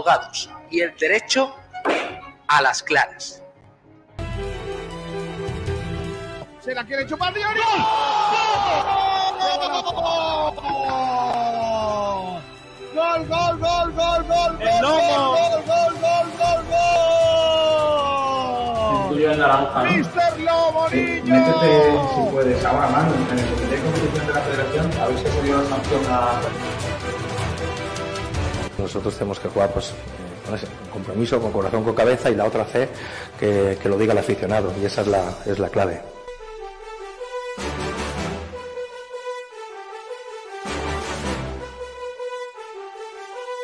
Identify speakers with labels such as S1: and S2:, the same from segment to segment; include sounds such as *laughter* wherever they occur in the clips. S1: abogados y el derecho a las claras.
S2: Se la quiere chupar Diori. Gol, gol, gol, gol, gol,
S3: El lomo.
S2: gol, gol, gol, gol, gol,
S4: Cinturón naranja,
S2: gol.
S4: ¿no?
S2: Mister Lobo
S4: Sí,
S2: Niño.
S4: Métete, si puedes, ahora mano en el Comité de Competición de la Federación, a ver si se dio la sanción a...
S5: Nosotros tenemos que jugar pues, eh, con ese compromiso, con corazón, con cabeza y la otra fe que, que lo diga el aficionado y esa es la, es la clave.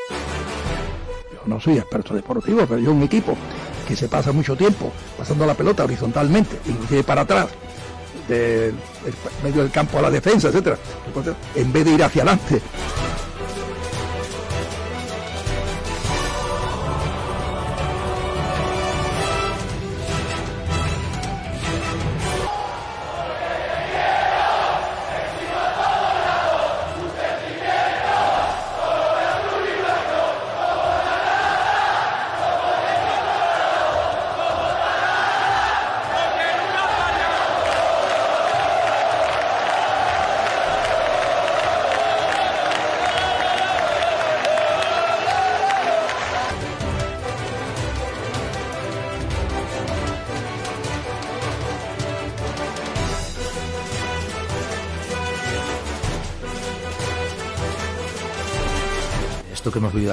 S6: Yo no soy experto deportivo, pero yo un equipo que se pasa mucho tiempo pasando la pelota horizontalmente, inclusive para atrás, del del medio del campo a la defensa, etcétera, en vez de ir hacia adelante.
S7: esto que hemos vivido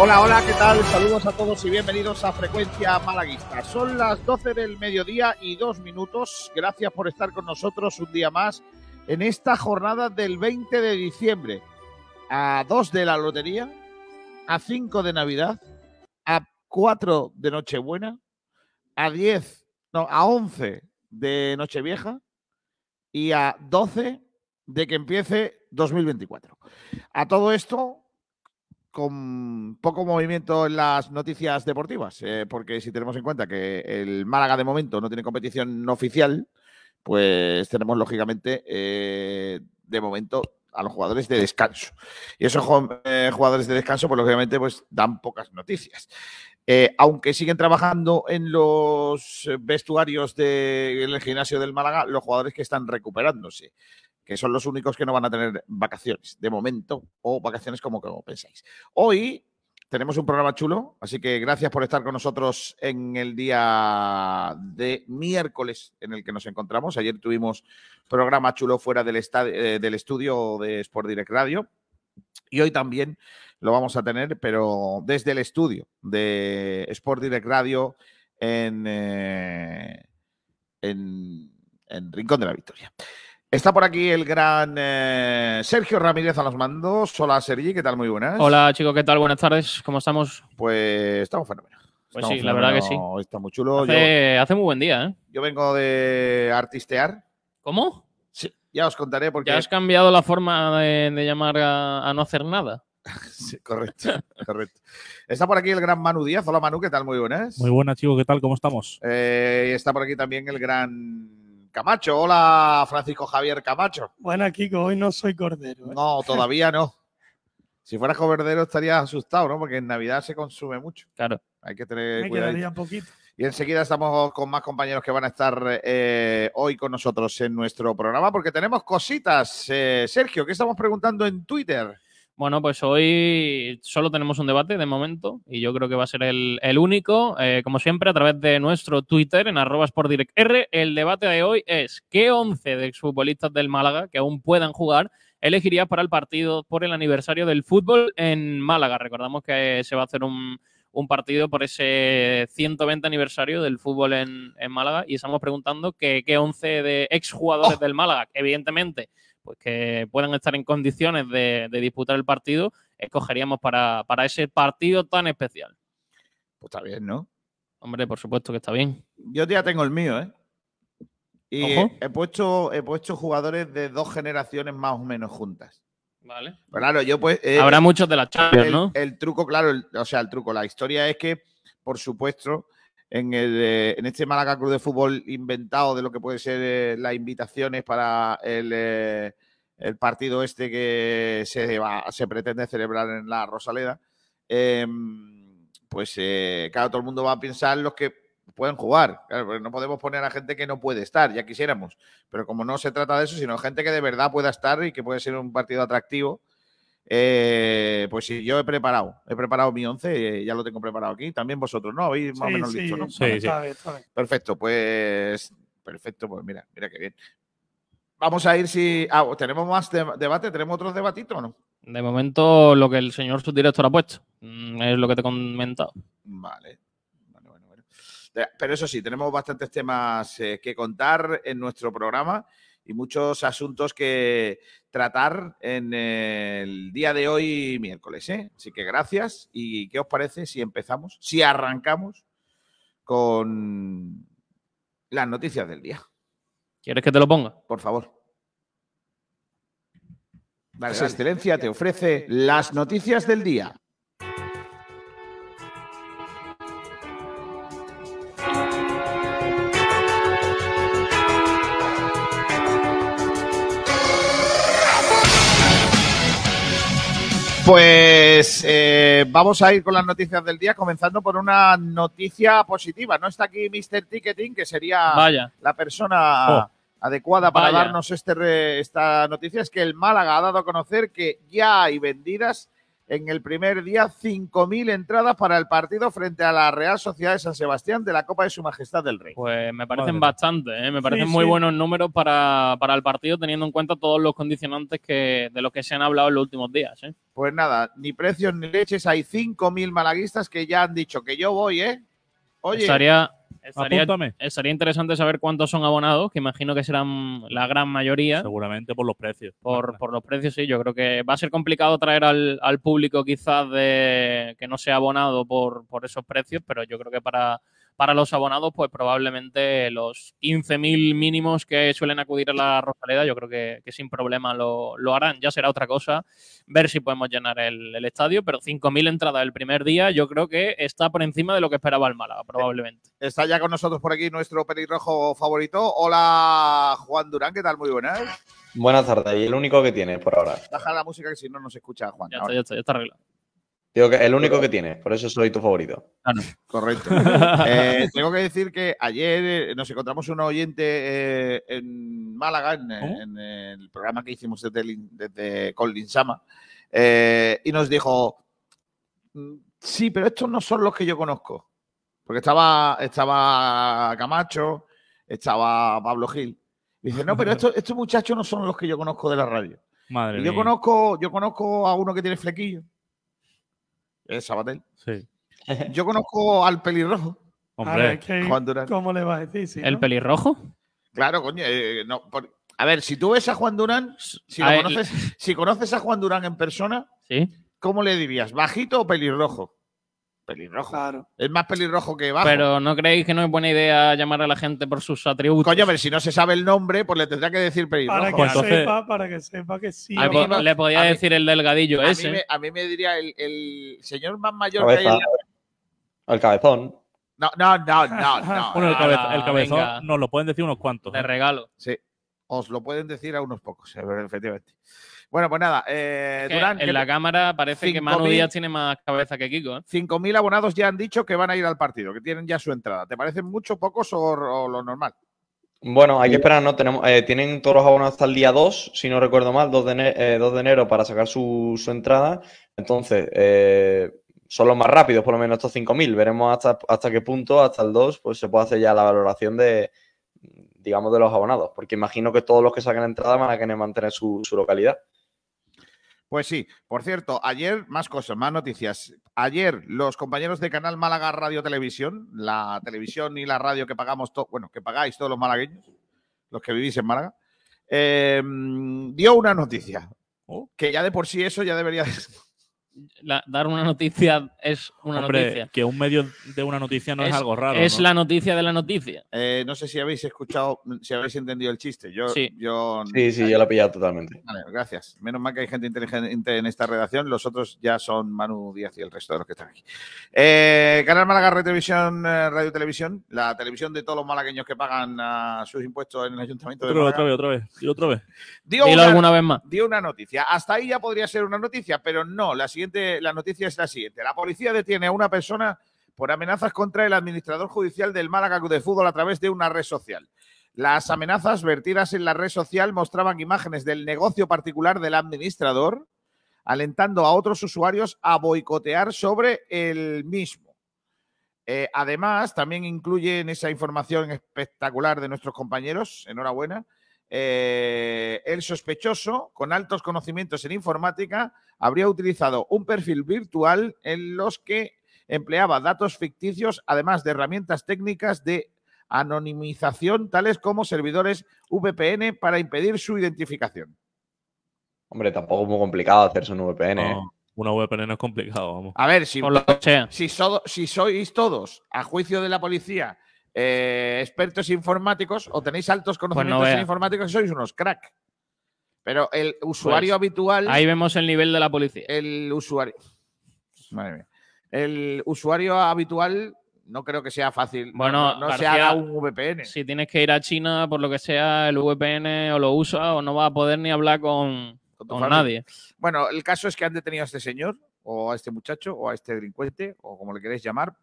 S2: Hola, hola, ¿qué tal? Saludos a todos y bienvenidos a Frecuencia Malaguista. Son las 12 del mediodía y dos minutos. Gracias por estar con nosotros un día más en esta jornada del 20 de diciembre. A 2 de la lotería, a 5 de Navidad, a 4 de Nochebuena, a 10, no, a 11 de Nochevieja y a 12 de que empiece 2024. A todo esto, con poco movimiento en las noticias deportivas, eh, porque si tenemos en cuenta que el Málaga de momento no tiene competición oficial, pues tenemos lógicamente eh, de momento a los jugadores de descanso. Y esos jo- eh, jugadores de descanso, pues lógicamente, pues dan pocas noticias. Eh, aunque siguen trabajando en los eh, vestuarios del gimnasio del Málaga, los jugadores que están recuperándose, que son los únicos que no van a tener vacaciones, de momento, o vacaciones como, como pensáis. Hoy tenemos un programa chulo, así que gracias por estar con nosotros en el día de miércoles en el que nos encontramos. Ayer tuvimos programa chulo fuera del, esta- eh, del estudio de Sport Direct Radio y hoy también lo vamos a tener, pero desde el estudio de Sport Direct Radio en, eh, en, en Rincón de la Victoria. Está por aquí el gran eh, Sergio Ramírez a los mandos. Hola Sergi, ¿qué tal? Muy buenas.
S8: Hola chicos, ¿qué tal? Buenas tardes, ¿cómo estamos?
S2: Pues estamos fenómenos.
S8: Pues sí, la verdad que sí.
S2: Está muy chulo. Yo-
S8: Hace, hace muy buen día, ¿eh?
S2: Yo, vengo de artistear.
S8: ¿Cómo?
S2: Sí, ya os contaré porque. *laughs*
S8: ¿Ya has cambiado la forma de, de llamar a, a no hacer nada?
S2: Sí, correcto, correcto. Está por aquí el gran Manu Díaz. Hola Manu, ¿qué tal? Muy buenas.
S9: Muy buenas, chicos. ¿Qué tal? ¿Cómo estamos?
S2: Eh, está por aquí también el gran Camacho. Hola Francisco Javier Camacho.
S10: Buena, Kiko, hoy no soy cordero. ¿eh?
S2: No, todavía no. Si fueras coberdero estarías asustado, ¿no? Porque en Navidad se consume mucho.
S8: Claro.
S2: Hay que tener
S10: eh. Me
S2: cuidado.
S10: quedaría poquito.
S2: Y enseguida estamos con más compañeros que van a estar eh, hoy con nosotros en nuestro programa porque tenemos cositas. Eh, Sergio, ¿qué estamos preguntando en Twitter?
S8: Bueno, pues hoy solo tenemos un debate de momento y yo creo que va a ser el, el único. Eh, como siempre, a través de nuestro Twitter en arrobas por directr, el debate de hoy es ¿qué 11 de exfutbolistas del Málaga que aún puedan jugar elegirías para el partido por el aniversario del fútbol en Málaga? Recordamos que se va a hacer un, un partido por ese 120 aniversario del fútbol en, en Málaga y estamos preguntando que, qué 11 de exjugadores del Málaga, evidentemente pues que puedan estar en condiciones de, de disputar el partido, escogeríamos para, para ese partido tan especial.
S2: Pues está bien, ¿no?
S8: Hombre, por supuesto que está bien.
S2: Yo ya tengo el mío, ¿eh? Y
S8: Ojo.
S2: he, he puesto, he puesto jugadores de dos generaciones más o menos juntas.
S8: Vale.
S2: Pero Claro, yo pues. eh,
S8: Habrá muchos de las Champions,
S2: el,
S8: ¿no?
S2: el truco, claro, el- o sea, el truco. La historia es que, por supuesto, en, el, eh, en este Málaga Club de Fútbol inventado de lo que puede ser eh, las invitaciones para el, eh, el partido este que se, va, se pretende celebrar en la Rosaleda, em, pues eh, claro, todo el mundo va a pensar los que pueden jugar. Claro, porque no podemos poner a gente que no puede estar, ya quisiéramos. Pero como no se trata de eso, sino gente que de verdad pueda estar y que puede ser un partido atractivo, eh, pues sí, yo he preparado, he preparado mi 11, eh, ya lo tengo preparado aquí. También vosotros, ¿no? Habéis más o menos
S10: sí,
S2: listo, ¿no?
S10: sí,
S11: Sí, sí.
S10: está bien, está bien.
S2: Perfecto, pues. Perfecto, pues mira, mira qué bien. Vamos a ir si. ah, ¿tenemos más de- debate? ¿Tenemos otros debatitos o no?
S8: De momento, lo que el señor subdirector ha puesto. Mm, Es lo que te he comentado.
S2: Vale. Bueno, bueno, bueno. Te- Pero eso sí, tenemos bastantes temas eh, que contar en nuestro programa y muchos asuntos que tratar en eh, el día de hoy, miércoles. ¿eh? Así que gracias. ¿Y qué os parece si empezamos, si arrancamos con las noticias del día?
S8: ¿Quieres que te lo ponga?
S2: Por favor. Su Excelencia te ofrece las noticias del día. Pues eh, vamos a ir con las noticias del día, comenzando por una noticia positiva. No está aquí Mr. Ticketing, que sería
S8: Vaya.
S2: la persona adecuada para
S8: Oh. Vaya.
S2: darnos este re- esta noticia es que el Málaga ha dado a conocer que ya hay vendidas en el primer día 5.000 entradas para el partido frente a la Real Sociedad de San Sebastián de la Copa de Su Majestad del Rey.
S8: Pues me parecen
S11: Madre.
S8: bastante, ¿eh? me parecen
S10: Sí,
S8: muy
S10: sí.
S8: buenos números para, para el partido, teniendo en cuenta todos los condicionantes que, de los que se han hablado en los últimos días. ¿eh?
S2: Pues nada, ni precios ni leches, hay 5.000 malaguistas que ya han dicho que yo voy, ¿eh? Oye,
S8: Estaría, estaría,
S11: Apúntame.
S8: estaría interesante saber cuántos son abonados, que imagino que serán la gran mayoría.
S11: Seguramente por los precios.
S8: Por, por los precios, sí, yo creo que va a ser complicado traer al, al público quizás de que no sea abonado por, por esos precios, pero yo creo que para, para los abonados, pues probablemente los 15.000 mínimos que suelen acudir a la Rosaleda, yo creo que, que sin problema lo, lo harán. Ya será otra cosa ver si podemos llenar el, el estadio, pero 5.000 entradas el primer día, yo creo que está por encima de lo que esperaba el Málaga, probablemente.
S2: está ya con nosotros por aquí nuestro pelirrojo favorito. Hola, Juan Durán, ¿qué tal? Muy buenas.
S5: Buenas tardes, y el único que tienes por ahora.
S2: Baja la música que si no nos escucha Juan.
S8: Ya
S2: ahora.
S8: está, ya está, ya está arreglado.
S5: Digo que el único que tienes, por eso soy tu favorito.
S11: *laughs*
S2: Correcto. Eh, tengo que decir que ayer eh, nos encontramos un oyente eh, en Málaga, en, eh,
S11: ¿Cómo?
S2: en el programa que hicimos desde, Lin- desde con Linsama, eh, y nos dijo, "Mm, sí, pero estos no son los que yo conozco. Porque estaba, estaba Camacho, estaba Pablo Gil. Y dice, no,
S11: *laughs*
S2: pero estos, estos muchachos no son los que yo conozco de la radio.
S11: Madre
S2: Y yo
S11: mía.
S2: conozco, yo conozco a uno que tiene flequillo. Es Sabatel.
S11: Sí.
S2: Yo conozco al pelirrojo.
S11: Hombre,
S10: Ahora, es que,
S2: Juan Durán.
S10: ¿Cómo le vas a decir? sí,
S8: ¿El
S10: no?
S8: pelirrojo?
S2: Claro, coño. eh, no, por- A ver, si tú ves a Juan Durán, si, lo
S8: A él-
S2: conoces, si conoces a Juan Durán en persona,
S8: Sí.
S2: ¿cómo le dirías? ¿Bajito o pelirrojo? Pelirrojo.
S10: Claro.
S2: Es más pelirrojo que bajo.
S8: Pero ¿no creéis que no es buena idea llamar a la gente por sus atributos?
S2: Coño, pero si no se sabe el nombre, pues le tendrá que decir pelirrojo.
S10: Para que,
S11: Pues entonces-
S10: sepa, para que sepa que sí.
S8: Ah,
S10: vamos.
S8: pues, le podía
S2: a mí-
S8: decir el delgadillo
S2: a,
S8: ese.
S2: mí me, a mí me diría el, el señor más mayor que hay en
S5: Cabeza.
S2: la-
S5: El cabezón.
S2: No, no, no, no,
S10: *laughs*
S2: no.
S11: bueno, el,
S8: Ah,
S11: cabez- el cabezón
S8: venga.
S11: nos lo pueden decir unos cuantos.
S8: De
S11: ¿eh?
S8: regalo.
S2: Sí, os lo pueden decir a unos pocos, es verdad, efectivamente. Bueno, pues nada, eh,
S8: Que
S2: Durán, ¿qué
S8: en la
S2: te-
S8: cámara parece que
S2: Cinco
S8: Manu
S2: mil.
S8: Díaz tiene más cabeza que Kiko. ¿eh?
S2: 5.000 abonados ya han dicho que van a ir al partido, que tienen ya su entrada. ¿Te parecen mucho, pocos o- o lo normal?
S5: Bueno, hay que esperar, ¿no? Tenemos, eh, tienen todos los abonados hasta el día 2, si no recuerdo mal, 2 de, ene- eh, 2 de enero para sacar su, su entrada. Entonces, eh, son los más rápidos, por lo menos estos 5.000. Veremos hasta, hasta qué punto, hasta el 2, pues se puede hacer ya la valoración de, digamos, de los abonados. Porque imagino que todos los que saquen entrada van a querer mantener su, su localidad.
S2: Pues sí, por cierto, ayer más cosas, más noticias. Ayer los compañeros de Canal Málaga Radio Televisión, la televisión y la radio que pagamos, to- bueno, que pagáis todos los malagueños, los que vivís en Málaga, eh, dio una noticia
S11: Oh.
S2: que ya de por sí eso ya debería de-
S8: la- dar una noticia es una
S4: Hombre,
S8: noticia.
S4: que un medio de una noticia no es, algo raro.
S8: Es
S4: ¿no?
S8: la noticia de la noticia.
S2: Eh, no sé si habéis escuchado, si habéis entendido el chiste. Yo,
S8: Sí.
S2: yo
S5: Sí, sí, yo la he pillado totalmente.
S2: Vale, gracias. Menos mal que hay gente inteligente en esta redacción. Los otros ya son Manu Díaz y el resto de los que están aquí. Eh, Canal Málaga Radio Televisión, eh, Radio Televisión, la televisión de todos los malagueños que pagan ah, sus impuestos en el Ayuntamiento de
S4: Otra vez,
S2: Málaga.
S4: otra vez, otra vez. Dilo otra vez.
S2: Dio
S8: Dilo
S2: una-
S8: alguna vez más.
S2: dio una noticia. Hasta ahí ya podría ser una noticia, pero no. La siguiente, la noticia es la siguiente. La policía detiene a una persona por amenazas contra el administrador judicial del Málaga Club de Fútbol a través de una red social. Las amenazas vertidas en la red social mostraban imágenes del negocio particular del administrador, alentando a otros usuarios a boicotear sobre el mismo. Eh, además, también incluyen esa información espectacular de nuestros compañeros, enhorabuena, eh, el sospechoso, con altos conocimientos en informática, habría utilizado un perfil virtual en los que empleaba datos ficticios, además de herramientas técnicas de anonimización, tales como servidores VPN, para impedir su identificación.
S5: Hombre, tampoco es muy complicado hacerse un VPN. ¿eh?
S4: No, una VPN no es complicado, vamos.
S2: A ver, si,
S8: Con lo que sea.
S2: si, so- si sois todos, a juicio de la policía, eh, expertos informáticos o tenéis altos conocimientos en
S8: Pues vea.
S2: informáticos, sois unos crack. Pero el usuario
S8: Pues,
S2: habitual...
S8: Ahí vemos el nivel de la policía.
S2: el usuario. Madre mía. El usuario habitual no creo que sea fácil. no-
S8: Bueno,
S2: no, no se
S8: García-
S2: haga un VPN.
S8: Si tienes que ir a China, por lo que sea, el VPN o lo usa o no vas a poder ni hablar con,
S2: con tu
S8: con
S2: familia.
S8: nadie.
S2: Bueno, el caso es que han detenido a este señor, o a este muchacho, o a este delincuente, o como le queréis llamar.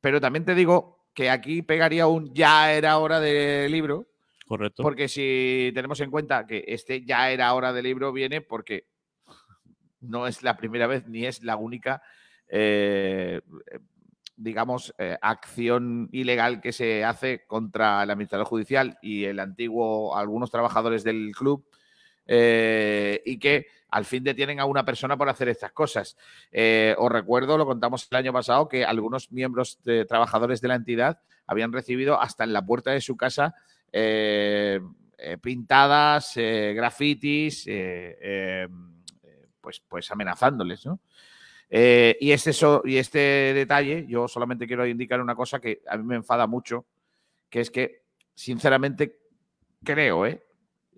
S2: Pero también te digo que aquí pegaría un ya era hora de libro,
S4: Correcto.
S2: porque si tenemos en cuenta que este ya era hora de libro viene porque *laughs* no es la primera vez ni es la única, eh, eh, digamos, eh, acción ilegal que se hace contra el administrador judicial y el antiguo, algunos trabajadores del club, eh, y que al fin detienen a una persona por hacer estas cosas. Eh, os recuerdo, lo contamos el año pasado, que algunos miembros de- trabajadores de la entidad habían recibido hasta en la puerta de su casa eh, eh, pintadas, eh, grafitis, eh, eh, pues, pues amenazándoles, ¿no? Eh, y, este so- y este detalle, yo solamente quiero indicar una cosa que a mí me enfada mucho, que es que, sinceramente, creo, ¿eh?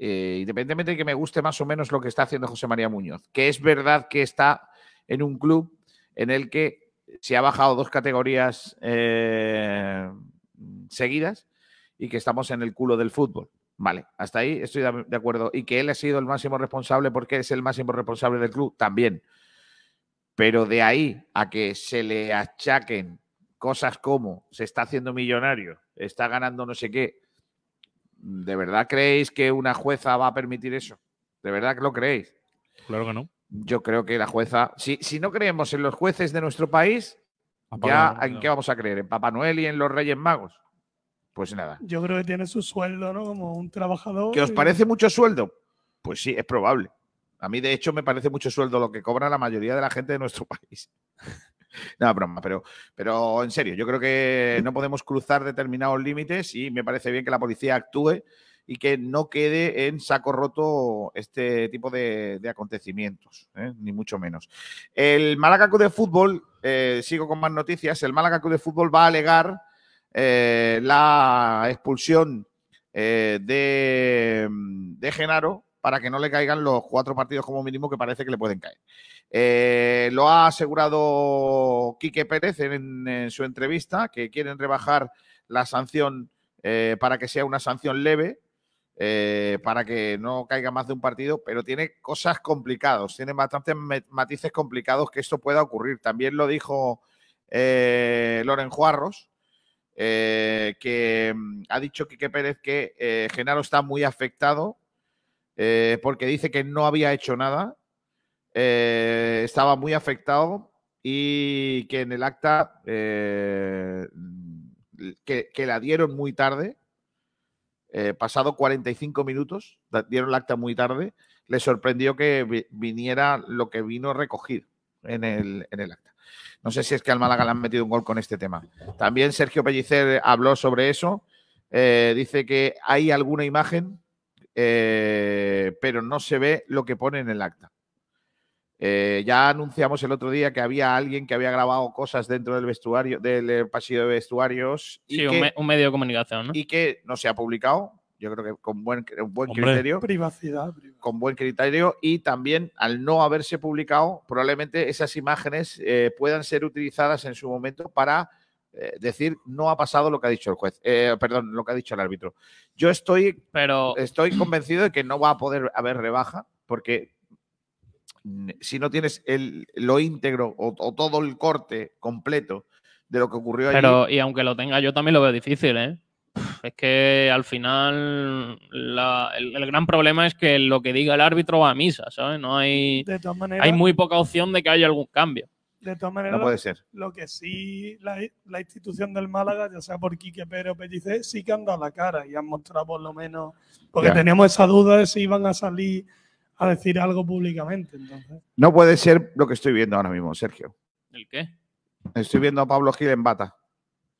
S2: Eh, independientemente de que me guste más o menos lo que está haciendo José María Muñoz, que es verdad que está en un club en el que se ha bajado dos categorías eh, seguidas y que estamos en el culo del fútbol. Vale, hasta ahí estoy de de acuerdo. Y que él ha sido el máximo responsable porque es el máximo responsable del club también. Pero de ahí a que se le achaquen cosas como se está haciendo millonario, está ganando no sé qué. ¿De verdad creéis que una jueza va a permitir eso? ¿De verdad que lo creéis?
S4: Claro que no.
S2: Yo creo que la jueza, si, si no creemos en los jueces de nuestro país,
S4: Apaga
S2: ya
S4: la-
S2: ¿en qué vamos a creer? ¿En Papá Noel y en los Reyes Magos? Pues nada.
S10: Yo creo que tiene su sueldo, ¿no? Como un trabajador.
S2: ¿Que os
S10: y-
S2: parece mucho sueldo? Pues sí, es probable. A mí, de hecho, me parece mucho sueldo lo que cobra la mayoría de la gente de nuestro *laughs* país. no, broma, pero, pero en serio, yo creo que no podemos cruzar determinados límites y me parece bien que la policía actúe y que no quede en saco roto este tipo de, de acontecimientos, ¿eh? ni mucho menos. El Málaga Club de Fútbol, eh, sigo con más noticias, el Málaga Club de Fútbol va a alegar eh, la expulsión eh, de, mm, de Genaro para que no le caigan los cuatro partidos como mínimo que parece que le pueden caer. Eh, lo ha asegurado Quique Pérez en, en su entrevista, que quieren rebajar la sanción eh, para que sea una sanción leve, eh, para que no caiga más de un partido, pero tiene cosas complicadas, tiene bastantes me- matices complicados que esto pueda ocurrir. También lo dijo eh, Loren Juarros, eh, que mm, ha dicho Quique Pérez que eh, Genaro está muy afectado eh, porque dice que no había hecho nada, eh, estaba muy afectado y que en el acta eh, mm, que, que la dieron muy tarde, eh, pasado 45 minutos, da- dieron el acta muy tarde, le sorprendió que vi- viniera lo que vino recogido en el, en el acta. No sé si es que al Málaga le han metido un gol con este tema. También Sergio Pellicer habló sobre eso. Eh, dice que hay alguna imagen, eh, pero no se ve lo que pone en el acta. Eh, ya anunciamos el otro día que había alguien que había grabado cosas dentro del vestuario, del eh, pasillo de vestuarios y,
S8: Sí, un,
S2: que,
S8: me- un medio de comunicación, ¿no?
S2: y que no se ha publicado. Yo creo que con buen, un buen
S4: Hombre.
S2: criterio
S10: Privacidad. privacidad.
S2: con buen criterio y también al no haberse publicado, probablemente esas imágenes eh, puedan ser utilizadas en su momento para eh, decir no ha pasado lo que ha dicho el juez, eh, perdón, lo que ha dicho el árbitro. Yo estoy,
S8: Pero
S2: estoy convencido de que no va a poder haber rebaja porque mm, si no tienes el, lo íntegro o, o todo el corte completo de lo que ocurrió allí,
S8: Pero, y aunque lo tenga yo también lo veo difícil, ¿eh? Es que al final la- el, el gran problema es que lo que diga el árbitro va a misa, ¿sabes? No hay,
S10: De todas maneras,
S8: hay muy poca opción de que haya algún cambio.
S10: de todas maneras
S2: no puede ser.
S10: lo que sí la, la institución del Málaga, ya sea por Quique Pérez o Pellicer, sí que han dado la cara y han mostrado por lo menos, porque
S2: Ya.
S10: teníamos esa duda de si iban a salir a decir algo públicamente. Entonces,
S2: No puede ser lo que estoy viendo ahora mismo, Sergio.
S8: ¿El qué?
S2: Estoy viendo a Pablo Gil en bata.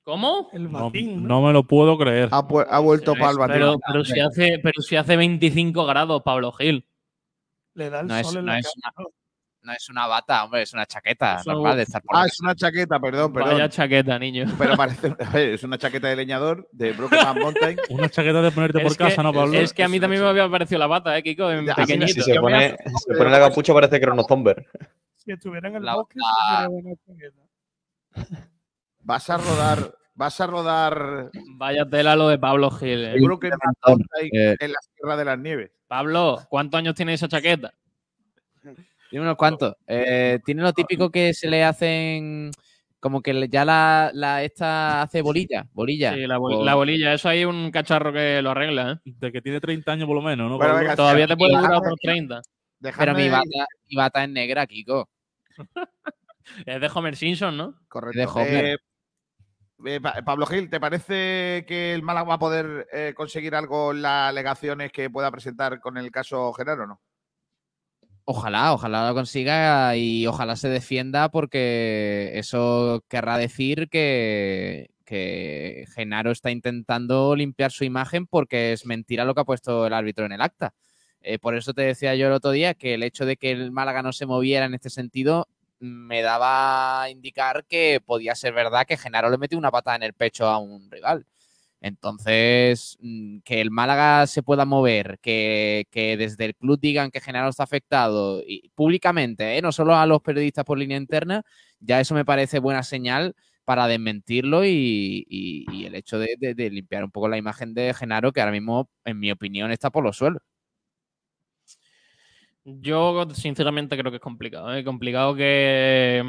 S8: ¿Cómo?
S10: el
S4: No,
S10: batín, ¿no?
S4: no me lo puedo creer.
S2: Ha, pu- ha vuelto
S8: Pero,
S2: Pablo
S8: pero, si hace, pero si hace 25 grados, Pablo Gil.
S10: le da el
S7: No es-
S10: sol en
S7: no
S10: la
S7: es
S10: cara, ¿no?
S7: No es una bata, hombre, es una chaqueta
S8: Eso-
S7: normal de estar por la
S2: Ah, es una chaqueta, perdón, perdón.
S8: Vaya chaqueta, niño.
S2: *laughs* Pero parece, es una chaqueta de leñador de Brokeback Mountain.
S4: Una chaqueta de ponerte por
S8: Es que-
S4: casa, ¿no, Pablo?
S8: Es que a mí también me había parecido la bata, ¿eh, Kiko? En
S2: Ya, a mí
S8: pequeñito.
S5: Si se
S2: Yo me
S5: pone,
S2: asomo
S5: si se
S2: de
S5: pone
S2: lo
S5: la
S2: que-
S5: capucha parece Chronotomber.
S10: Si estuviera en el
S7: La-
S10: bosque,
S7: la-
S10: sería buena chaqueta.
S2: Vas a rodar, vas a rodar
S8: Vaya tela lo de Pablo Gil. ¿eh?
S2: el Brokeback
S7: Mountain,
S2: Mountain
S7: eh.
S2: en la Sierra de las Nieves.
S8: Pablo, ¿cuántos años tiene esa chaqueta?
S7: Tiene unos cuantos. Eh, tiene lo típico que se le hacen. Como que le- ya la, la esta hace bolilla. Bolilla.
S8: Sí, la, bol-
S7: O-
S8: la bolilla. Eso hay un cacharro que lo arregla, ¿eh?
S4: De que tiene 30 años por lo menos, ¿no?
S2: Bueno,
S4: Pablo?
S2: venga,
S8: Todavía te puede
S7: Y
S8: durar
S2: bata-
S8: por 30.
S7: Pero mi
S2: Dejadme-
S7: bata, mi bata es negra, Kiko.
S8: Es de Homer Simpson, ¿no?
S2: Correcto.
S7: de Homer.
S2: Eh, eh, Pa- Pablo Gil, ¿te parece que el Málaga va a poder eh, conseguir algo en las alegaciones que pueda presentar con el caso Gerard o no?
S7: Ojalá, ojalá lo consiga y ojalá se defienda porque eso querrá decir que, que Genaro está intentando limpiar su imagen porque es mentira lo que ha puesto el árbitro en el acta. Eh, por eso te decía yo el otro día que el hecho de que el Málaga no se moviera en este sentido me daba a indicar que podía ser verdad que Genaro le metió una patada en el pecho a un rival. Entonces, mm, que el Málaga se pueda mover, que, que desde el club digan que Genaro está afectado y públicamente, ¿eh? no solo a los periodistas por línea interna, ya eso me parece buena señal para desmentirlo y, y- y el hecho de, de- de limpiar un poco la imagen de Genaro, que ahora mismo, en mi opinión, está por los suelos.
S8: Yo sinceramente creo que es complicado. ¿eh? Complicado que,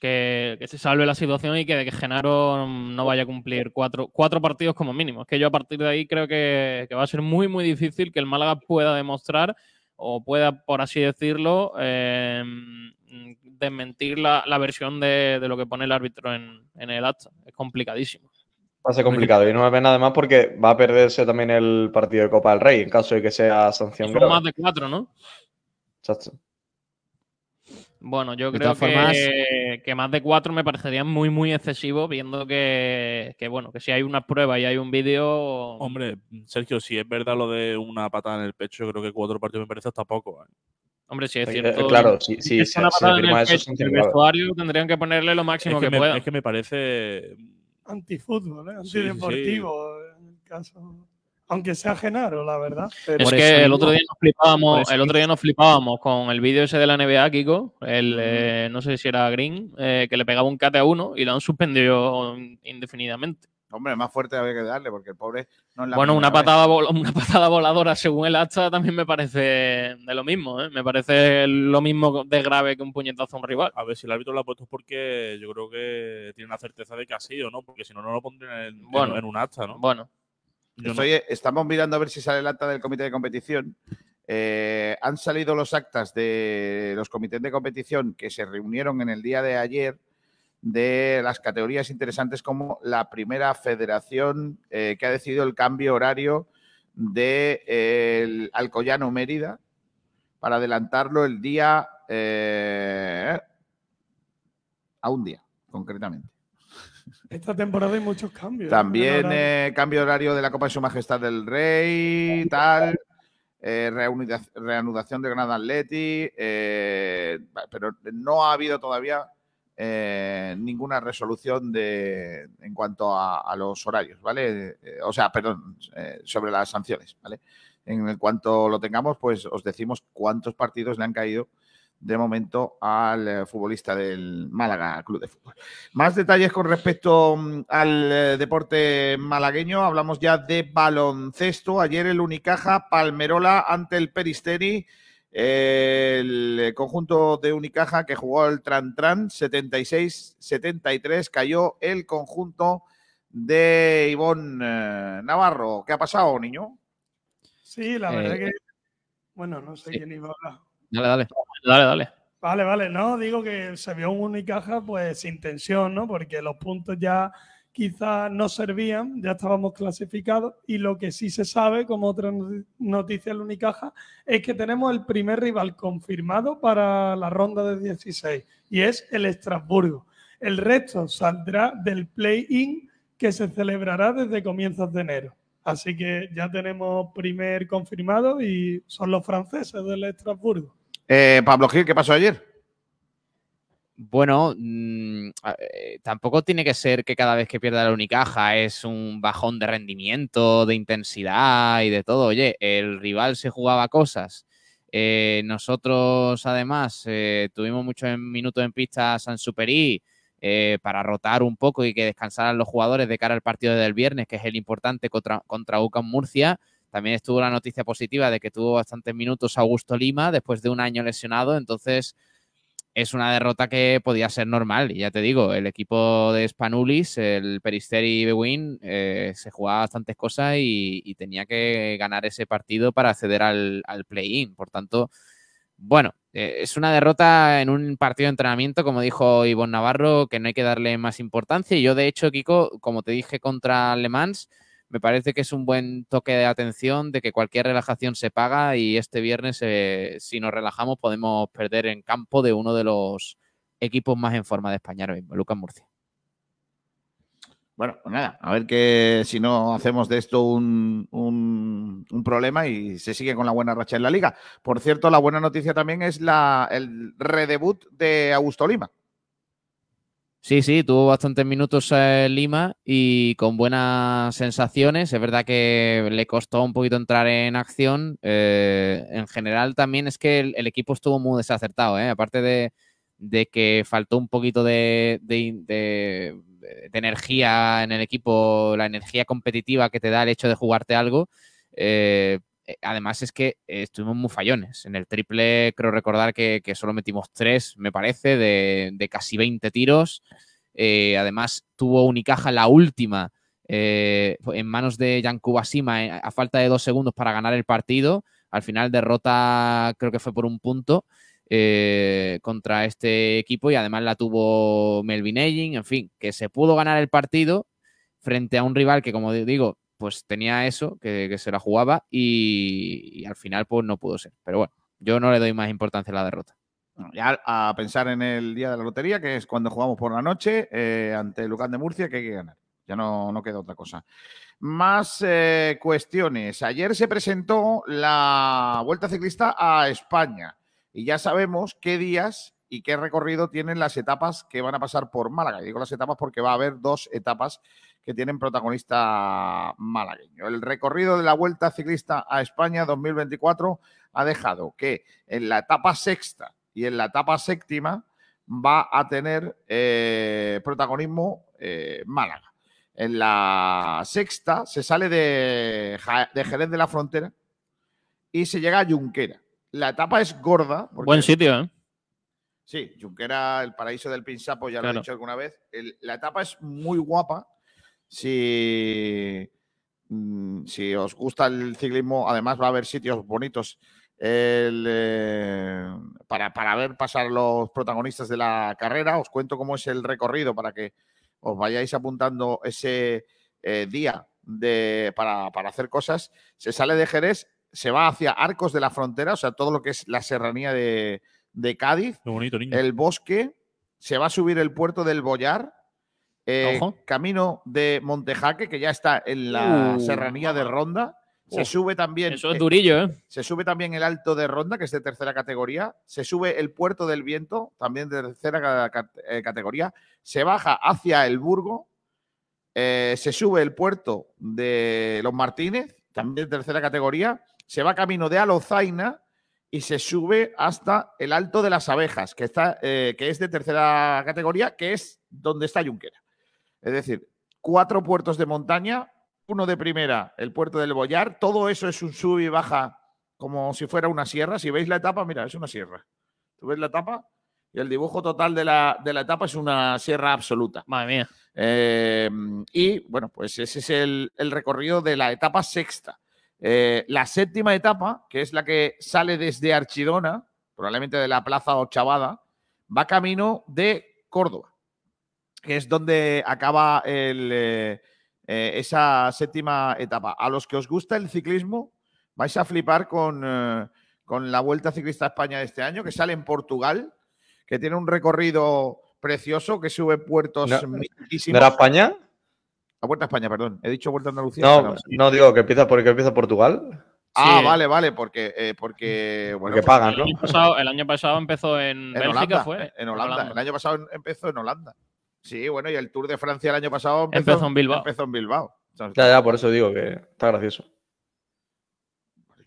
S8: que, que se salve la situación y que, que Genaro no vaya a cumplir cuatro, cuatro partidos como mínimo. Es que yo a partir de ahí creo que, que va a ser muy, muy difícil que el Málaga pueda demostrar o pueda, por así decirlo, eh, desmentir la, la versión de, de lo que pone el árbitro en, en el acta. Es complicadísimo.
S5: Va a ser complicado. Y no me pena además porque va a perderse también el partido de Copa del Rey en caso de que sea sanción
S8: Son
S5: grave.
S8: más de cuatro, ¿no?
S5: Exacto.
S8: Bueno, yo
S7: De
S8: creo
S7: todas formas-
S8: que, que más de cuatro me parecería muy, muy excesivo, viendo que, que, bueno, que si hay una prueba y hay un vídeo.
S4: Hombre, Sergio, si es verdad lo de una patada en el pecho, yo creo que cuatro partidos me parece hasta poco. ¿eh?
S8: Hombre, si es
S5: Eh,
S8: cierto.
S5: claro, si, si,
S8: es
S5: se,
S8: una
S5: se
S8: patada en
S5: firma
S8: el
S5: eso,
S8: pecho, en
S5: sanción
S8: el
S5: grave.
S8: vestuario tendrían que ponerle lo
S4: Es,
S8: máximo
S4: que
S8: que,
S4: me,
S8: puedan.
S4: es que me parece.
S10: Antifútbol, ¿eh?
S4: Sí, sí, sí.
S10: antideportivo, en el caso. Aunque sea Genaro, la verdad.
S8: Es
S10: Pero
S7: Por
S8: que
S7: eso
S8: el
S7: mismo-
S8: otro día nos
S7: por
S8: flipábamos,
S7: eso
S8: el otro día nos flipábamos con el vídeo ese de la NBA, Kiko, el,
S7: Ujú.
S8: eh, no sé si era Green, eh, que le pegaba un cate a uno y lo han suspendido indefinidamente.
S2: Hombre, más fuerte había que darle porque el pobre no es la
S8: Bueno, una
S2: primera vez.
S8: patada, vol- *laughs* una patada voladora según el acta también me parece de lo mismo, ¿eh? Me parece lo mismo de grave que un puñetazo a un rival.
S4: A ver, si el árbitro lo ha puesto es porque yo creo que tiene la certeza de que ha sido, ¿no? Porque si no, no lo pondrían en, en-
S8: Bueno.
S4: en un acta, ¿no?
S8: Bueno,
S4: Yo no-
S2: Estoy- estamos mirando a ver si sale el acta del comité de competición. Eh, han salido los actas de los comités de competición que se reunieron en el día de ayer de las categorías interesantes como la primera federación eh, que ha decidido el cambio horario de eh, el Alcoyano Mérida para adelantarlo el día eh, a un día, concretamente.
S10: esta temporada hay muchos cambios. ¿no?
S2: También
S10: Menor a-
S2: eh, cambio de horario de la Copa de Su Majestad del Rey, tal. eh, reunida- reanudación de Granada Atleti, eh, pero no ha habido todavía eh, ninguna resolución de, en cuanto a, a los horarios, ¿vale? Eh, o sea, perdón, eh, sobre las sanciones, ¿vale? En cuanto lo tengamos, pues os decimos cuántos partidos le han caído de momento al eh, futbolista del Málaga Club de Fútbol. Más detalles con respecto mm, al eh, deporte malagueño. Hablamos ya de baloncesto. Ayer el Unicaja Palmerola ante el Peristeri. El eh, conjunto de Unicaja que jugó el Tran Tran 76-73 cayó el conjunto de Ivón eh, Navarro. ¿Qué ha pasado, niño?
S10: Sí, la
S2: Eh,
S10: verdad que. Bueno, no sé quién iba a hablar.
S8: Dale, dale. Dale, dale.
S10: Vale, vale, no, digo que se vio un Unicaja pues sin tensión, ¿no? Porque los puntos ya quizás no servían, ya estábamos clasificados y lo que sí se sabe, como otra noti- noticia del Unicaja, es que tenemos el primer rival confirmado para la ronda de 16 y es el Estrasburgo. El resto saldrá del play-in que se celebrará desde comienzos de enero. Así que ya tenemos primer confirmado y son los franceses del Estrasburgo.
S2: Eh, Pablo Gil, ¿qué pasó ayer?
S7: Bueno, mm, a- eh, tampoco tiene que ser que cada vez que pierda la Unicaja es un bajón de rendimiento, de intensidad y de todo. Oye, el rival se jugaba cosas. Eh, nosotros, además, eh, tuvimos muchos en- minutos en pista a San Superi para rotar un poco y que descansaran los jugadores de cara al partido del viernes, que es el importante contra, contra UCAM Murcia. También estuvo la noticia positiva de que tuvo bastantes minutos Augusto Lima después de un año lesionado. Entonces, es una derrota que podía ser normal. Y ya te digo, el equipo de Spanulis, el Peristeri Bewin, eh, se jugaba bastantes cosas y, y tenía que ganar ese partido para acceder al, al play-in. Por tanto, bueno, eh, es una derrota en un partido de entrenamiento, como dijo Ivonne Navarro, que no hay que darle más importancia. Y yo, de hecho, Kiko, como te dije contra Le Mans, me parece que es un buen toque de atención de que cualquier relajación se paga y este viernes, eh, si nos relajamos, podemos perder en campo de uno de los equipos más en forma de España ahora mismo, Lucas Murcia.
S2: Bueno, pues nada, a ver que si no hacemos de esto un, un- un problema y se sigue con la buena racha en la liga. Por cierto, la buena noticia también es la, el redebut de Augusto Lima.
S7: Sí, sí, tuvo bastantes minutos eh, Lima y con buenas sensaciones. Es verdad que le costó un poquito entrar en acción. Eh, en general también es que el, el equipo estuvo muy desacertado, ¿eh? Aparte de, de que faltó un poquito de, de in- de- de energía en el equipo, la energía competitiva que te da el hecho de jugarte algo. eh, eh, Además es que eh, estuvimos muy fallones. En el triple creo recordar que, que solo metimos tres, me parece, de, de casi 20 tiros. Eh, además tuvo Unicaja la última eh, en manos de Yankuba Sima eh, a falta de dos segundos para ganar el partido. Al final derrota creo que fue por un punto eh, contra este equipo y además la tuvo Melvin Ejin. En fin, que se pudo ganar el partido frente a un rival que, como digo, pues tenía eso, que, que se la jugaba y, y al final pues no pudo ser. Pero bueno, yo no le doy más importancia a la derrota.
S2: Ya a pensar en el día de la lotería, que es cuando jugamos por la noche eh, ante Lucán de Murcia, que hay que ganar. Ya no, no queda otra cosa. Más eh, cuestiones. Ayer se presentó la Vuelta Ciclista a España y ya sabemos qué días y qué recorrido tienen las etapas que van a pasar por Málaga. Y digo las etapas porque va a haber dos etapas que tienen protagonista malagueño. El recorrido de la Vuelta Ciclista a España 2024 ha dejado que en la etapa sexta y en la etapa séptima va a tener eh, protagonismo eh, Málaga. En la sexta se sale de, Ja- de Jerez de la Frontera y se llega a Junquera. La etapa es gorda. porque-
S8: Buen sitio, ¿eh?
S2: Sí, Junquera, el paraíso del pinsapo, ya lo
S8: Claro.
S2: he dicho alguna vez. El- la etapa es muy guapa. Si, mm, si os gusta el ciclismo, además va a haber sitios bonitos el, eh, para, para ver pasar los protagonistas de la carrera. Os cuento cómo es el recorrido para que os vayáis apuntando ese eh, día de, para, para hacer cosas. Se sale de Jerez, se va hacia Arcos de la Frontera, o sea, todo lo que es la serranía de, de Cádiz. El bosque, se va a subir el puerto del Boyar, eh,
S8: Ojo.
S2: camino de Montejaque, que ya está en la
S8: Uh.
S2: serranía de Ronda. Se
S8: Uf,
S2: sube también.
S8: eso es durillo, ¿eh?
S2: Se sube también el Alto de Ronda, que es de tercera categoría. Se sube el Puerto del Viento, también de tercera ca- ca- eh, categoría. Se baja hacia el Burgo. Eh, se sube el Puerto de los Martínez, también de tercera categoría. Se va camino de Alozaina y se sube hasta el Alto de las Abejas, que, está, eh, que es de tercera categoría, que es donde está Junquera. Es decir, cuatro puertos de montaña, uno de primera, el puerto del Boyar, todo eso es un sub y baja como si fuera una sierra. Si veis la etapa, mira, es una sierra. ¿Tú ves la etapa? Y el dibujo total de la, de la etapa es una sierra absoluta.
S8: Madre mía.
S2: Em, y bueno, pues ese es el, el recorrido de la etapa sexta. Eh, la séptima etapa, que es la que sale desde Archidona, probablemente de la Plaza Ochavada, va camino de Córdoba que es donde acaba el, eh, eh, esa séptima etapa. A los que os gusta el ciclismo, vais a flipar con, eh, con la Vuelta Ciclista a España de este año, que sale en Portugal, que tiene un recorrido precioso, que sube puertos
S5: No,
S2: mitiquísimos.
S5: ¿No era España?
S2: La Vuelta a España, perdón. He dicho Vuelta a Andalucía.
S5: No,
S2: perdón.
S5: no digo que empieza porque empieza Portugal.
S2: Ah,
S8: sí.
S2: vale, vale, porque, eh, porque, bueno,
S5: Porque
S2: pues,
S5: pagan, ¿no?
S8: El año pasado, el año pasado empezó en,
S2: En
S8: Bélgica,
S2: Holanda, eh,
S8: fue.
S2: en Holanda. El año pasado en- empezó en Holanda. Sí, bueno, y el Tour de Francia el año pasado empezó,
S8: Empezó en Bilbao.
S2: Empezó en Bilbao. Entonces,
S5: Ya, ya, por eso digo que está gracioso.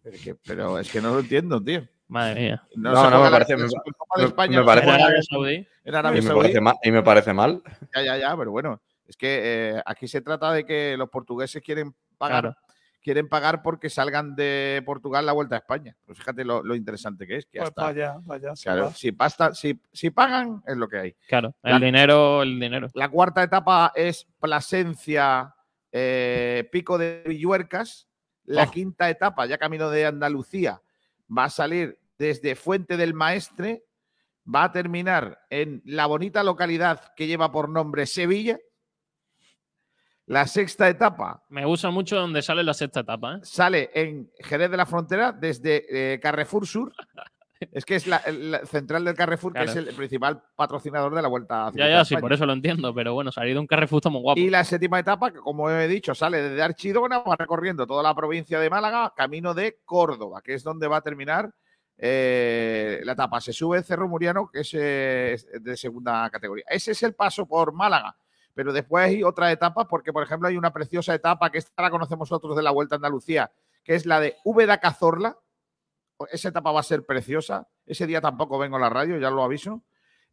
S2: Pero, que- pero es que no lo entiendo, tío.
S8: Madre mía.
S5: No, no, me parece- me- me- me parece-
S2: en Arabia
S5: Arabia
S2: Saudí.
S5: Saudí. Y me parece mal. Y me parece mal.
S2: Ya, ya, ya, pero bueno, es que eh, aquí se trata de que los portugueses quieren pagar,
S8: Claro.
S2: quieren pagar porque salgan de Portugal la vuelta a España. Pues fíjate lo, lo interesante que es. Que
S10: Pues
S2: hasta-
S10: para allá, para allá. se
S2: claro,
S10: va.
S2: si, pasta, si, si pagan, es lo que hay.
S8: Claro, el
S2: La-
S8: dinero, el dinero.
S2: La cuarta etapa es Plasencia, eh, Pico de Villuercas. La
S8: Oh.
S2: quinta etapa, ya camino de Andalucía, va a salir desde Fuente del Maestre, va a terminar en la bonita localidad que lleva por nombre Sevilla. La sexta etapa
S8: Me gusta mucho donde sale la sexta etapa, ¿eh?
S2: sale en Jerez de la Frontera desde eh, Carrefour Sur. Es que es la, la central del Carrefour, que
S8: Claro.
S2: es el principal patrocinador de la Vuelta a
S8: Ya, ya, sí, por eso lo entiendo, pero bueno, salir de un Carrefour está muy guapo.
S2: Y la séptima etapa, que como he dicho, sale desde Archidona, va recorriendo toda la provincia de Málaga, camino de Córdoba, que es donde va a terminar eh, la etapa. Se sube el Cerro Muriano, que es eh, es de segunda categoría. Ese es el paso por Málaga. Pero después hay otra etapa, porque por ejemplo hay una preciosa etapa que esta la conocemos nosotros de la Vuelta a Andalucía, que es la de Úbeda Cazorla. Esa etapa va a ser preciosa. Ese día tampoco vengo a la radio, ya lo aviso.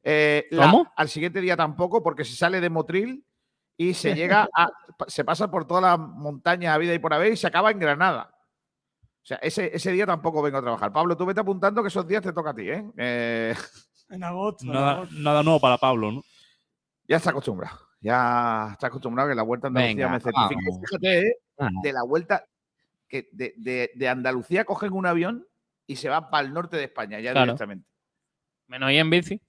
S2: Eh, la-
S8: ¿Cómo?
S2: al siguiente día tampoco, porque se sale de Motril y se llega a. pa- se pasa por todas las montañas a vida y por haber y se acaba en Granada. O sea, ese, ese día tampoco vengo a trabajar. Pablo, tú vete apuntando que esos días te toca a ti, ¿eh? Eh,
S10: En agosto. en
S4: Nada,
S10: agosto.
S4: nada nuevo para Pablo, ¿no?
S2: ya está acostumbrado. Ya está acostumbrado que la vuelta a Andalucía
S7: Venga,
S2: me certifique.
S7: vamos.
S2: Fíjate, ¿eh?
S7: Vamos.
S2: De la vuelta que de, de- de Andalucía cogen un avión y se va para el norte de España ya
S8: Claro.
S2: directamente.
S8: Menos ahí en bici.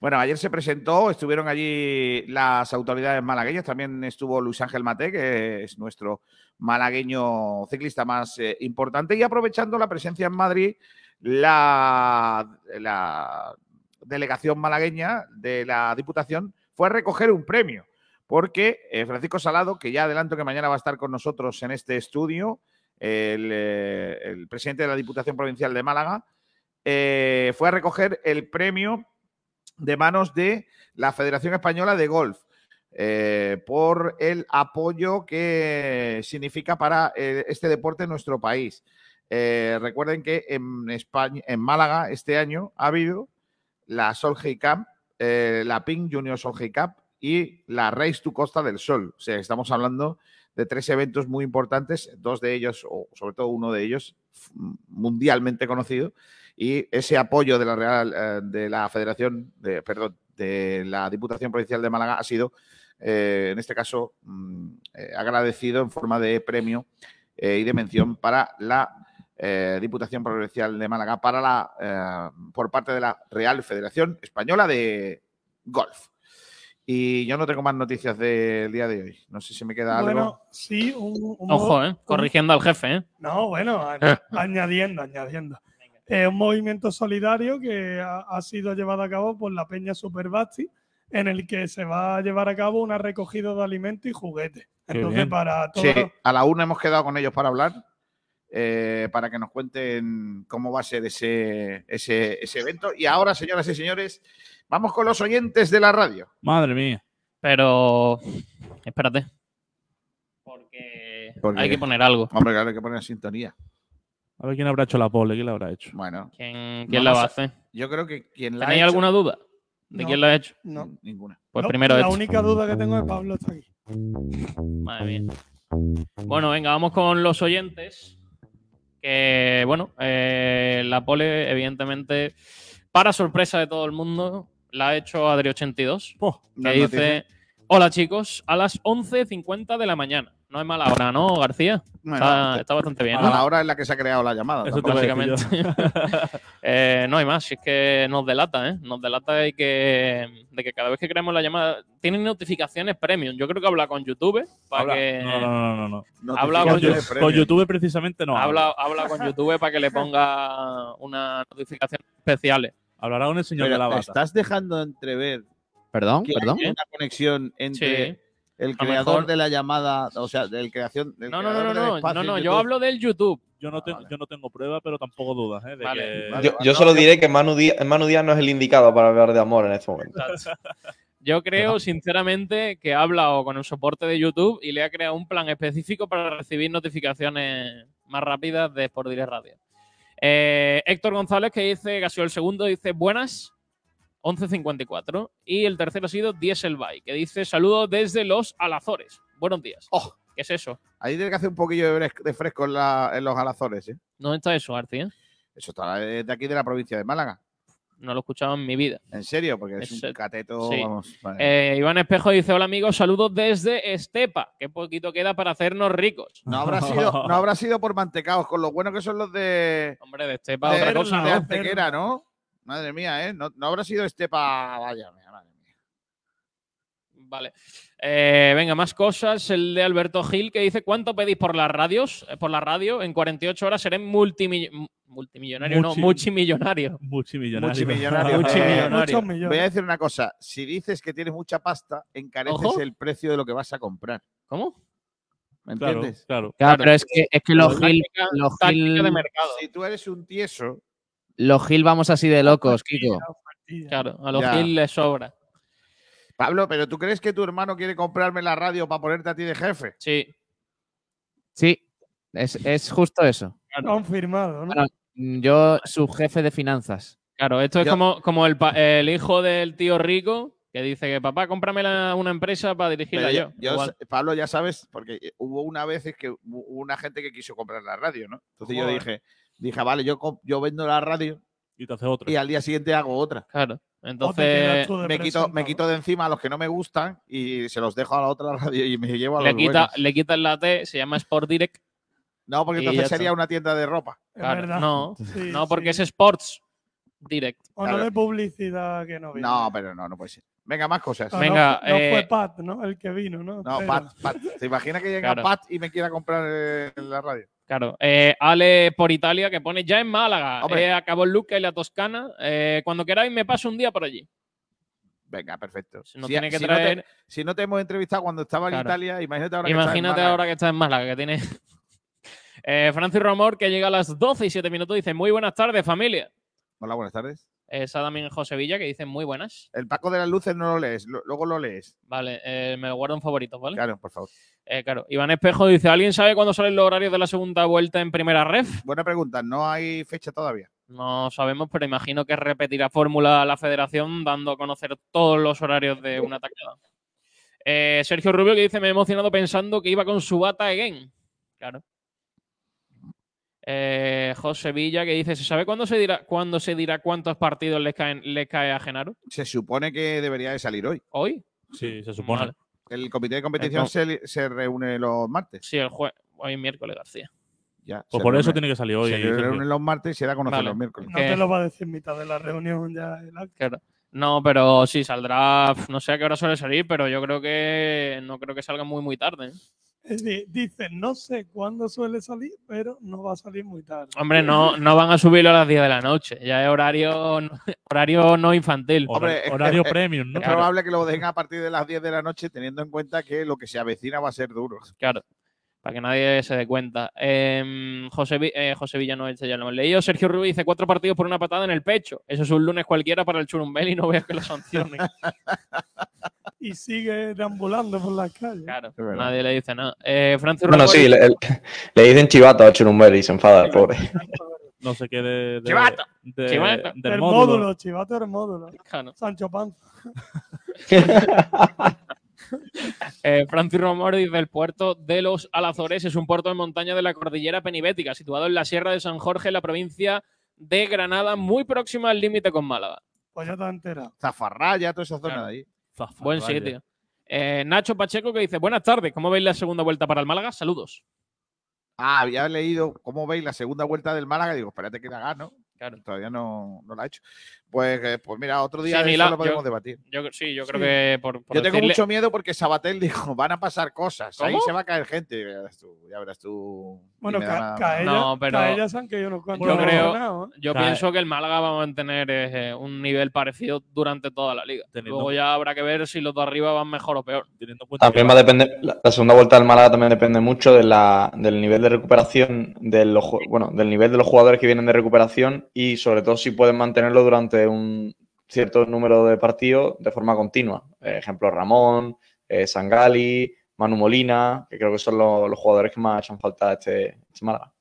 S2: Bueno, ayer se presentó, estuvieron allí las autoridades malagueñas, también estuvo Luis Ángel Mate, que es nuestro malagueño ciclista más eh, importante, y aprovechando la presencia en Madrid, la, la delegación malagueña de la Diputación fue a recoger un premio, porque eh, Francisco Salado, que ya adelanto que mañana va a estar con nosotros en este estudio, el, eh, el presidente de la Diputación Provincial de Málaga, eh, fue a recoger el premio de manos de la Federación Española de Golf eh, por el apoyo que significa para eh, este deporte en nuestro país. Eh, recuerden que en, España, en Málaga este año ha habido la Solheim Cup, eh, la Pink Junior Solheim Cup y la Race to Costa del Sol. O sea, estamos hablando de tres eventos muy importantes, dos de ellos, o sobre todo uno de ellos, f- mundialmente conocido, y ese apoyo de la Real, eh, de la Federación, de, perdón, de la Diputación Provincial de Málaga ha sido, eh, en este caso, mm, eh, agradecido en forma de premio eh, y de mención para la eh, Diputación Provincial de Málaga, para la, eh, por parte de la Real Federación Española de Golf. Y yo no tengo más noticias del día de hoy. No sé si me queda algo.
S10: Bueno, sí, un, un-
S8: Ojo, ¿eh? Corrigiendo al jefe, ¿eh?
S10: No, bueno, a- añadiendo, añadiendo. Es un movimiento solidario que ha, ha sido llevado a cabo por la Peña Superbasti, en el que se va a llevar a cabo una recogida de alimentos y juguetes. Entonces, para todos
S2: Sí,
S8: pues,
S10: los-
S2: a la una hemos quedado con ellos para hablar, eh, para que nos cuenten cómo va a ser ese, ese, ese evento. Y ahora, señoras y señores, vamos con los oyentes de la radio.
S4: Madre mía.
S8: Pero. Espérate. Porque. Hay que poner algo.
S2: Hombre, claro, hay que poner sintonía.
S4: A ver quién habrá hecho la pole, quién la habrá hecho.
S2: Bueno.
S8: ¿Quién,
S4: No
S8: quién la
S4: lo
S8: va a
S4: sé.
S8: hacer?
S2: Yo creo que quien la ha
S8: ¿Tenéis
S2: hecho-
S8: alguna duda de
S2: No,
S8: quién la ha hecho?
S2: no. Ninguna.
S8: Pues
S10: No,
S8: primero
S10: La
S8: esto.
S10: única duda que tengo es Pablo está aquí.
S8: Madre mía. Bueno, venga, vamos con los oyentes. Que, bueno, eh, la pole, evidentemente, para sorpresa de todo el mundo, la ha hecho Adri82. que
S2: no es
S8: dice:
S2: noticia.
S8: Hola chicos, a las 11.50 de la mañana. No es mala hora, ¿no, García?
S2: Bueno,
S8: está,
S2: te-
S8: está bastante bien.
S2: A
S8: Ah, ¿no?
S2: la hora en la que se ha creado la llamada.
S8: Eso
S2: tampoco.
S4: *laughs*
S8: básicamente. *laughs* Eh, no hay más, si es que nos delata, ¿eh? Nos delata de que, de que cada vez que creamos la llamada, tienen notificaciones premium. Yo creo que habla con YouTube para
S4: Habla-
S8: que.
S4: No, no, no, no, no.
S8: Habla con,
S4: Con
S8: Yo-
S4: Yo- con YouTube precisamente no.
S8: Habla,
S4: *laughs*
S8: habla con YouTube para que le ponga unas notificaciones especiales.
S4: Hablará con el señor
S2: Pero Estás dejando entrever
S7: Perdón,
S2: que
S7: perdón.
S2: hay una conexión entre
S8: Sí.
S2: el
S8: A lo
S2: creador
S8: mejor-
S2: de la llamada, o sea, del creación. del
S8: No, no, no,
S2: creador
S8: no,
S2: del
S8: no,
S2: espacio
S8: no,
S2: en
S8: no, yo
S2: YouTube.
S8: hablo del YouTube.
S4: Yo no, te- yo no tengo pruebas, pero tampoco dudas. ¿eh? de
S8: Vale.
S4: que-
S5: Yo, yo solo diré que Manu Díaz, Manu Díaz no es el indicado para hablar de amor en este momento.
S8: Yo creo, sinceramente, que ha hablado con el soporte de YouTube y le ha creado un plan específico para recibir notificaciones más rápidas de Sport Direct Radio. Eh, Héctor González, que dice, que ha sido el segundo, dice buenas, 11.54. Y el tercero ha sido Diesel Bay, que dice saludos desde los Alazores. Buenos días. ¿Qué es eso?
S2: Ahí tiene que hacer un poquillo de fres- de fresco en, la- en los alazores, ¿eh?
S8: ¿Dónde está eso, Arti? eh?
S2: Eso está eh, de de aquí de la provincia de Málaga.
S8: No lo he escuchado en mi vida.
S2: ¿En serio? Porque es un
S8: Ese-
S2: cateto,
S8: sí.
S2: vamos. vale.
S8: Eh, Iván Espejo dice, hola amigos, saludos desde Estepa. Qué poquito queda para hacernos ricos.
S2: No habrá,
S8: *laughs*
S2: sido, no habrá sido por mantecaos, con lo bueno que son los de.
S8: Hombre, de Estepa otra
S2: Perla,
S8: cosa,
S2: de
S8: ¿no?
S2: Antequera, ¿no? Madre mía, ¿eh? No, no habrá sido Estepa. Vaya, mía, madre mía.
S8: Vale. Eh, venga, más cosas. El de Alberto Gil que dice: ¿Cuánto pedís por las radios? eh, Por la radio, en 48 horas seré multimill- mu- multimillonario, no,
S4: Muchi-
S8: multimillonario.
S4: Multimillonario.
S2: Multimillonario.
S4: *laughs*
S8: Multimillonario.
S2: Eh, Voy a decir una cosa. Si dices que tienes mucha pasta, encareces
S8: Ojo.
S2: el precio de lo que vas a comprar.
S8: ¿Cómo?
S2: ¿Me
S4: Claro,
S2: entiendes?
S4: claro.
S7: Claro, pero es que, es que los
S8: Táctica-
S7: Gil, los
S8: táctica de
S7: Gil,
S8: mercado.
S2: Si tú eres un tieso,
S7: los Gil vamos así de locos, Kiko.
S8: Claro, a los
S2: Ya.
S8: Gil les sobra.
S2: Pablo, pero ¿tú crees que tu hermano quiere comprarme la radio para ponerte a ti de jefe?
S8: Sí.
S7: Sí, es, es justo eso.
S10: Confirmado, ¿no?
S7: Bueno, yo, subjefe de finanzas.
S8: Claro, esto es
S2: Yo-
S8: como, como el, pa- el hijo del tío rico que dice que papá, cómprame la- una empresa para
S2: Pero
S8: dirigirla yo.
S2: ya- yo
S8: Igual.
S2: sé- Pablo, ya sabes, porque eh, hubo una vez es que hu- hubo una gente que quiso comprar la radio, ¿no? Entonces yo
S10: Joder.
S2: dije, dije, vale, yo, comp- yo vendo la radio
S4: Y te haces otra.
S2: y al día siguiente hago otra.
S8: Claro.
S10: O te quedas
S8: Entonces
S10: tú de
S2: Me quito, me
S10: presentador.
S2: quito de encima a los que no me gustan y se los dejo a la otra *laughs* radio y me llevo a los
S8: le, quita,
S2: buenos.
S8: le quitan la T, se llama Sport Direct.
S2: No, porque
S8: y ya
S2: entonces
S8: está.
S2: sería una tienda de ropa.
S10: Es
S8: Claro,
S10: verdad.
S8: no.
S10: Sí,
S8: No, porque
S10: sí.
S8: es Sports Direct.
S10: O no
S2: claro.
S10: de publicidad que no vino.
S2: No, pero no, no puede ser. Venga, más cosas.
S10: No, no
S8: Venga,
S10: fue- no,
S8: eh,
S10: fue Pat, ¿no? El que vino, ¿no?
S2: No,
S10: Pero-
S2: Pat, Pat. ¿Te imaginas que llega
S8: Claro.
S2: Pat y me quiera comprar eh, la radio?
S8: Claro. Eh, Ale por Italia, que pone ya en Málaga.
S2: Hombre.
S8: Eh, acabó Luca y la Toscana. Eh, cuando queráis, me paso un día por allí.
S2: Venga, perfecto.
S8: Si no
S2: Si-
S8: tiene que
S2: si no te-
S8: traer.
S2: si no te hemos entrevistado cuando estaba en
S8: Claro.
S2: Italia, imagínate ahora que estás en
S8: imagínate
S2: Málaga.
S8: ahora que estás en Málaga, que tiene. *laughs* Eh, Francis Romor, que llega a las 12 y 7 minutos, dice: Muy buenas tardes, familia.
S2: Hola, buenas tardes.
S8: Eh, Sadamin José Villa, que dice: Muy buenas.
S2: El Paco de las Luces no lo lees, lo- luego lo lees.
S8: Vale, eh, me lo guardo en favoritos, ¿vale?
S2: Claro, por favor.
S8: Eh, claro. Iván Espejo dice: ¿Alguien sabe cuándo salen los horarios de la segunda vuelta en primera ref?
S2: Buena pregunta, no hay fecha todavía.
S8: No sabemos, pero imagino que repetirá fórmula la federación dando a conocer todos los horarios de una atacada. Eh, Sergio Rubio que dice, me he emocionado pensando que iba con su bata again. Claro. Eh, José Villa que dice, ¿se sabe cuándo se dirá, cuándo se dirá cuántos partidos les, caen, les cae a Genaro?
S2: Se supone que debería de salir hoy.
S8: ¿Hoy?
S4: Sí, se supone.
S8: Vale.
S2: El comité de competición
S8: Entonces-
S2: se, li- se reúne los martes.
S8: Sí, el jueves. Hoy es miércoles, García.
S2: Ya,
S4: Pues
S2: se
S4: por eso
S2: reúne-
S4: tiene que salir hoy.
S2: Se
S4: Sergio.
S2: reúnen los martes y se da a conocer
S8: Vale.
S2: los miércoles.
S10: No te lo va a decir en mitad de la reunión ya. el acto.
S8: Claro. No, pero sí, saldrá, pf, no sé a qué hora suele salir, pero yo creo que no creo que salga muy, muy tarde. ¿eh?
S10: Es decir, dicen, no sé cuándo suele salir, pero no va a salir muy tarde.
S8: Hombre, no, no van a subirlo a las 10 de la noche. Ya es horario, *laughs* horario no infantil.
S4: Oh.
S2: Hombre, *laughs* es- es- es- Es
S8: Claro.
S2: probable que lo dejen a partir de las 10 de la noche, teniendo en cuenta que lo que se avecina va a ser duro.
S8: Claro, para que nadie se dé cuenta. Em, José, Vi- eh, José Villanueva, este ya lo hemos leído. Sergio Rubio dice cuatro partidos por una patada en el pecho. Eso es un lunes cualquiera para el Churumbel y no veas que lo sancionen.
S10: Y sigue deambulando por las calles.
S8: Claro, nadie le dice nada. Eh, Francis
S5: Bueno,
S8: Rajoy-
S5: sí, le, le dicen chivato a Churumbel y se enfada el pobre.
S4: No sé qué de. de-
S10: Chivato,
S4: de-
S10: chivato.
S4: del
S10: el módulo.
S4: módulo.
S10: chivato el módulo. Sancho Panza.
S8: Eh, Francis Romero dice el puerto de los Alazores es un puerto de montaña de la cordillera penibética, situado en la Sierra de San Jorge, en la provincia de Granada, muy próxima al límite con Málaga.
S10: pues ya te has enterado.
S2: Zafarraya, toda esa zona de ahí.
S8: Buen sitio. Eh, Nacho Pacheco que dice, buenas tardes, ¿cómo veis la segunda vuelta para el Málaga? Saludos.
S2: Ah, había leído, ¿cómo veis? La segunda vuelta del Málaga. Digo, espérate que la gano.
S8: Claro.
S2: Todavía no, no la ha hecho. Pues, eh, pues mira, otro
S8: Sí,
S2: día de
S8: ni
S2: eso
S8: la-
S2: lo podemos
S8: yo-
S2: debatir.
S8: yo- sí, yo creo
S2: Sí.
S8: que por, por
S2: Yo tengo
S8: decirle-
S2: mucho miedo porque Sabatel dijo, *laughs* van a pasar cosas. Ahí
S8: ¿Cómo?
S2: se va a caer gente. Ya verás tú. Ya verás tú.
S10: Bueno,
S2: Y me da
S10: ca
S2: nada-
S10: Caella,
S8: No, pero-
S10: Caella se han caído unos cuantos.
S8: Yo creo,
S10: abandonados, ¿eh?
S8: yo
S4: Cae-
S8: pienso que el Málaga va a mantener eh, un nivel parecido durante toda la liga.
S4: Teniendo-
S8: Luego ya habrá que ver si los de arriba van mejor o peor.
S5: También va a depender, la la segunda vuelta del Málaga también depende mucho de la, del nivel de recuperación, de los, ju- bueno, del nivel de los jugadores que vienen de recuperación y sobre todo si pueden mantenerlo durante un cierto número de partidos de forma continua. Eh, ejemplo, Ramón, eh, Sangali, Manu Molina, que creo que son lo- los, jugadores que más echan falta a este, este Málaga.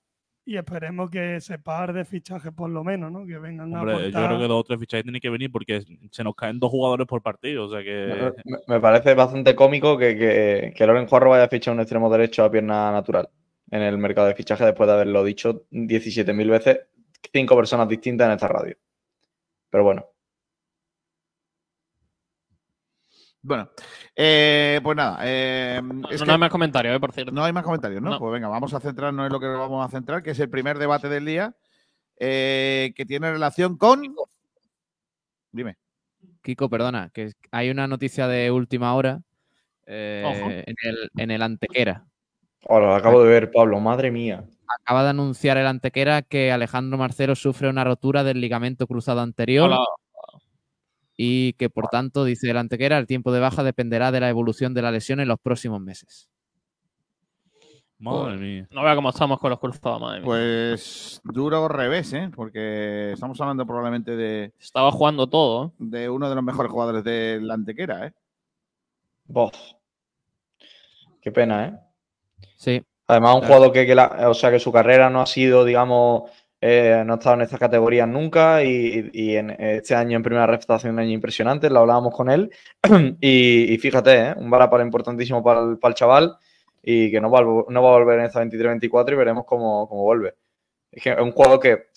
S10: Y esperemos que se par de fichajes por lo menos, ¿no? Que vengan a
S4: Hombre, yo
S10: aportar.
S4: creo que dos o tres fichajes tienen que venir porque se nos caen dos jugadores por partido. O sea que.
S5: Me, me parece bastante cómico que, que, que Loren Juarro vaya a fichar un extremo derecho a pierna natural en el mercado de fichaje después de haberlo dicho 17.000 veces, cinco personas distintas en esta radio. Pero bueno,
S2: Bueno, eh, pues nada. eh, es
S8: no
S2: que-
S8: hay más comentarios, eh, por cierto.
S2: No hay más comentarios, ¿no?
S8: No.
S2: Pues venga, vamos a centrarnos en lo que nos vamos a centrar, que es el primer debate del día, eh, que tiene relación con. Dime.
S7: Kiko, perdona, que hay una noticia de última hora eh,
S5: Ojo.
S7: en, el, en el Antequera.
S5: ahora lo acabo de ver, Pablo, madre mía.
S7: Acaba de anunciar el Antequera que Alejandro Marcelo sufre una rotura del ligamento cruzado anterior.
S8: Hola.
S7: Y que por tanto, dice el Antequera, el tiempo de baja dependerá de la evolución de la lesión en los próximos meses.
S4: Madre mía.
S8: No vea cómo estamos con los cruzados, madre mía.
S2: Pues duro revés, ¿eh? Porque estamos hablando probablemente de.
S8: Estaba jugando todo. ¿eh?
S2: De uno de los mejores jugadores de la antequera, ¿eh?
S5: Vos. Qué pena, ¿eh?
S7: Sí.
S5: Además, un
S7: Claro.
S5: jugador que, que la- o sea, que su carrera no ha sido, digamos, eh, no ha estado en estas categorías nunca y, y en este año en primera ref está haciendo un año impresionante, lo hablábamos con él. *clears throat* Y, y fíjate, ¿eh? un varapalo importantísimo para el, para el chaval y que no va, a vol- no va a volver en esta 23-24 y veremos cómo, cómo vuelve. Es que es un juego que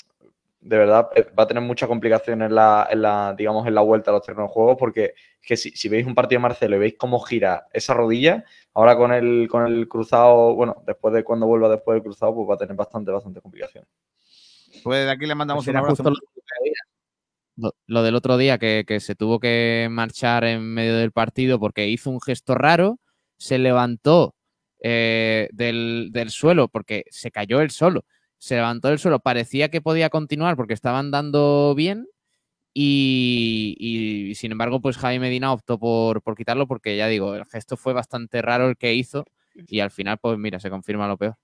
S5: de verdad eh, va a tener mucha complicación en la, en la, digamos, en la vuelta a los terrenos de juego, porque es que si, si veis un partido de Marcelo y veis cómo gira esa rodilla, ahora con el, con el cruzado, bueno, después de cuando vuelva después del cruzado, pues va a tener bastante, bastante complicación.
S2: Pues de aquí le mandamos un
S7: Será
S2: abrazo.
S7: justo lo- Lo, lo del otro día que, que se tuvo que marchar en medio del partido porque hizo un gesto raro, se levantó eh, del, del suelo porque se cayó él solo. Se levantó del suelo, parecía que podía continuar porque estaba andando bien y, y, sin embargo pues Jaime Medina optó por, por quitarlo porque ya digo, el gesto fue bastante raro el que hizo y al final pues mira, se confirma lo peor.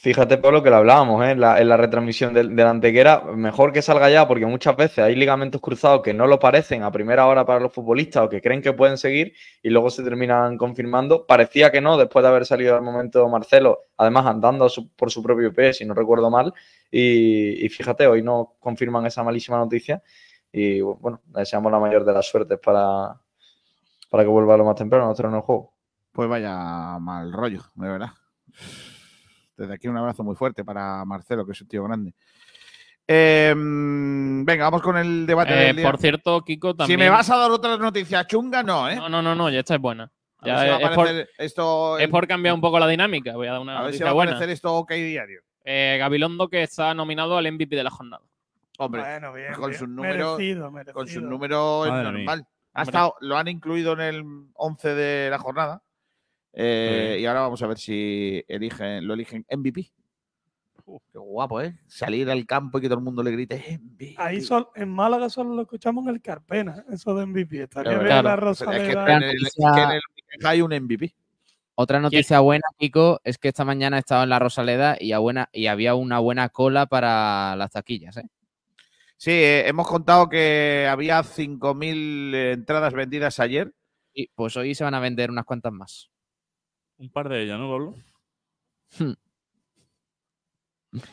S5: Fíjate, Pablo, que lo hablábamos ¿eh? en, la, en la retransmisión del, de la antequera. Mejor que salga ya, porque muchas veces hay ligamentos cruzados que no lo parecen a primera hora para los futbolistas o que creen que pueden seguir y luego se terminan confirmando. Parecía que no, después de haber salido al momento Marcelo, además andando a su- por su propio pie, si no recuerdo mal. Y, y fíjate, hoy no confirman esa malísima noticia. Y bueno, deseamos la mayor de las suertes para, para que vuelva lo más temprano a los terrenos de juego.
S2: Pues vaya mal rollo, de verdad. Desde aquí un abrazo muy fuerte para Marcelo, que es un tío grande. Em, venga, vamos con el debate
S8: Eh,
S2: del día.
S8: por cierto, Kiko, también-
S2: Si me vas a dar otra noticia chunga, no, ¿eh?
S8: No, no, no, no, ya esta es buena.
S2: A
S8: Ya eh,
S2: ver si va a
S8: es, por,
S2: aparecer esto,
S8: es por cambiar un poco la dinámica. Voy a dar una
S2: a ver si
S8: noticia
S2: va a
S8: buena.
S2: aparecer esto OK Diario.
S8: Eh, Gabilondo que está nominado al MVP de la jornada.
S2: Hombre,
S10: Bueno, bien,
S2: con
S10: bien.
S2: sus números,
S10: Merecido,
S2: con sus
S10: merecido.
S2: números es
S10: Madre mía.
S2: normal. Ha
S10: Hombre.
S2: estado, lo han incluido en el 11 de la jornada Eh, y ahora vamos a ver si eligen, lo eligen MVP. Uf, qué guapo, ¿eh? Salir al campo y que todo el mundo le grite MVP.
S10: Ahí sol- en Málaga solo lo escuchamos en el Carpena, ¿eh? eso de MVP. Estaría
S2: Claro,
S10: bien
S2: claro.
S10: la
S2: Es que
S10: Rosaleda.
S2: en el- es que en el Unicaja hay un MVP.
S7: Otra noticia buena, Kiko, es que esta mañana he estado en la Rosaleda y, a buena, y había una buena cola para las taquillas. ¿eh?
S2: Sí, eh, hemos contado que había 5.000 entradas vendidas ayer.
S7: Y pues hoy se van a vender unas cuantas más. *laughs*
S4: Un par de ellas, ¿no, Pablo?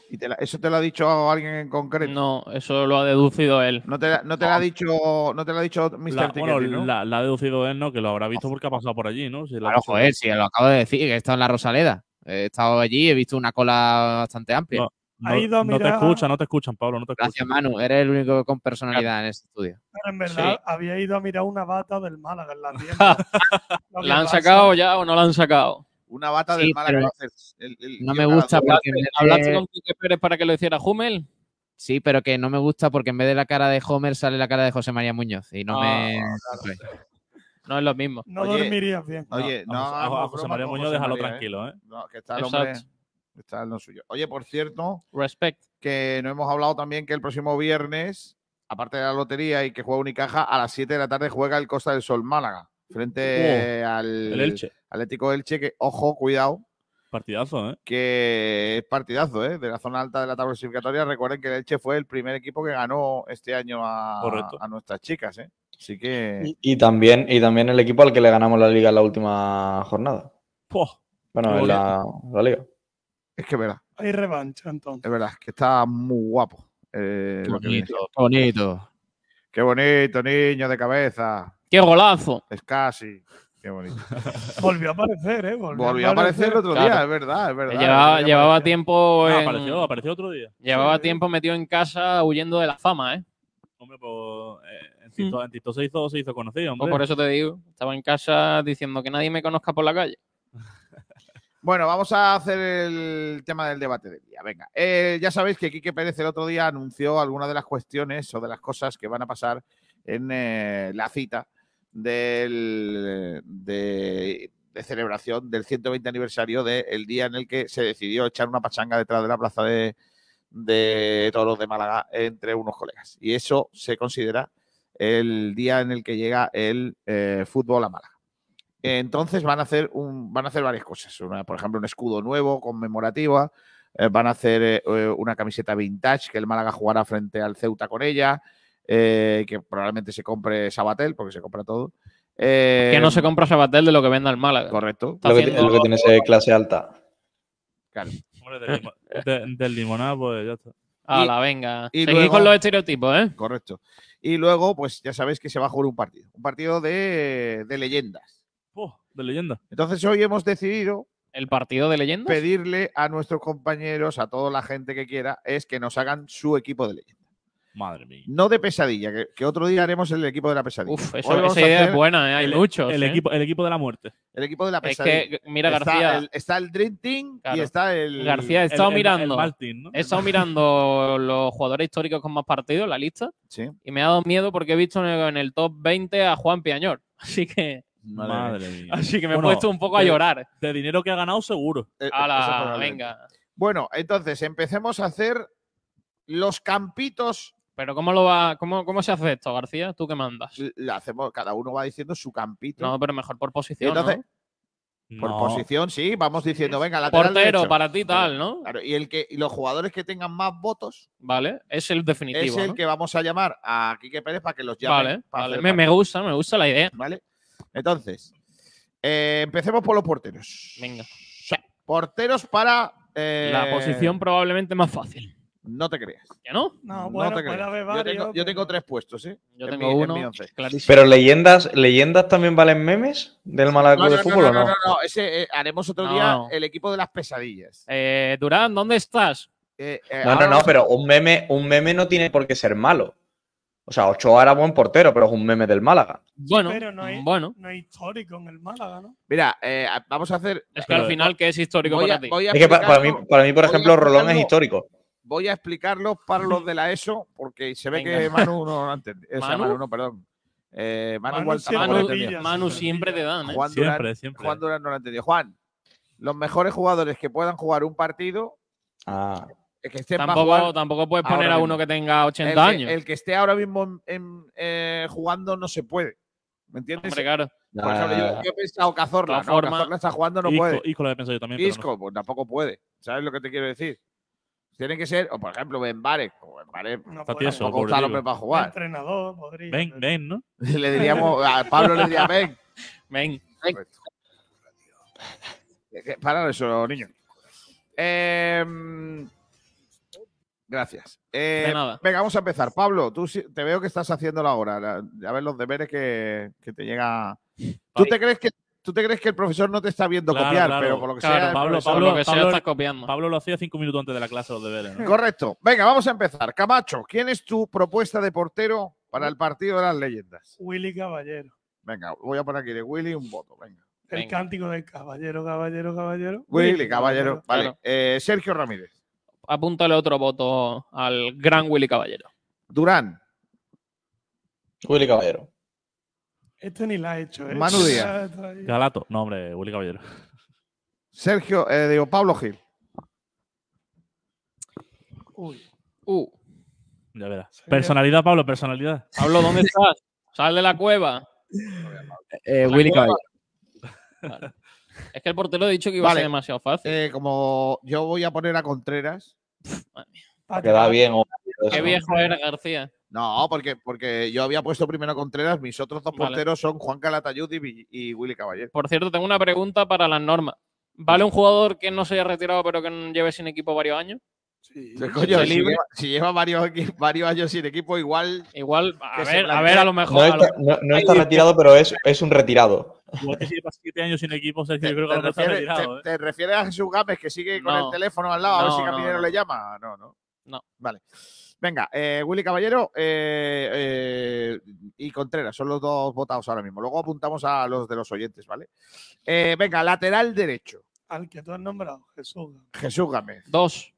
S2: ¿Y te la- ¿Eso te lo ha dicho alguien en concreto?
S8: No, eso lo ha deducido él.
S2: No te, la- no te lo ha dicho, no te lo ha dicho Mr.
S4: La, bueno,
S2: Ticketing, ¿no?
S4: la, la ha deducido él, ¿no? Que lo habrá visto porque ha pasado por allí, ¿no? Si la-
S7: Claro, joder, si lo acabo de decir, que he estado en la Rosaleda. He estado allí, he visto una cola bastante amplia.
S4: No, no- no te escuchan, no te escuchan, Pablo, no te escuchan.
S7: Gracias, Manu. Eres el único con personalidad en este estudio.
S10: Pero en verdad había ido a mirar una bata del
S4: *laughs*
S10: Málaga en la tienda. Lo que
S8: ¿La han
S10: pasa-
S8: sacado ya o no la han sacado?
S2: Una bata
S8: del
S2: Málaga va a hacer
S7: No me gusta porque. en vez de-
S8: ¿Hablaste con Quique Pérez para que lo hiciera Hummel?
S7: Sí, pero que no me gusta porque en vez de la cara de Homer sale la cara de José María Muñoz. Y no
S8: Ah,
S7: me.
S8: No es lo mismo.
S10: No dormirías bien.
S2: Oye, no,
S4: a José- a
S2: hagamos
S4: José
S2: bromas
S4: María
S2: con
S4: Muñoz,
S2: José
S4: déjalo
S2: María, ¿eh?
S4: tranquilo, ¿eh?
S2: No, que está el hombre.
S4: Exacto.
S2: Está en lo suyo. Oye, por cierto.
S8: Respect.
S2: Que no hemos hablado también que el próximo viernes, aparte de la lotería y que juega Unicaja, a las 7 de la tarde juega el Costa del Sol Málaga. Frente
S4: Oh,
S2: al
S4: el Elche.
S2: Atlético Elche, que ojo, cuidado.
S4: Partidazo, ¿eh?
S2: Que es partidazo, ¿eh? De la zona alta de la tabla clasificatoria. Recuerden que el Elche fue el primer equipo que ganó este año a,
S5: Correcto.
S2: a nuestras chicas, ¿eh? Así que.
S5: Y, y también, y también el equipo al que le ganamos la liga en la última jornada.
S4: Po.
S5: Bueno, en la, la liga.
S2: Es que es verdad.
S10: Hay revancha entonces.
S2: Es verdad, que está muy guapo. eh,
S7: Qué
S2: lo que viene
S7: bonito,
S2: siendo.
S7: qué bonito.
S2: Qué bonito, niño de cabeza.
S8: ¡Qué golazo!
S2: Es casi. Qué bonito.
S10: Volvió a aparecer, ¿eh? Volvió,
S2: Volvió a aparecer el otro día,
S8: Claro.
S2: es verdad, es verdad.
S8: Llevaba,
S2: Volvió a
S8: llevaba
S2: aparecer.
S8: tiempo.
S4: Ah,
S8: en-
S4: apareció, apareció otro día.
S8: Llevaba
S4: Sí.
S8: tiempo metido en casa huyendo de la fama, ¿eh?
S4: Hombre, pues, eh, en Tito, en Tito se, hizo, se hizo conocido, hombre.
S8: Pues por eso te digo, estaba en casa diciendo que nadie me conozca por la calle.
S2: Bueno, vamos a hacer el tema del debate del día. Venga, Eh, ya sabéis que Quique Pérez el otro día anunció algunas de las cuestiones o de las cosas que van a pasar en eh, la cita del, de, de celebración del 120 aniversario del día en el que se decidió echar una pachanga detrás de la plaza de, de toros de Málaga entre unos colegas. Y eso se considera el día en el que llega el eh, fútbol a Málaga. Entonces van a hacer un, van a hacer varias cosas. Una, por ejemplo, un escudo nuevo, conmemorativa. eh, van a hacer eh, eh, una camiseta vintage que el Málaga jugará frente al Ceuta con ella. eh, que probablemente se compre Sabatel, porque se compra todo. Eh,
S8: que no se compra Sabatel de lo que venda el Málaga.
S2: Correcto.
S8: Está
S5: Lo que,
S8: haciendo-
S5: lo que tiene es clase alta.
S2: Claro.
S4: Hombre, del, limo- de- del limonada, pues ya está.
S8: Ala, venga. Seguid con los estereotipos, ¿eh?
S2: Correcto. Y luego, pues ya sabéis que se va a jugar un partido. Un partido de, de leyendas.
S4: Oh, de leyenda.
S2: Entonces hoy hemos decidido
S8: ¿El partido de leyendas?
S2: Pedirle a nuestros compañeros, a toda la gente que quiera, es que nos hagan su equipo de leyenda.
S4: Madre mía.
S2: No de pesadilla, que, que otro día haremos el equipo de la pesadilla.
S8: Uf,
S4: eso- esa idea es buena, ¿eh? Hay
S2: el,
S8: muchos,
S4: El,
S8: ¿eh?
S4: equipo, el equipo de la muerte.
S2: El equipo de la
S8: Es
S2: pesadilla.
S8: que, mira,
S2: Está
S8: García.
S2: el- está el Dream Team
S8: Claro.
S2: y está el.
S8: García, he estado mirando.
S4: Martin, ¿no?
S8: He estado mirando los jugadores históricos con más partidos, la lista.
S2: Sí. eh,
S8: Y me ha dado miedo porque he visto en el, en el top 20 a Juan Piañor. *laughs* Así que.
S4: Madre mía.
S8: Así que me
S4: Bueno,
S8: he puesto un poco a
S4: de-
S8: llorar.
S4: De dinero que ha ganado, seguro.
S2: Eh, eso
S8: Ala,
S2: probablemente.
S8: venga.
S2: Bueno, entonces empecemos a hacer los campitos.
S8: Pero ¿cómo, lo va, cómo, ¿cómo se hace esto, García? ¿Tú qué mandas?
S2: Lo hacemos, cada uno va diciendo su campito.
S8: No, pero mejor por
S2: Y
S8: posición. ¿no?
S2: entonces, por
S8: No.
S2: posición, sí, vamos diciendo, venga, lateral
S8: Portero,
S2: derecho.
S8: para ti tal, ¿no?
S2: Claro, y, el que, y los jugadores que tengan más votos
S8: Vale, es el definitivo.
S2: es el
S8: ¿no?
S2: que vamos a llamar a Quique Pérez para que los llame.
S8: vale,
S2: para
S8: vale.
S2: hacer
S8: Me, me
S2: partido,
S8: gusta, me gusta la idea.
S2: ¿Vale? Entonces, eh, empecemos por los porteros.
S8: Venga.
S2: Porteros para. eh,
S8: La posición probablemente más fácil.
S2: No te creas.
S8: ¿Ya no?
S10: No,
S2: No
S10: bueno,
S2: te
S10: puede
S2: creas.
S10: haber
S2: Yo
S10: varios.
S2: tengo, yo tengo tres puestos, ¿eh?
S8: Yo
S2: En
S8: tengo
S2: mi- en mi
S8: uno.
S2: once.
S8: Clarísimo.
S5: Pero leyendas, leyendas también valen memes del Málaga
S2: No,
S5: Club
S2: no,
S5: de
S2: no,
S5: Fútbol
S2: no,
S5: o no?
S2: no, no, ese eh, haremos otro
S8: No.
S2: día el equipo de las pesadillas.
S8: Eh, Durán, ¿dónde estás?
S2: Eh, eh,
S5: No,
S2: ahora
S5: no, no,
S2: vamos a-
S5: pero un meme, un meme no tiene por qué ser malo. O sea, Ochoa era buen portero, pero es un meme del Málaga.
S8: Bueno,
S10: Pero no hay,
S8: bueno.
S10: no hay histórico en el Málaga, ¿no?
S2: Mira, eh, a- vamos a hacer.
S8: Es que al final, ¿qué es histórico
S2: Voy a-
S8: para ti?
S2: voy a
S5: Es que pa- para, mí,
S2: explicarlo-
S5: para mí, por
S2: voy a
S5: ejemplo, Rolón es
S2: explicarlo-
S5: histórico.
S2: Voy a explicarlo para los de la ESO, porque se ve
S8: Venga.
S2: que Manu no lo entiende. O sea,
S8: ¿Manu?
S2: Manu no, perdón. Eh, Manu,
S8: Manu
S2: igual
S8: siempre
S2: tampoco lo
S8: te
S2: entendió.
S8: pilla, Manu siempre te dan, ¿eh?
S2: Juan
S8: Siempre,
S2: Durán,
S8: siempre.
S2: Juan Durán no lo entendió. Juan, los mejores jugadores que puedan jugar un partido,
S5: Ah.
S2: el que estén
S8: Tampoco, tampoco puedes poner a uno que tenga 80
S2: el que,
S8: años.
S2: El que esté ahora mismo en- en, eh, jugando no se puede. ¿Me entiendes?
S8: Hombre, claro.
S2: Por ejemplo, yo, yo he pensado Cazorla.
S8: De todas
S2: ¿no?
S8: formas-
S2: Cazorla está jugando, no
S8: Isco-
S2: puede.
S4: Isco lo he pensado yo también, pero
S2: Isco, pues tampoco puede. ¿Sabes lo que te quiero decir? Tienen que ser, o por ejemplo, Benvare. como Benvare
S4: Está tieso,
S2: tampoco
S4: pobre
S2: está
S4: tío.
S2: López para jugar.
S10: Entrenador, podría.
S4: Ven, ven, ¿no?
S2: *laughs* Le diríamos, a Pablo le diría, ven.
S8: Ven.
S2: Parar eso, niño. Em, gracias. Eh,
S8: De nada.
S2: Venga, vamos a empezar. Pablo, tú sí- te veo que estás haciendo la hora. la- A ver los deberes que, que te llega. ¿Tú te, crees que, ¿Tú te crees que el profesor no te está viendo
S4: Claro,
S2: copiar?
S4: claro.
S2: Pero por lo que
S4: Claro,
S2: sea. el
S4: Pablo,
S2: profesor-
S4: Pablo, Pablo- Pablo lo hacía cinco minutos antes de la clase los deberes. ¿no?
S2: *laughs* Correcto. Venga, vamos a empezar. Camacho, ¿quién es tu propuesta de portero para el partido de las leyendas?
S10: Willy Caballero.
S2: Venga, voy a poner aquí de Willy un voto. Venga.
S10: El
S2: Venga.
S10: cántico del caballero, caballero, caballero.
S2: Willy, caballero. Vale.
S8: Claro.
S2: Eh, Sergio Ramírez.
S8: Apúntale otro voto al gran Willy Caballero.
S2: Durán.
S5: Willy Caballero.
S10: Este ni la he hecho, ¿eh?
S2: Manu Díaz.
S10: Ya está ahí.
S4: Galato. No, hombre, Willy Caballero. *laughs*
S2: Sergio, eh, digo, Pablo Gil.
S10: Uy.
S8: Uh.
S4: Ya verás. Personalidad, Pablo, personalidad.
S8: Pablo, ¿dónde estás? Sal de la cueva. La
S4: Willy
S8: cueva.
S4: Caballero.
S8: Vale. Es que el portero ha dicho que iba a
S2: Vale.
S8: ser demasiado fácil.
S2: Eh, como yo voy a poner a Contreras.
S5: Queda bien. o-
S8: Qué viejo era García.
S2: No, porque, porque yo había puesto primero a Contreras. Mis otros dos
S8: Vale.
S2: porteros son Juan Calatayud y, Vi- y Willy Caballero.
S8: Por cierto, tengo una pregunta para las normas. ¿Vale un jugador que no se haya retirado pero que lleve sin equipo varios años?
S2: Sí, coño,
S8: ¿Se
S2: si,
S8: libre?
S2: lleva, si lleva varios, equi- varios años sin equipo, igual.
S8: Igual, a
S2: que se
S8: ver, a
S2: plantea-
S8: ver, a lo mejor.
S5: No está, no- no está retirado, pero es, es un retirado.
S4: Igual que si llevas siete años sin equipo, Sergio, yo creo que
S2: ¿Te
S4: a lo mejor está
S2: refieres,
S4: retirado. ¿eh?
S2: te- te refieres a Jesús Gámez que sigue con
S8: No.
S2: el teléfono al lado a ver
S8: No,
S2: si
S8: no,
S2: Caminero
S8: no.
S2: le llama? Ah, No, no.
S8: No.
S2: Vale. Venga, eh, Willy Caballero eh, eh, y Contreras son los dos votados ahora mismo. Luego apuntamos a los de los oyentes, ¿vale? Eh, venga, lateral derecho.
S10: Al que tú has nombrado, Jesús.
S2: Jesús Gámez.
S8: Dos.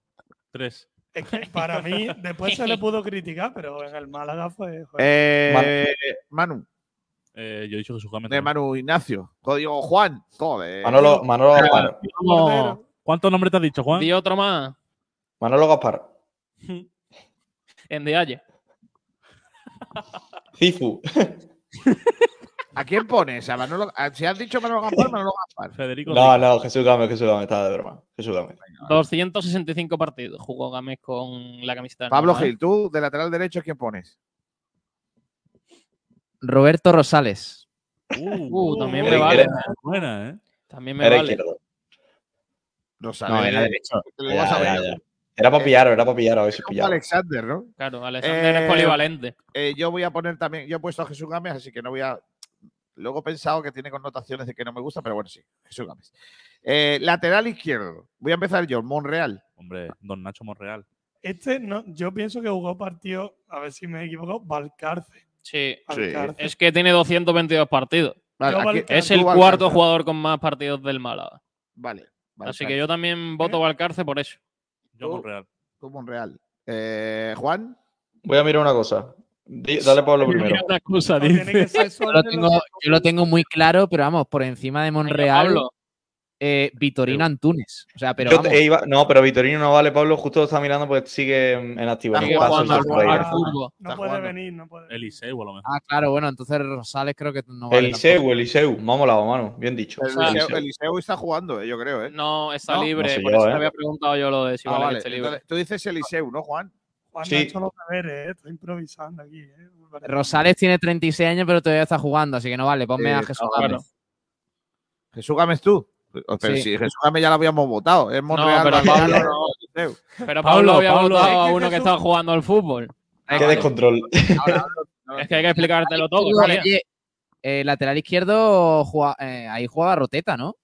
S4: Tres.
S10: Es que para mí, después se le pudo criticar, pero en el Málaga fue. fue-
S2: Eh, Manu.
S4: Eh, yo he dicho Jesús Gámez.
S2: De Manu Ignacio. Código Juan. Joder.
S5: Manolo, Manolo
S2: Ah.
S5: Gaspar.
S8: Vamos.
S4: ¿Cuántos nombres te has dicho, Juan?
S8: Di otro más.
S5: Manolo Gaspar.
S8: En Dialle.
S5: Cifu.
S2: ¿A quién pones? ¿A Manolo? a- si has dicho Manolo Gaspar, Manolo Gaspar.
S4: Federico.
S5: No, no, Jesús Gámez, Jesús Gámez, estaba de broma. Jesús Gámez.
S8: 265 partidos jugó Gámez con la camiseta.
S2: Pablo
S8: normal.
S2: Gil, tú de lateral derecho, ¿quién pones?
S7: Roberto Rosales.
S8: Uh, también
S7: uh,
S8: me
S7: era
S8: vale.
S7: izquierda.
S4: Buena, ¿eh?
S8: También me
S5: Era
S8: vale.
S5: izquierdo.
S2: Rosales.
S5: No, era derecho.
S2: Te lo vas a
S5: Ya,
S2: ver.
S5: ya, ya. Era para pillaros, era para pillaros, a ver si pillaros.
S2: Alexander, ¿no?
S8: Claro, Alexander es polivalente.
S2: eh, yo voy a poner también, yo he puesto a Jesús Gámez, así que no voy a. Luego he pensado que tiene connotaciones de que no me gusta, pero bueno, sí, Jesús Gámez. Eh, lateral izquierdo. Voy a empezar yo, Monreal.
S4: Hombre, don Nacho Monreal.
S10: Este, no, yo pienso que jugó partido, a ver si me equivoco, Valcarce.
S8: Sí.
S10: Valcarce.
S8: Es que tiene 222 partidos.
S10: Vale, Yo aquí- Valcarce.
S8: es el
S10: tú Valcarce.
S8: cuarto jugador con más partidos del Málaga.
S2: Vale.
S8: Así que yo también voto Valcarce por eso.
S2: Uh.
S4: Yo Monreal.
S2: Tú, Monreal. Eh, Juan.
S5: Voy a mirar una cosa. Di- Dale Pablo primero.
S7: Yo lo, tengo, yo lo tengo muy claro, pero vamos, por encima de Monreal,
S8: Pablo.
S7: eh, Vitorino Antunes. O sea, pero
S5: Yo
S7: vamos,
S5: te- iba- no, pero Vitorino no vale, Pablo. Justo lo está mirando porque sigue en en activo.
S8: Está
S5: en el paso del
S8: jugando al fútbol,
S5: Ferreira.
S8: al fútbol.
S10: No puede venir, no puede
S4: Eliseu, a lo mejor.
S7: Ah, claro, bueno, entonces Rosales creo que no vale.
S5: Eliseu, Eliseu. Me ha molado, mano. Bien dicho.
S2: Eliseo, Eliseu está jugando, eh, yo creo, ¿eh?
S8: No, está
S2: No,
S8: libre.
S5: no sé
S8: por
S5: yo,
S8: eso
S5: eh.
S8: te había preguntado yo lo de si
S2: Ah,
S8: vale,
S2: vale.
S8: este libre.
S2: Entonces, tú dices Eliseu, ¿no, Juan?
S10: Juan
S5: Sí.
S10: no ha hecho los deberes, eh, está improvisando aquí. eh.
S7: tampoco. Rosales tiene 36 años, pero todavía está jugando, así que no vale. Ponme
S2: Sí,
S7: a
S2: no,
S7: Jesús
S2: claro.
S7: Gámez.
S2: Jesús Gámez tú. Pero
S7: Sí.
S2: si Jesús Gámez ya lo habíamos votado. Es Monreal.
S8: pero
S2: Valcarce,
S8: Pablo
S2: no. Eliseu.
S8: Pero Pablo había
S4: Pablo.
S8: votado
S4: Es
S8: a
S4: que
S8: uno que
S4: Jesús-
S8: estaba jugando al fútbol.
S5: Qué descontrol. *laughs*
S8: Es que hay que explicártelo todo.
S7: Oye,
S8: tía.
S7: eh, lateral izquierdo, juega- eh, ahí jugaba Roteta, ¿no?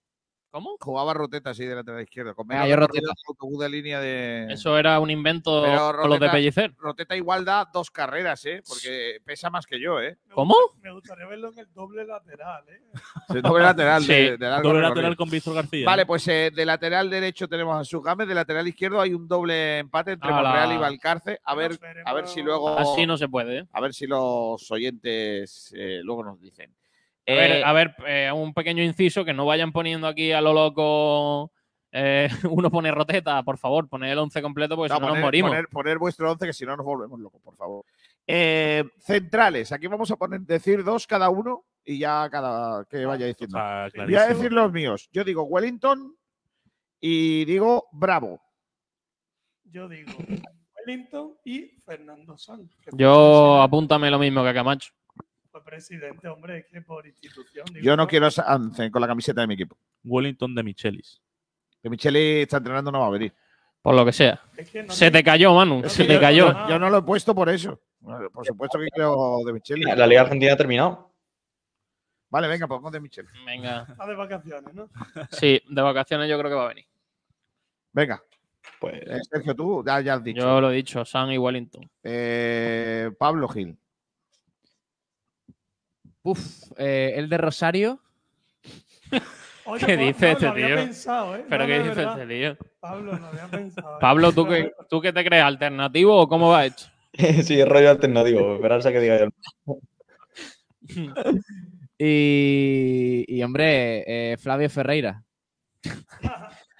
S8: ¿Cómo?
S2: Jugaba Roteta así de lateral izquierdo. Con
S8: Ah,
S2: menos
S8: yo
S2: recorrido
S8: Roteta.
S2: que el autobús de línea de.
S8: Eso era un invento
S2: Pero
S8: con los de Pellicer.
S2: Roteta igual da dos carreras, ¿eh? Porque pesa más que yo, ¿eh?
S8: ¿Cómo?
S10: Me gustaría verlo en el doble lateral, ¿eh?
S2: Sí, doble lateral. de-
S4: Sí,
S2: de largo
S4: doble
S2: recorrido.
S4: lateral con Víctor García.
S2: Vale, pues eh, de lateral derecho tenemos a Sugames, de lateral izquierdo hay un doble empate entre
S8: Ala.
S2: Monreal y Valcarce. A ver, a ver si luego.
S8: Así no se puede. ¿eh?
S2: A ver si los oyentes eh, luego nos dicen.
S8: A
S2: Eh,
S8: ver, a ver, eh, un pequeño inciso, que no vayan poniendo aquí a lo loco. eh, *laughs* uno pone roteta, por favor, poned el 11 completo porque
S2: no,
S8: pues si no nos
S2: poner-
S8: morimos.
S2: Poner, poner vuestro 11 que si no nos volvemos locos, por favor. Eh, centrales, aquí vamos a poner, decir dos cada uno y ya cada
S8: Ah,
S2: que vaya diciendo. Voy a
S4: clarísimo.
S2: decir los míos. Yo digo Wellington y digo Bravo.
S10: Yo digo Wellington y Fernando Sanz. que
S8: Yo apúntame lo mismo que a Camacho.
S10: fue presidente, hombre, es que por institución. digo,
S2: Yo no quiero Sanzen con la camiseta de mi equipo.
S4: Wellington de Michelis.
S2: Que Micheli está entrenando, no va a venir.
S8: Por lo que sea.
S10: que no
S8: se te cayó, Manu. se te
S2: yo-
S8: cayó.
S2: Yo, yo no lo he puesto por eso. Bueno, Por supuesto que creo de Micheli.
S5: La Liga Argentina ha terminado.
S2: Vale, venga, pues pongo de Micheli.
S8: Venga.
S10: Está de vacaciones, ¿no?
S8: Sí, de vacaciones yo creo que va a venir.
S2: Venga.
S5: Pues, *laughs*
S2: Eh, Sergio, tú ya, ya has dicho.
S8: Yo lo he dicho, San y Wellington.
S2: Eh, Pablo Gil.
S7: Uf, eh, el de Rosario.
S10: Oye,
S8: ¿Qué
S10: pues,
S8: dice
S10: no,
S8: este
S10: lo había
S8: tío?
S10: pensado, ¿eh?
S8: ¿Pero
S10: No,
S8: qué
S10: no,
S8: dice
S10: verdad.
S8: este tío?
S10: Pablo, lo había pensado. ¿eh?
S8: Pablo, ¿tú
S10: *laughs*
S8: qué, ¿tú qué te crees? ¿Alternativo o cómo va hecho?
S5: sí, es rollo alternativo. Esperarse a que diga yo.
S7: Y, y, hombre, eh, Flavio Ferreira.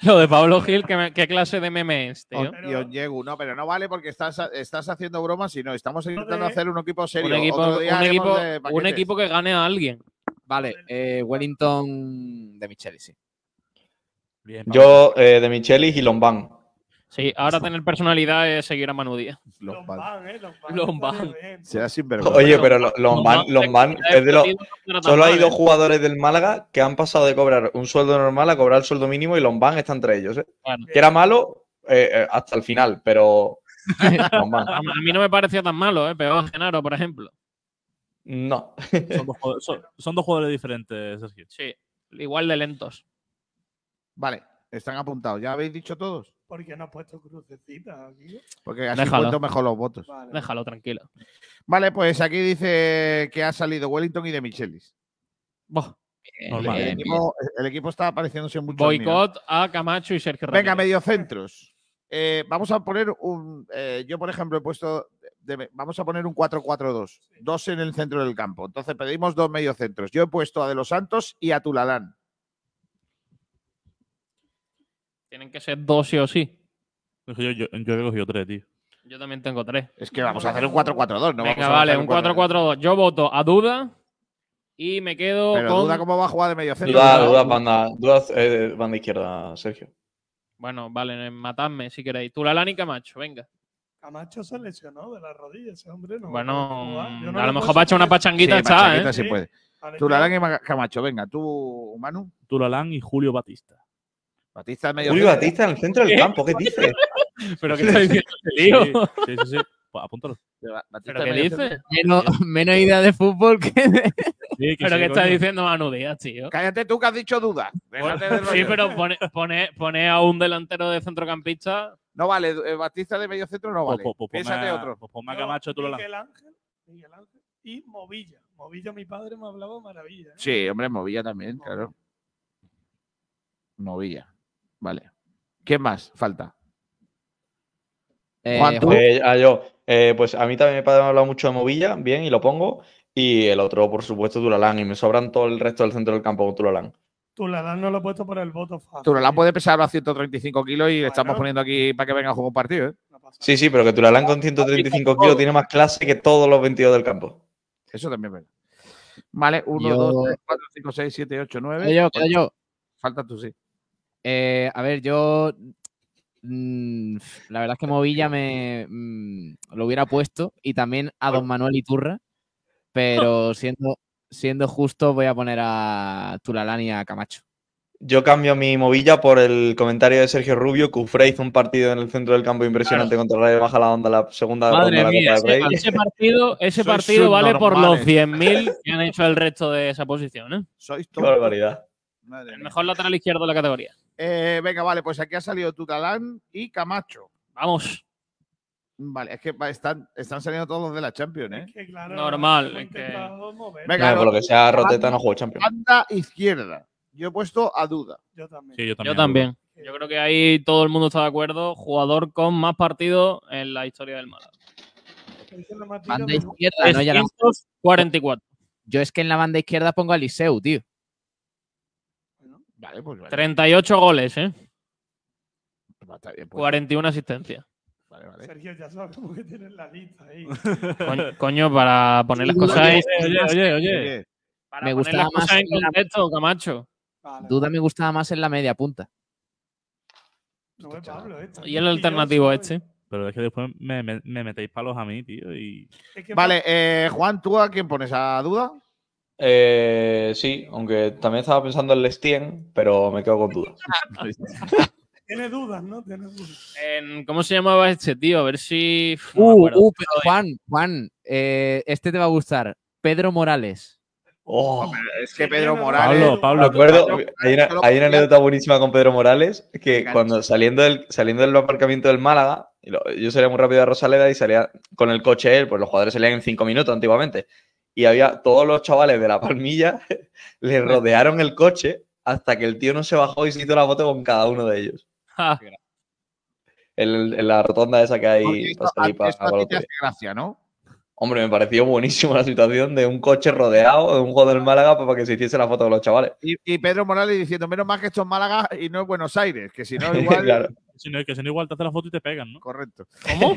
S8: Lo de Pablo Gil, ¿qué, me- qué clase de meme es, este, tío?
S2: Y Onyegu. No, pero no vale porque estás, estás haciendo bromas y no. Estamos intentando hacer un equipo serio.
S8: Un equipo,
S2: Otro día
S8: un
S2: haremos
S8: equipo-
S2: de
S8: un
S2: paquetes.
S8: equipo que gane a alguien.
S7: Vale, eh, Wellington de Micheli, sí.
S5: Yo, eh, de Michelis y Lombán.
S8: Sí, ahora tener personalidad es seguir a Manu Díaz.
S10: Lombán, ¿eh?
S8: Lombán.
S2: Será sinvergüenza.
S5: Oye, pero lo- Lombán, Lombán es de los. Solo
S8: ¿eh?
S5: hay dos jugadores del Málaga que han pasado de cobrar un sueldo normal a cobrar el sueldo mínimo y Lombán está entre ellos. ¿eh?
S8: Claro.
S5: Que era malo eh, eh, hasta el final, *laughs* pero. Lombán.
S8: A, a mí no me parecía tan malo, ¿eh? Peor Genaro, por ejemplo.
S5: No.
S4: Son dos, jugadores- son- son dos jugadores diferentes, Sergio.
S8: Sí, igual de lentos.
S2: Vale, están apuntados. ¿Ya habéis dicho todos?
S10: ¿Por qué no has puesto crucecita aquí?
S2: Porque así
S8: Déjalo.
S2: cuento mejor los votos.
S8: Déjalo tranquilo.
S2: Vale, pues aquí dice que ha salido Wellington y de Michelis.
S8: Buah. Eh,
S2: el,
S4: ¿eh?
S2: equipo, el equipo está pareciéndose mucho. al mío.
S8: Boicot a Camacho y Sergio
S2: Venga,
S8: Ramírez.
S2: mediocentros. Eh, vamos a poner un. eh, yo, por ejemplo, he puesto. de- vamos a poner un 4-4-2. Dos en el centro del campo. Entonces pedimos dos mediocentros. Yo he puesto a De los Santos y a Tulalán.
S8: Tienen que ser dos sí o sí.
S4: Yo, yo, yo he cogido tres, tío.
S8: Yo también tengo tres.
S2: Es que vamos a hacer un 4-4-2. No
S8: Venga,
S2: vamos a
S8: vale,
S2: hacer
S8: un 4-4-2. Yo voto a Duda y me quedo
S2: Pero
S8: con.
S2: duda cómo va a jugar de mediocentro.
S5: Duda, duda, banda, duda, eh, banda izquierda, Sergio.
S8: Bueno, vale, eh, matadme si queréis. Tulalán y Camacho, venga.
S10: Camacho se lesionó de la rodilla, ese hombre. No puede
S8: Bueno,
S10: jugar. Yo no
S8: a lo
S10: le
S8: mejor
S10: puedo
S8: para echar una
S10: sustituir.
S8: pachanguita
S2: Sí,
S8: está,
S2: pachanguita
S8: ¿eh?
S2: sí puede.
S10: Vale,
S2: Tulalán y Ma- Camacho. Venga, tú, Manu.
S4: Tulalán y Julio Batista.
S2: Batista de medio
S5: Julio Batista en el centro del campo, ¿qué dices?
S8: ¿eh? *laughs* Pero ¿qué está diciendo
S2: *laughs*
S8: este tío?
S4: Sí, sí, sí. Pa- Apúntalo.
S8: ¿Pero qué dice?
S7: Menos, *laughs* menos idea de fútbol que de...
S4: Sí,
S8: ¿Pero
S4: sí,
S8: qué está
S4: coño.
S8: diciendo Manu Díaz, tío?
S2: Cállate tú que has dicho duda. Déjate de
S8: *laughs* Sí,
S2: rollo.
S8: pero pone, pone, pone a un delantero de centrocampista.
S2: No vale, eh, Batista de mediocentro no
S4: Pues-
S2: vale.
S4: pues- pues ponme
S2: Piénsate
S4: a-
S2: otro.
S4: pues ponme a
S10: Yo,
S4: Camacho, Tulalán.
S10: Miguel Ángel, Miguel Ángel y Movilla. Movilla, mi padre me hablaba maravilla. ¿eh?
S2: Sí, hombre, Movilla también, claro. Movilla. Vale. ¿Quién más falta? Juan, tú.
S5: Eh, ah, yo. Eh, pues a mí también mi padre me ha hablado mucho de Movilla, bien, y lo pongo. Y el otro, por supuesto, Tulalán. Y me sobran todo el resto del centro del campo con Tulalán.
S10: Tulalán no lo he puesto por el voto fácil.
S2: Turolán puede pesar a 135 kilos y le estamos poniendo aquí para que venga a jugar un partido, ¿eh?
S5: Sí, sí, pero que Tulalán con 135 kilos tiene más clase que todos los 22 del campo.
S2: Eso también es verdad. Vale, 1,
S7: Yo-
S2: 2, 3, 4, 5, 6, 7, 8, 9.
S7: Quedo yo, quedo yo.
S2: Falta tú, sí.
S7: Eh, a ver, yo. mm, la verdad es que Movilla me mm, lo hubiera puesto y también a don Manuel Iturra,
S8: *laughs*
S7: pero siendo, siendo justo voy a poner a Tulalán y a Camacho.
S5: Yo cambio mi Movilla por el comentario de Sergio Rubio. Cufré hizo un partido en el centro del campo impresionante contra el Rayo Baja la onda la segunda
S8: Madre
S5: ronda de
S8: mía,
S5: la Copa del
S8: ese,
S5: Rey.
S8: ese partido, ese
S2: Sois
S8: partido vale por los
S2: subnormales.
S8: 100.000 que han hecho el resto de esa posición, ¿eh?
S2: Sois
S5: Qué
S2: tontos.
S5: barbaridad.
S2: Madre
S8: El
S2: mía.
S8: mejor lateral izquierdo de la categoría.
S2: Eh, venga, vale, pues aquí ha salido Tutalán y Camacho.
S8: Vamos.
S2: Vale, es que va- están, están saliendo todos los de la Champions, ¿eh?
S8: Normal. es que-
S5: Claro, por lo que sea, Roteta no juega Champions.
S2: Banda izquierda. Yo he puesto a duda.
S10: Yo también.
S4: Sí, yo
S8: Yo también. Yo creo que ahí todo el mundo está de acuerdo. Jugador con más partidos en la historia del Málaga.
S7: Banda izquierda, Ah, ¿no? Ya la-
S8: 344.
S7: Yo es que en la banda izquierda pongo a Liceu, tío.
S2: Vale, pues vale.
S8: 38 goles, ¿eh?
S7: Pues
S2: Va, está bien, pues.
S8: 41 asistencias.
S2: Vale, vale.
S10: Sergio, ya sabes cómo que tienes la lista
S2: *laughs*
S10: ahí.
S8: Coño, coño, para poner las
S10: Oye,
S8: cosas
S10: oye,
S8: en-
S10: oye, oye, oye.
S8: Para
S7: Me
S8: poner
S7: gustaba
S8: las
S7: más
S8: cosas en
S7: la-
S8: contexto, Camacho.
S7: Duda me gustaba más en la media punta.
S8: Y el alternativo este.
S4: Pero es que después me, me- me metéis palos a mí, tío. Y...
S2: Vale, eh, Juan, ¿tú a quién pones? ¿A duda?
S5: Eh, sí, aunque también estaba pensando en Lestien, pero me quedo con dudas.
S10: Tiene dudas, ¿no? Tiene dudas.
S8: En- ¿Cómo se llamaba este tío? A ver si. Uf, no me
S7: Uh,
S8: acuerdo.
S7: uh, pero Juan, Juan, eh, este te va a gustar. Pedro Morales.
S5: Oh.
S2: es que Pedro Morales.
S5: Pablo, Pablo, recuerdo, hay una, hay una anécdota buenísima con Pedro Morales, que cuando saliendo del, saliendo del aparcamiento del Málaga, y lo- yo salía muy rápido de Rosaleda y salía con el coche él, pues los jugadores salían en cinco minutos antiguamente, y había todos los chavales de la palmilla, *laughs* le rodearon el coche hasta que el tío no se bajó y se hizo la foto con cada uno de ellos.
S8: Ja.
S5: En, en la rotonda esa que hay pues,
S2: Porque esto,
S5: para salir
S2: a-
S5: para-
S2: esto a ti
S5: para la
S2: te hace
S5: autovía.
S2: gracia, ¿no?
S5: Hombre, me pareció buenísima la situación de un coche rodeado de un jugador del Málaga para que se hiciese la foto de los chavales.
S2: Y, y Pedro Morales diciendo, menos mal que esto es Málaga y no es Buenos Aires, que
S5: *laughs*
S2: si no, igual.
S5: Claro.
S4: Si no, que si no, igual te hace la foto y te pegan, ¿no?
S2: Correcto.
S8: ¿Cómo?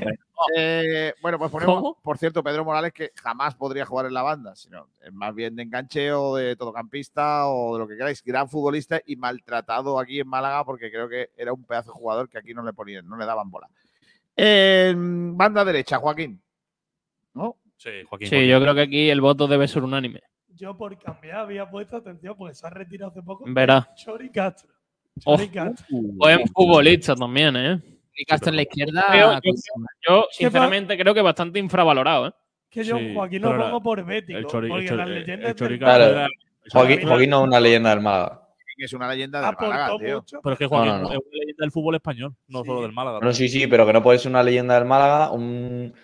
S2: Eh, bueno, pues ponemos,
S4: ¿Cómo?
S2: por cierto, Pedro Morales que jamás podría jugar en la banda, sino es más bien de enganche o de todocampista o de lo que queráis. Gran futbolista y maltratado aquí en Málaga porque creo que era un pedazo de jugador que aquí no le ponían, no le daban bola. Eh, banda derecha, Joaquín. ¿No?
S4: Sí, Joaquín.
S8: Sí, yo creo que aquí el voto debe ser unánime.
S10: Yo por cambiar había puesto atención porque se ha retirado hace
S2: Mm.
S10: poco.
S8: Verá.
S10: Chori Castro.
S8: Oh,
S10: Chori Castro.
S8: buen futbolista también, ¿eh?
S7: Castro en la izquierda.
S8: Creo- yo,
S7: con-
S8: yo, sinceramente, creo que bastante infravalorado, ¿eh?
S10: Que yo, Joaquín, lo
S8: pero la-
S10: pongo por bético.
S8: el Chori-
S10: porque
S8: el Chori-
S10: las
S8: el
S10: leyendas del
S4: Chori
S10: Málaga-
S5: Claro. Joaquín, Joaquín no es una leyenda del Málaga.
S2: Es una leyenda del
S10: Aportó
S2: Málaga, tío.
S4: Pero es que Joaquín
S5: No, no, no.
S4: es una leyenda del fútbol español, no solo del Málaga.
S5: No, sí, sí, pero que no puede ser una leyenda del Málaga, un,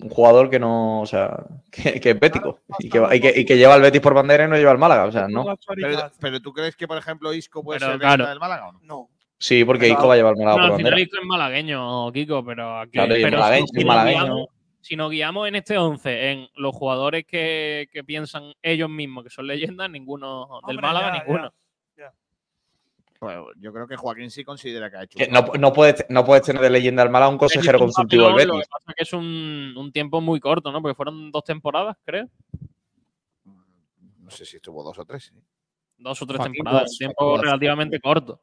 S5: un jugador que no, o sea, *laughs* que, que es bético y que, va- y que- y que lleva al Betis por bandera y no lleva al Málaga, o sea, no.
S2: Pero, pero tú crees que, por ejemplo, Isco puede
S8: Pero,
S2: ser
S8: claro.
S2: leyenda del Málaga o no?
S5: Sí, porque Isco va a llevar al Málaga por
S8: No, al final
S5: bandera.
S8: Isco es malagueño, Kiko, pero aquí.
S5: Ah, Claro, y
S8: pero
S5: malagueño,
S8: si,
S5: y
S8: nos
S5: malagueño.
S8: guiamos, si nos guiamos en este 11, en los jugadores que, que piensan ellos mismos que son leyendas, ninguno del Málaga,
S10: ya,
S8: ninguno.
S2: Bueno, yo creo que Joaquín sí considera que ha hecho.
S5: Que no, no puedes, no puedes tener de leyenda del Málaga un consejero
S8: Es un
S5: consultivo del
S8: papelón, Lo que
S5: Betis.
S8: pasa es que es un, un tiempo muy corto, ¿no? Porque fueron dos temporadas, creo.
S2: No sé si estuvo dos o tres. ¿eh?
S8: Dos o tres
S2: Joaquín,
S8: temporadas.
S2: dos,
S8: un tiempo
S2: Joaquín, dos.
S8: relativamente corto.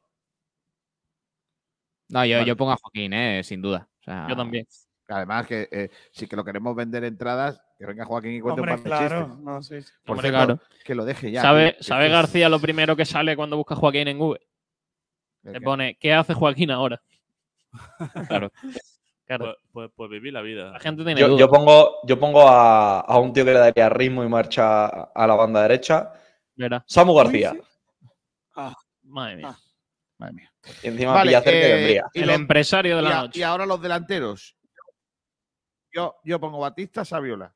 S7: No, yo, yo pongo a Joaquín, eh, sin duda. O sea,
S2: Ah,
S8: Yo también.
S2: Además, que eh, sí que lo queremos vender entradas, que venga Joaquín y cuente
S10: Hombre,
S2: un par de
S10: claro.
S2: chistes.
S10: No, sí, sí.
S2: Por
S8: Hombre,
S2: cierto,
S8: claro.
S2: Que lo deje ya.
S8: ¿Sabe,
S2: tío.
S8: sabe
S2: Es que-
S8: García lo primero que sale cuando busca Joaquín en Google?
S2: ¿El
S8: Te
S2: qué?
S8: pone, ¿qué hace Joaquín
S2: *laughs*
S8: ahora? claro.
S4: Pues, pues, pues viví la vida.
S8: La gente tiene
S5: Yo,
S8: dudas.
S5: yo pongo, yo pongo a, a un tío que le daría ritmo y marcha a la banda derecha,
S8: Verá.
S5: Samu García.
S8: Madre mía.
S2: Madre mía.
S5: Y encima pilla cerca y
S2: eh,
S5: vendría.
S2: y
S8: El
S2: los-
S8: empresario de
S2: y
S8: la
S2: a-
S8: noche.
S2: Y ahora los delanteros. Yo, yo pongo Batista, Saviola.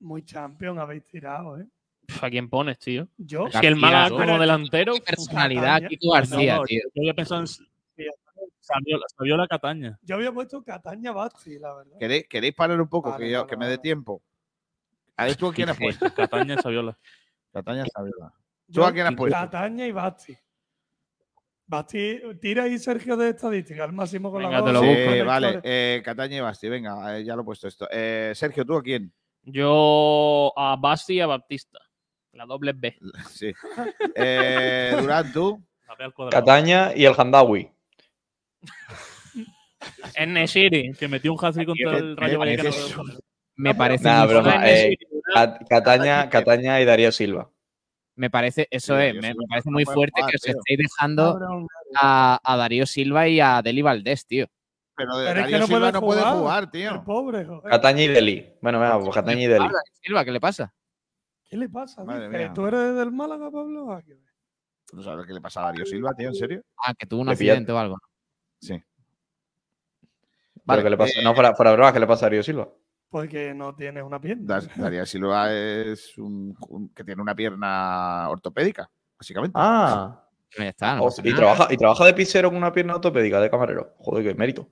S10: Muy champion habéis tirado, ¿eh?
S8: Pf, ¿A quién pones, tío?
S10: Yo.
S8: Es que el Málaga
S10: García,
S8: como
S10: ¿no?
S8: delantero.
S7: personalidad, Kiko García, tío.
S4: Yo había pensado en Saviola, Saviola Cataña.
S10: Yo había puesto Cataña Basti, la verdad.
S2: ¿Queréis, queréis parar un poco? que, yo- que me dé tiempo. ¿A ver, tú pues. a quién
S8: *laughs*
S2: has puesto?
S4: *laughs* Cataña y Saviola.
S2: Cataña, Saviola. ¿Tú
S10: Yo,
S2: a quién has puesto?
S10: Cataña y Basti. Basti, tira ahí Sergio de estadística, al máximo con
S8: Venga,
S10: la
S8: te lo
S2: Sí,
S10: voz.
S8: busco.
S10: Conectores.
S2: vale, eh, Cataña y Basti, venga, eh, ya lo he puesto esto. Eh, Sergio, ¿tú a quién? *laughs*
S8: Yo a Basti y a Baptista. La doble B.
S2: Sí. Eh, Durán, ¿tú?
S4: La B al cuadrado.
S5: Cataña y el Handawi.
S8: En Nesiri.
S4: Que metió un hat contra el Rayo Vallecano.
S7: Me parece.
S5: Nada,
S7: muy
S5: broma.
S7: fuerte.
S5: eh, Ca- Cataña, Cataña y Darío Silva.
S7: Me parece, eso
S2: Mira,
S7: es,
S2: yo
S7: me,
S2: soy
S7: me
S2: un
S7: parece
S2: campeón,
S7: muy fuerte que os
S2: tío.
S7: estéis dejando
S10: Cabrón.
S7: a, a Darío Silva y a Deli Valdés, tío.
S2: Pero, de
S10: Pero es que
S2: Darío
S10: no
S2: Silva
S10: puede
S2: no puede
S10: jugar.
S2: jugar,
S10: El
S2: tío.
S10: pobre, joder.
S5: Cataña y Deli. Bueno, venga, pues Cataña y Deli.
S7: Silva, ¿qué le pasa?
S10: ¿Qué le pasa?
S2: Madre
S10: dice?
S2: mía.
S10: ¿Tú eres del Málaga, Pablo? Ah, qué-
S2: ¿Tú no sabes lo que le pasa a Darío Silva, tío? ¿En serio?
S7: Ah, que tuvo un
S5: Le pillaste.
S7: accidente o algo.
S2: Sí.
S5: Pero que le pasa- no, para, para broma, ¿qué le pasa a Darío Silva?
S10: Porque no tienes una pierna.
S2: Dar- Darío Silva es un, un- que tiene una pierna ortopédica, básicamente.
S5: Ah.
S7: Pues Ya está. Ah,
S5: Oh, y, trabaja, y trabaja de pizzero con una pierna ortopédica de camarero. Joder, qué mérito.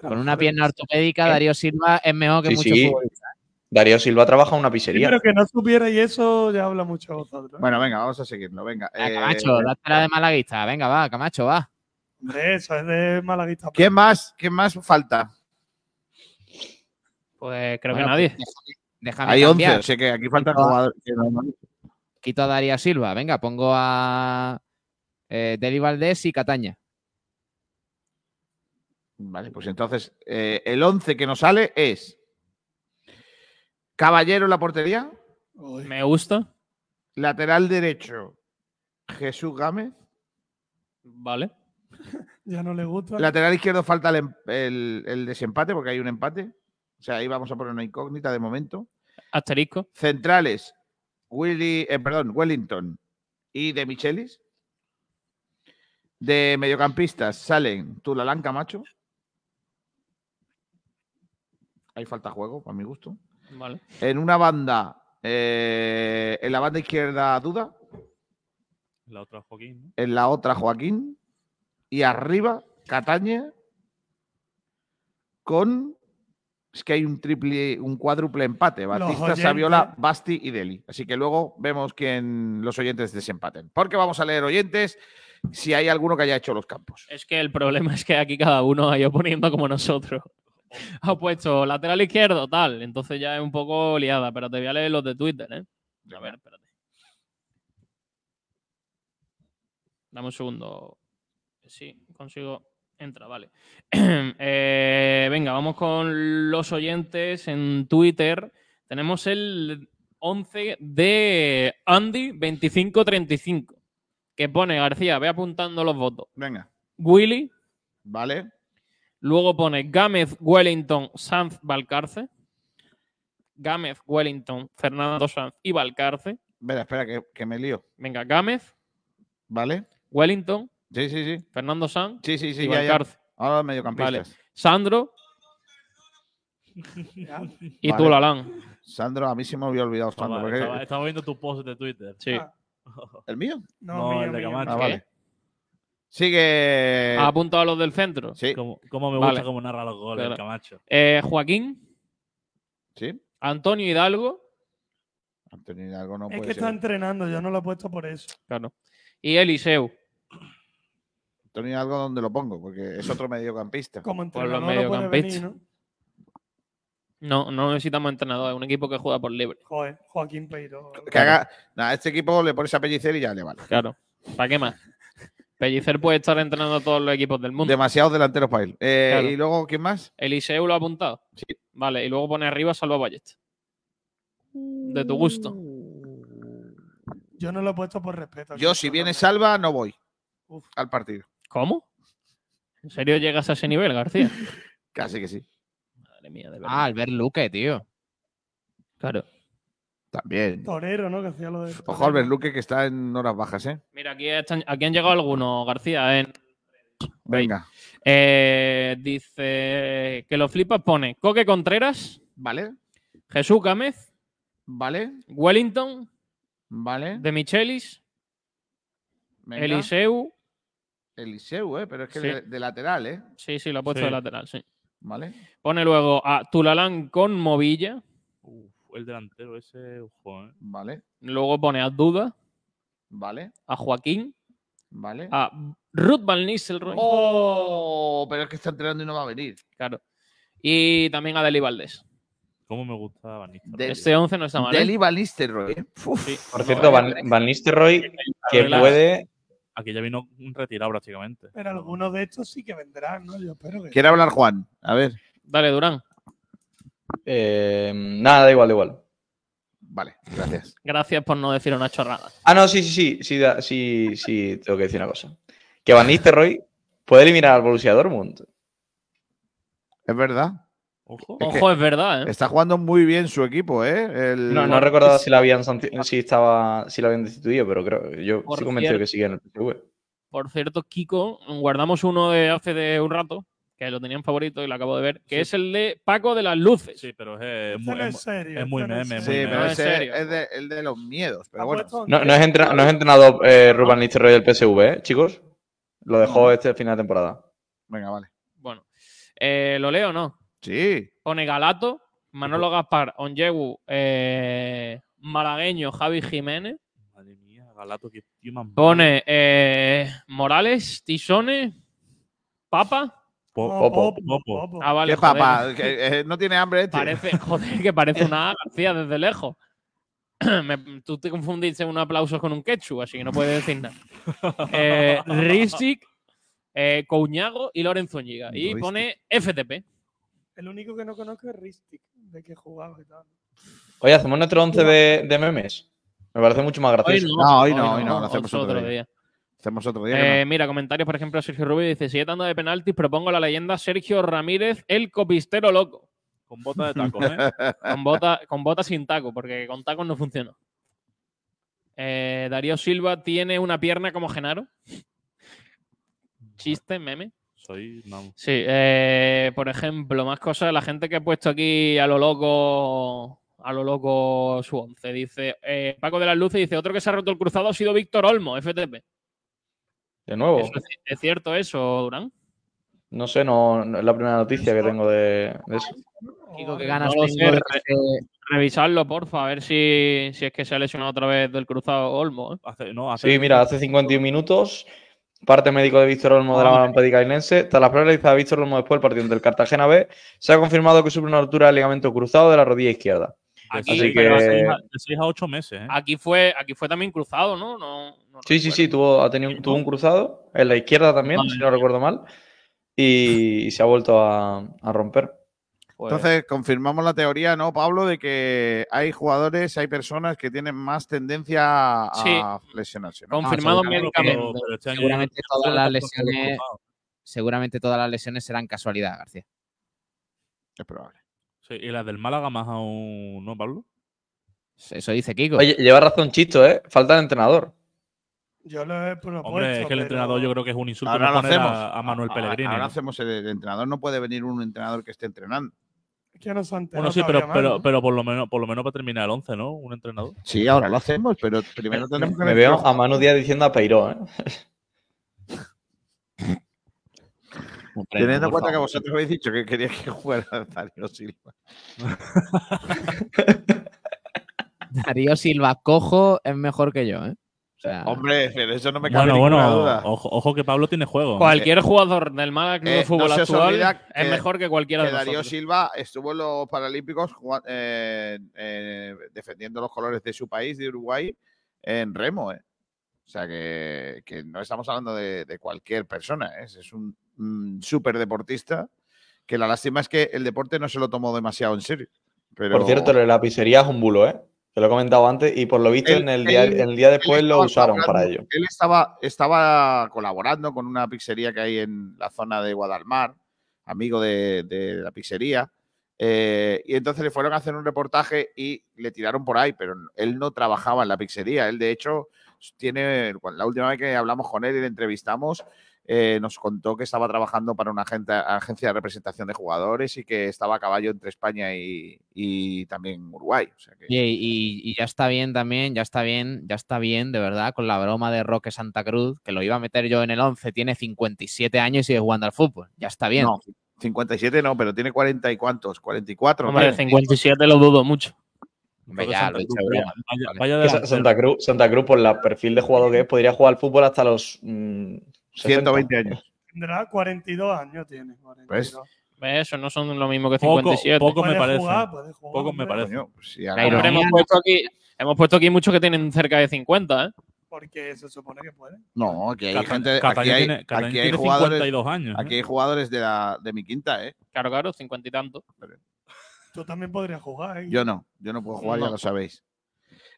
S7: Con una pierna ortopédica, Darío Silva es mejor que
S5: Sí,
S7: muchos
S5: sí.
S7: futbolistas.
S5: Darío Silva trabaja en una
S10: Sí,
S5: pizzería.
S10: pero que no supiera y eso ya habla mucho a vosotros.
S2: Bueno, venga, vamos a seguirlo, venga.
S10: Eh,
S7: Ah, Camacho, dátela de malaguista. Venga, va, Camacho, va.
S10: Hombre, eso es de malaguista.
S2: ¿Quién más? ¿Quién más falta?
S8: Pues creo
S7: Bueno,
S8: que nadie.
S7: déjame- déjame
S2: Hay 11,
S7: cambiar.
S2: o sea que aquí faltan
S7: Ah.
S2: jugadores. que no- no-
S7: Quito a Darío Silva. Venga, pongo a eh, Deli Valdés y Cataña.
S2: Vale, pues entonces eh, el 11 que nos sale es Caballero en la portería,
S8: Me gusta.
S2: lateral derecho Jesús Gámez,
S8: Vale.
S10: Ya no le gusta.
S2: lateral izquierdo falta el, em- el- el desempate porque hay un empate. O sea, ahí vamos a poner una incógnita de momento.
S8: Asterisco.
S2: Centrales, Willy, eh, perdón, Wellington y de Michelis. De mediocampistas salen Tulalán Camacho. Ahí falta juego, a mi gusto.
S8: Vale.
S2: En una banda, eh, en la banda izquierda Duda,
S4: La otra Joaquín. ¿no?
S2: en la otra Joaquín, y arriba Cataña con... Es que hay un triple, un cuádruple empate. Batista,
S10: oyentes.
S2: Saviola, Basti y Deli. Así que luego vemos quién los oyentes desempaten. Porque vamos a leer oyentes si hay alguno que haya hecho los campos.
S8: Es que el problema es que aquí cada uno ha ido poniendo como nosotros. Ha puesto lateral izquierdo, tal. Entonces ya es un poco liada. Pero te voy a leer los de Twitter, ¿eh? A ver, espérate. Dame un segundo. Sí, consigo. Entra, vale. *clears throat* Eh, venga, vamos con los oyentes en Twitter. Tenemos el 11 de Andy2535, que pone García, ve apuntando los votos.
S2: Venga.
S8: Willy.
S2: Vale.
S8: Luego pone Gámez, Wellington, Sanz, Valcarce. Gámez, Wellington, Fernando Sanz y Valcarce.
S2: Espera, espera, que, que me lío.
S8: Venga, Gámez,
S2: ¿Vale?
S8: Wellington,
S2: Sí, sí, sí.
S8: Fernando Sanz
S2: Sí, sí, sí.
S8: y
S2: Ya, ya.
S8: Valcarce.
S2: Ahora los
S8: Vale.
S2: mediocampistas. *laughs*
S8: Sandro y
S2: Vale.
S8: Tulalán.
S2: Sandro, a mí se me había olvidado Sandro.
S4: Vale,
S2: porque-
S4: estaba, estaba viendo tu post de Twitter.
S8: Sí.
S2: Ah. ¿El mío?
S10: No,
S4: No,
S10: mío,
S4: el de
S10: mío.
S4: Camacho.
S2: Ah, vale. Sigue.
S8: Ha apuntado a los del centro.
S2: Sí.
S4: Como, como me
S8: Vale.
S4: gusta cómo narra los goles,
S8: Claro.
S4: el Camacho.
S8: Eh, Joaquín,
S2: Sí.
S8: Antonio Hidalgo.
S2: Antonio Hidalgo no
S10: Es
S2: puede
S10: que está
S2: ser.
S10: entrenando, yo no lo he puesto por eso.
S8: Claro. Y Eliseu.
S2: Antonio Hidalgo, ¿dónde lo pongo? Porque es otro mediocampista.
S10: Como
S8: Por los
S10: entrenador no puede venir,
S8: mediocampistas.
S10: ¿no?
S8: No, no necesitamos entrenador, es un equipo que juega por libre.
S10: Joder, Joaquín Peiro.
S2: Que haga. Nada, a este equipo le pones a pellicer y ya le vale.
S8: Claro. ¿Para
S2: *laughs*
S8: qué más? Pellicer puede estar entrenando a todos los equipos del mundo.
S2: Demasiados delanteros para él. Eh,
S8: Claro.
S2: Y luego, ¿quién más?
S8: Eliseu lo ha apuntado.
S2: Sí.
S8: Vale, y luego pone arriba Salva Ballesta. De tu gusto.
S10: Yo no lo he puesto por respeto.
S2: Yo, si viene Salva, no voy
S10: Uf.
S2: al partido.
S8: ¿Cómo? ¿En serio llegas a ese nivel, García?
S2: Casi que sí.
S8: Madre mía, de verdad.
S7: Ah, Albert Luque, tío.
S8: Claro.
S2: También.
S10: Torero, ¿no? Que hacía lo de.
S2: Ojo, Albert Luque, que está en horas bajas, ¿eh?
S8: Mira, aquí, están- aquí han llegado algunos, García. En,
S2: Venga.
S8: eh, dice que lo flipas, pone Coque Contreras,
S2: Vale,
S8: Jesús Gámez,
S2: vale,
S8: Wellington,
S2: vale.
S8: De Michelis,
S2: Venga.
S8: Eliseu.
S2: Eliseu, ¿eh? Pero es que
S8: Sí.
S2: de, de lateral, ¿eh?
S8: Sí, sí, lo ha puesto
S4: Sí.
S8: de lateral, sí.
S2: Vale.
S8: Pone luego a Tulalán con Movilla.
S4: Uf, el delantero ese, ojo, ¿eh?
S2: Vale,
S8: Luego pone a Duda,
S2: vale,
S8: a Joaquín,
S2: vale.
S8: a Ruth Van Nistelrooy.
S2: ¡Oh! Pero es que está entrenando y no va a venir.
S8: Claro. Y también a Deli Valdés.
S4: Cómo me gusta Van Nistelrooy.
S2: Del-
S8: Este 11 no está mal. ¿eh?
S2: Deli Van Nistelrooy. ¿eh? Uf.
S8: Sí.
S5: Por cierto, Van, Van Nistelrooy, que
S8: Relax.
S5: puede.
S4: Aquí ya vino un retirado prácticamente.
S10: Pero algunos de estos sí que vendrán, ¿no? Yo espero que.
S2: Quiere hablar Juan. A ver.
S8: Dale, Durán.
S5: eh, nada, da igual, da igual.
S2: Vale, gracias.
S8: Gracias por no decir una chorrada.
S5: Ah, no, sí, sí, sí, sí, da- sí, sí, tengo que decir una cosa. Que Van Nistelrooy puede eliminar al Borussia Dortmund.
S2: Es verdad.
S8: Ojo,
S2: que
S8: Ojo, es verdad, ¿eh?
S2: Está jugando muy bien su equipo, ¿eh? El-
S5: No, no recordaba si la habían santi- si estaba, si la habían destituido, pero creo, yo
S8: Por
S5: estoy convencido que
S8: cierto.
S5: sigue en el PSV.
S8: Por cierto, Kiko, guardamos uno de hace de un rato, que lo tenían favorito y lo acabo de ver, que es el de Paco de las Luces.
S4: Sí, pero es,
S8: muy,
S2: no es es- serio,
S4: es muy meme,
S2: Sí,
S5: ¿eh?
S2: pero
S8: en
S2: ese
S8: serio.
S2: es de, el de los miedos. Pero bueno.
S5: No, no es, entra- no es entrenado eh, Rubén Nistelrooy del PSV, ¿eh, chicos? Lo dejó este final de temporada.
S2: Venga, vale.
S8: Bueno, eh, ¿lo leo o no?
S2: Sí.
S8: Pone Galato, Manolo Gaspar, Onyewu, eh, malagueño Javi Jiménez.
S4: Galato, qué tío más
S8: Pone eh, Morales, Tisone, Papa.
S4: Popo, Popo.
S8: Ah, vale.
S2: ¿Qué papa? *laughs*
S8: joder.
S2: Que, eh, no tiene hambre este.
S8: Parece, *laughs* joder, que parece una A, García desde lejos. *clears throat* Me- tú te confundiste un aplauso con un quechu, así que no puedes decir nada.
S2: *laughs*
S8: Eh, Rizik, eh, Couñago y Lorenzo Ñiga. Y
S10: Rizik.
S8: pone FTP.
S10: El único que no conozco es Ristic, de que jugaba y tal.
S5: Oye, hacemos nuestro 11 de, de memes. Me parece mucho más gracioso.
S2: no, hoy no, hoy no, lo hacemos otro, día. Hacemos otro día. que
S8: Eh, mira, comentarios, por ejemplo, Sergio Rubio dice: Si hay tanda de penaltis, propongo la leyenda Sergio Ramírez, el copistero loco.
S4: Con bota de tacos,
S5: *laughs*
S4: ¿eh?
S8: con, bota, con bota sin taco, porque con tacos no funciona. Eh, Darío Silva tiene una pierna como Genaro. Chiste, meme.
S4: Soy. vamos.
S8: Sí, eh, por ejemplo, más cosas, la gente que ha puesto aquí a lo loco, a lo loco su once, dice, eh, Paco de las Luces dice, otro que se ha roto el cruzado ha sido Víctor Olmo, FTP.
S5: De nuevo.
S8: Eso es, ¿Es cierto eso, Durán?
S5: No sé, no, no- es la primera noticia que tengo de, de eso.
S7: Kiko, que este ganas
S8: No lo
S7: tengo de
S8: sé, Revisarlo, porfa, a ver si, si es que se ha lesionado otra vez del cruzado Olmo. ¿eh?
S4: no,
S5: Sí, mira, hace 51 minutos. Parte médico de Víctor Olmo de la
S8: Hombre.
S5: Malampédica Cainense. Tras las pruebas realizadas a Víctor Olmo después del partido del Cartagena B, se ha confirmado que sufre una rotura del ligamento cruzado de la rodilla izquierda.
S8: Aquí,
S5: Así
S8: pero
S5: que.
S4: De 6 a 8 meses, ¿eh?
S8: aquí fue, aquí fue también cruzado, ¿no? No,
S5: Sí, sí, sí, tuvo, ha tenido, tuvo un cruzado en la izquierda también, si no recuerdo mal, y, se ha vuelto a, a romper.
S8: pues.
S2: Entonces, confirmamos la teoría, ¿no, Pablo? De que hay jugadores, hay personas que tienen más tendencia a lesionarse. ¿no?
S7: Confirmado
S2: médicamente.
S4: este
S7: Seguramente todas las lesiones. Seguramente todas las lesiones serán casualidad, García.
S2: Es probable.
S4: Sí, y las del Málaga más aún, ¿no, Pablo?
S7: Eso dice Kiko.
S5: Oye, lleva razón Chisto, ¿eh? Falta el entrenador.
S10: Yo lo he propuesto.
S4: Hombre, es que el entrenador yo creo que es un insulto
S2: Ahora
S4: no
S2: lo
S4: poner
S2: hacemos.
S4: a, a Manuel
S2: Ah,
S4: Pellegrini.
S2: Ahora
S4: ¿no?
S2: hacemos el, el entrenador. No puede venir un entrenador que esté entrenando.
S10: Que no se ha enterado
S4: Bueno, sí, pero,
S10: todavía,
S4: pero,
S10: mano.
S4: pero por lo menos por lo menos para terminar el 11, ¿no? Un entrenador.
S2: Sí, ahora lo hacemos, pero primero tenemos que.
S5: Me veo a Manu Díaz diciendo a Peiró, ¿eh?
S2: Teniendo en
S5: por
S2: cuenta que
S5: favor.
S2: vosotros habéis dicho que quería que *laughs* jugara Darío Silva.
S7: *laughs* Darío Silva Cojo es mejor que yo, ¿eh? O sea,
S2: Hombre, pero eso no me cabe
S4: Bueno,
S2: ninguna
S4: bueno,
S2: duda.
S4: ojo, ojo que Pablo tiene juego.
S8: Cualquier jugador del Málaga Club
S2: Eh,
S8: de Fútbol
S2: no se os
S8: actual
S2: olvida
S8: es mejor que cualquiera
S2: que
S8: de
S2: Darío
S8: nosotros.
S2: Silva estuvo en los Paralímpicos jugua- eh, eh, defendiendo los colores de su país, de Uruguay, en remo. eh. O sea que, que no estamos hablando de, de cualquier persona. eh. Es un súper deportista que la lástima es que el deporte no se lo tomó demasiado en serio. Pero
S5: Por cierto, lo de la pizzería es un bulo, ¿eh? Te lo he comentado antes y por lo visto
S2: Él-
S5: en el día,
S2: él-
S5: el día después
S2: él
S5: lo
S2: estaba
S5: usaron para
S2: colaborando-
S5: ello.
S2: Él estaba, estaba colaborando con una pizzería que hay en la zona de Guadalmar, amigo de, de la pizzería. eh, y entonces le fueron a hacer un reportaje y le tiraron por ahí, pero él no trabajaba en la pizzería. Él, de hecho, tiene. La última vez que hablamos con él y le entrevistamos, eh, nos contó que estaba trabajando para una agenta- agencia de representación de jugadores y que estaba a caballo entre España y, y también Uruguay. O sea que-
S7: Oye, y, y ya está bien también, ya está bien, ya está bien, de verdad, con la broma de Roque Santa Cruz, que lo iba a meter yo en el 11, tiene 57 años y sigue jugando al fútbol. Ya está bien.
S2: No, 57 no, pero tiene 40 y cuantos, 44.
S8: Hombre,
S2: ¿no?
S8: 57 lo dudo mucho.
S7: Hombre, ya, lo he dicho de broma.
S4: Ah,
S5: Que Sa- Santa Cruz, Santa Cruz, por la perfil de jugador que es, podría jugar al fútbol hasta los mm,
S2: 120 años.
S10: Tendrá 42 años, tiene. 42.
S8: Eso no son lo mismo que
S10: Poco-
S8: 57.
S10: poco me Puede parece. jugar, puede jugar,
S4: Poco me parece.
S2: Coño, pues si
S8: Hombre,
S2: ahora-
S8: hemos, puesto aquí, hemos puesto aquí muchos que tienen cerca de 50, ¿eh?
S10: Porque se supone que puede.
S2: No, aquí hay
S4: Cata-
S2: gente. Aquí
S4: Catalán
S2: hay,
S4: tiene- Catalán
S2: aquí hay
S4: tiene
S2: jugadores.
S4: 52 años, ¿eh?
S2: Aquí hay jugadores de, la, de mi quinta, ¿eh?
S8: Claro, claro, 50 y tanto.
S10: Tú también podrías jugar, ¿eh?
S2: Yo no, yo no puedo jugar, ya
S10: No.
S2: lo sabéis.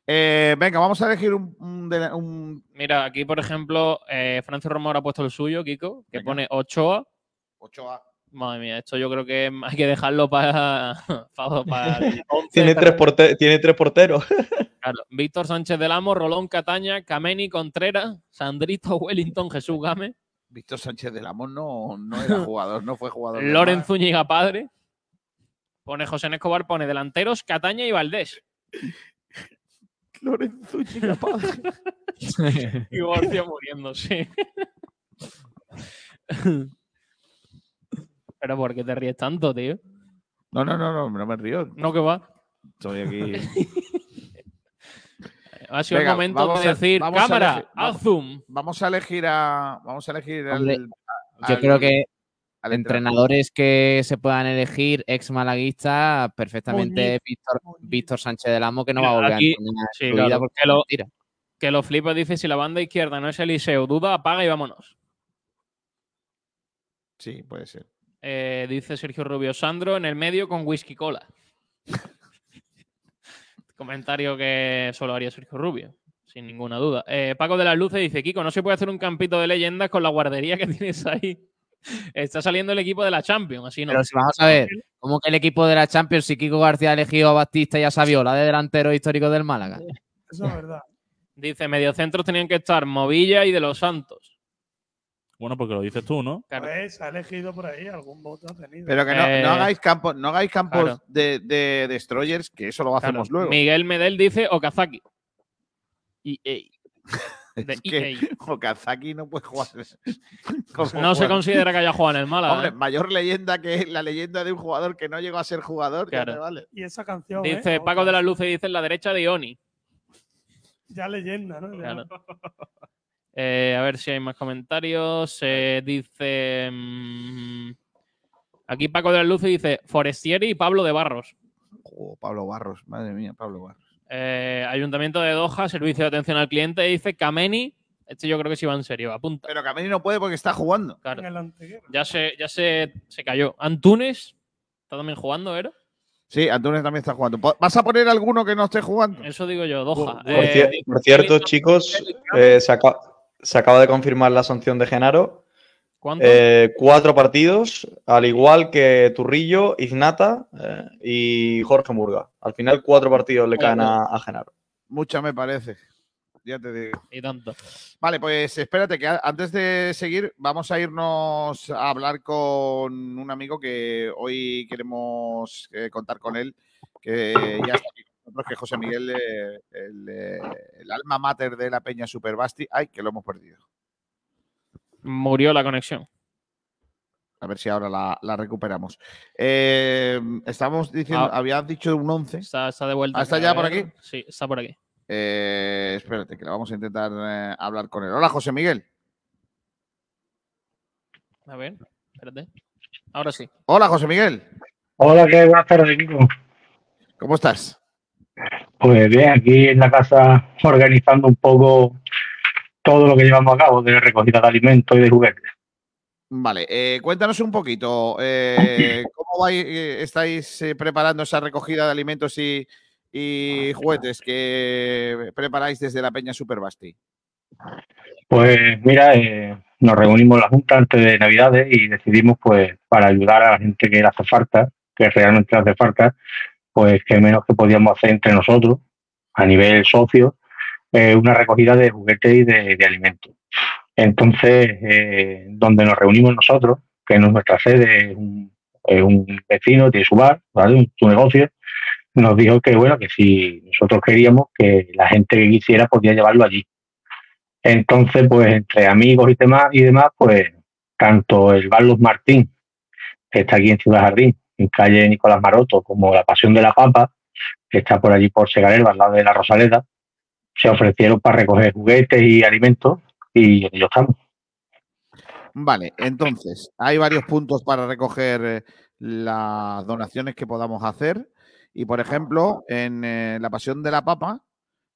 S2: Eh, venga, vamos a elegir un. un de- un-
S8: Mira, aquí, por ejemplo, eh, Francis Romero ha puesto el suyo, Kiko, que pone Ochoa,
S2: Ochoa.
S8: Madre mía, esto yo creo que hay que dejarlo para. *laughs* para, para el 11,
S5: Tiene tres,
S8: pero-
S5: porte- tiene tres porteros.
S8: Claro. Víctor Sánchez del Amo, Rolón Cataña, Cameni Contreras, Sandrito Wellington, Jesús Gámez,
S2: Víctor Sánchez del Amor no, no era jugador, no fue jugador. del
S8: Loren
S2: Málaga.
S8: Zúñiga Padre. Pone José N. Escobar, pone delanteros, Cataña y Valdés.
S2: *laughs* Lorenzo Zúñiga
S8: *laughs*
S2: Padre.
S8: Y Borgia muriéndose. *laughs* Pero ¿por qué te ríes tanto, tío?
S2: No, no, no, no, no me río.
S8: No, que va.
S2: Estoy aquí.
S8: Ha sido
S2: Venga,
S8: el momento
S2: vamos
S8: de
S2: a-
S8: decir,
S2: vamos a
S8: cámara,
S2: elegir-
S8: haz
S2: va-
S8: zoom.
S2: Vamos a elegir a. Vamos a elegir al-
S7: Hombre,
S2: al-
S7: Yo creo que
S2: al entrenador.
S7: entrenadores que se puedan elegir, ex malaguistas, perfectamente
S8: Muñiz,
S7: Víctor, Víctor Sánchez del Amo, que no va
S8: Mira,
S7: a volver
S8: aquí-
S7: a entrenar
S8: sí,
S7: en su
S8: claro,
S7: vida Pues porque
S8: que lo-
S7: tira.
S8: Que los flipas dice, si la banda izquierda no es Eliseo, duda, apaga y vámonos.
S2: Sí, puede ser.
S8: Eh, dice Sergio Rubio Sandro, en el medio con whisky cola. *laughs* Comentario que solo haría Sergio Rubio, sin ninguna duda. Eh, Paco de las Luces dice, Kiko, no se puede hacer un campito de leyendas con la guardería que *laughs* tienes ahí. Está saliendo el equipo de la Champions, así no.
S7: Pero si vamos a ver, ¿cómo que el equipo de la Champions, si Kiko García ha elegido a Batista y a Saviola de delantero histórico del Málaga?
S10: Eso es verdad.
S8: Dice, mediocentros tenían que estar Movilla y de los Santos.
S4: Bueno, porque lo dices tú, ¿no?
S10: Pues, ha elegido por ahí, algún voto ha tenido.
S2: Pero que no,
S4: Eh,
S2: no hagáis campos, no hagáis campos
S8: claro.
S2: de, de destroyers, que eso lo hacemos
S8: Claro,
S2: luego.
S8: Miguel Medel dice Okazaki. Y
S2: Es que Okazaki no puede jugar.
S8: *laughs*
S2: Como *laughs*
S8: No se
S2: jugador.
S8: considera que haya jugado en el Málaga.
S2: Hombre,
S8: ¿eh?
S2: mayor leyenda que la leyenda de un jugador que no llegó a ser jugador, ya
S8: Claro.
S2: te vale.
S10: Y esa canción.
S8: Dice
S10: ¿eh?
S8: Paco de las Luces, dice en la derecha de Ioni.
S10: Ya leyenda, ¿no? Ya.
S8: Eh, a ver si hay más comentarios. Eh, dice. mm, aquí Paco de las Luces dice Forestieri y Pablo de Barros.
S2: Oh, Pablo Barros, madre mía, Pablo Barros.
S8: Eh, Ayuntamiento de Doha, Servicio de Atención al Cliente, dice Cameni. Este yo creo que sí va en serio, apunta.
S2: Pero Cameni no puede porque está jugando.
S8: Claro.
S10: En el anteguerra.
S8: Ya se, ya se, se cayó. Antunes está también jugando, ¿era?
S2: Sí, Antunes también está jugando. Po- ¿Vas a poner alguno que no esté jugando?
S8: Eso digo yo, Doha.
S5: Por, cier-
S8: Eh,
S5: por cierto, chicos, eh, se, aca- se acaba de confirmar la sanción de Genaro.
S8: ¿Cuánto?
S5: Eh, cuatro partidos, al igual que Turrillo, Ignata eh, y Jorge Murga. Al final, cuatro partidos le caen a, a Genaro.
S2: Mucho me parece. Ya te digo.
S8: Y tanto.
S2: Vale, pues espérate, que a- antes de seguir, vamos a irnos a hablar con un amigo que hoy queremos eh, contar con él, que ya está aquí con nosotros, que es José Miguel, eh, el, eh, el alma mater de la Peña Superbasti. Ay, que lo hemos perdido.
S8: Murió la conexión.
S2: A ver si ahora la, la recuperamos. Eh, estamos diciendo,
S8: Ah.
S2: habías dicho un 11.
S8: Está, está de vuelta.
S2: Ah, ¿está
S8: A
S2: ya por
S8: ver,
S2: aquí?
S8: Sí, está por aquí.
S2: Eh, espérate, que la vamos a intentar eh, hablar con él. Hola, José Miguel.
S8: A ver, espérate. Ahora sí.
S2: Hola, José Miguel.
S12: Hola, ¿qué? Buenas tardes, Kiko.
S2: ¿Cómo estás?
S12: Pues bien, aquí en la casa organizando un poco todo lo que llevamos a cabo de recogida de alimentos y de juguetes.
S2: Vale, eh, cuéntanos un poquito, eh, ¿cómo vais, eh, estáis eh, preparando esa recogida de alimentos y, y juguetes que preparáis desde la Peña Superbasti?
S12: Pues mira, eh, nos reunimos en la Junta antes de Navidades y decidimos, pues, para ayudar a la gente que le hace falta, que realmente le hace falta, pues, que menos que podíamos hacer entre nosotros, a nivel socio, eh, una recogida de juguetes y de, de alimentos. Entonces, eh, donde nos reunimos nosotros, que no es nuestra sede, es un, es un vecino, tiene su bar, ¿vale? Un- su negocio, nos dijo que, bueno, que si nosotros queríamos que la gente que quisiera podía llevarlo allí. Entonces, pues entre amigos y demás, y demás, pues tanto el bar Los Martín, que está aquí en Ciudad Jardín, en calle Nicolás Maroto, como la Pasión de la Papa, que está por allí por Segarelba, al lado de la Rosaleda, se ofrecieron para recoger juguetes y alimentos y en ello estamos.
S2: Vale, entonces, hay varios puntos para recoger eh, las donaciones que podamos hacer y, por ejemplo, en eh, la Pasión de la Papa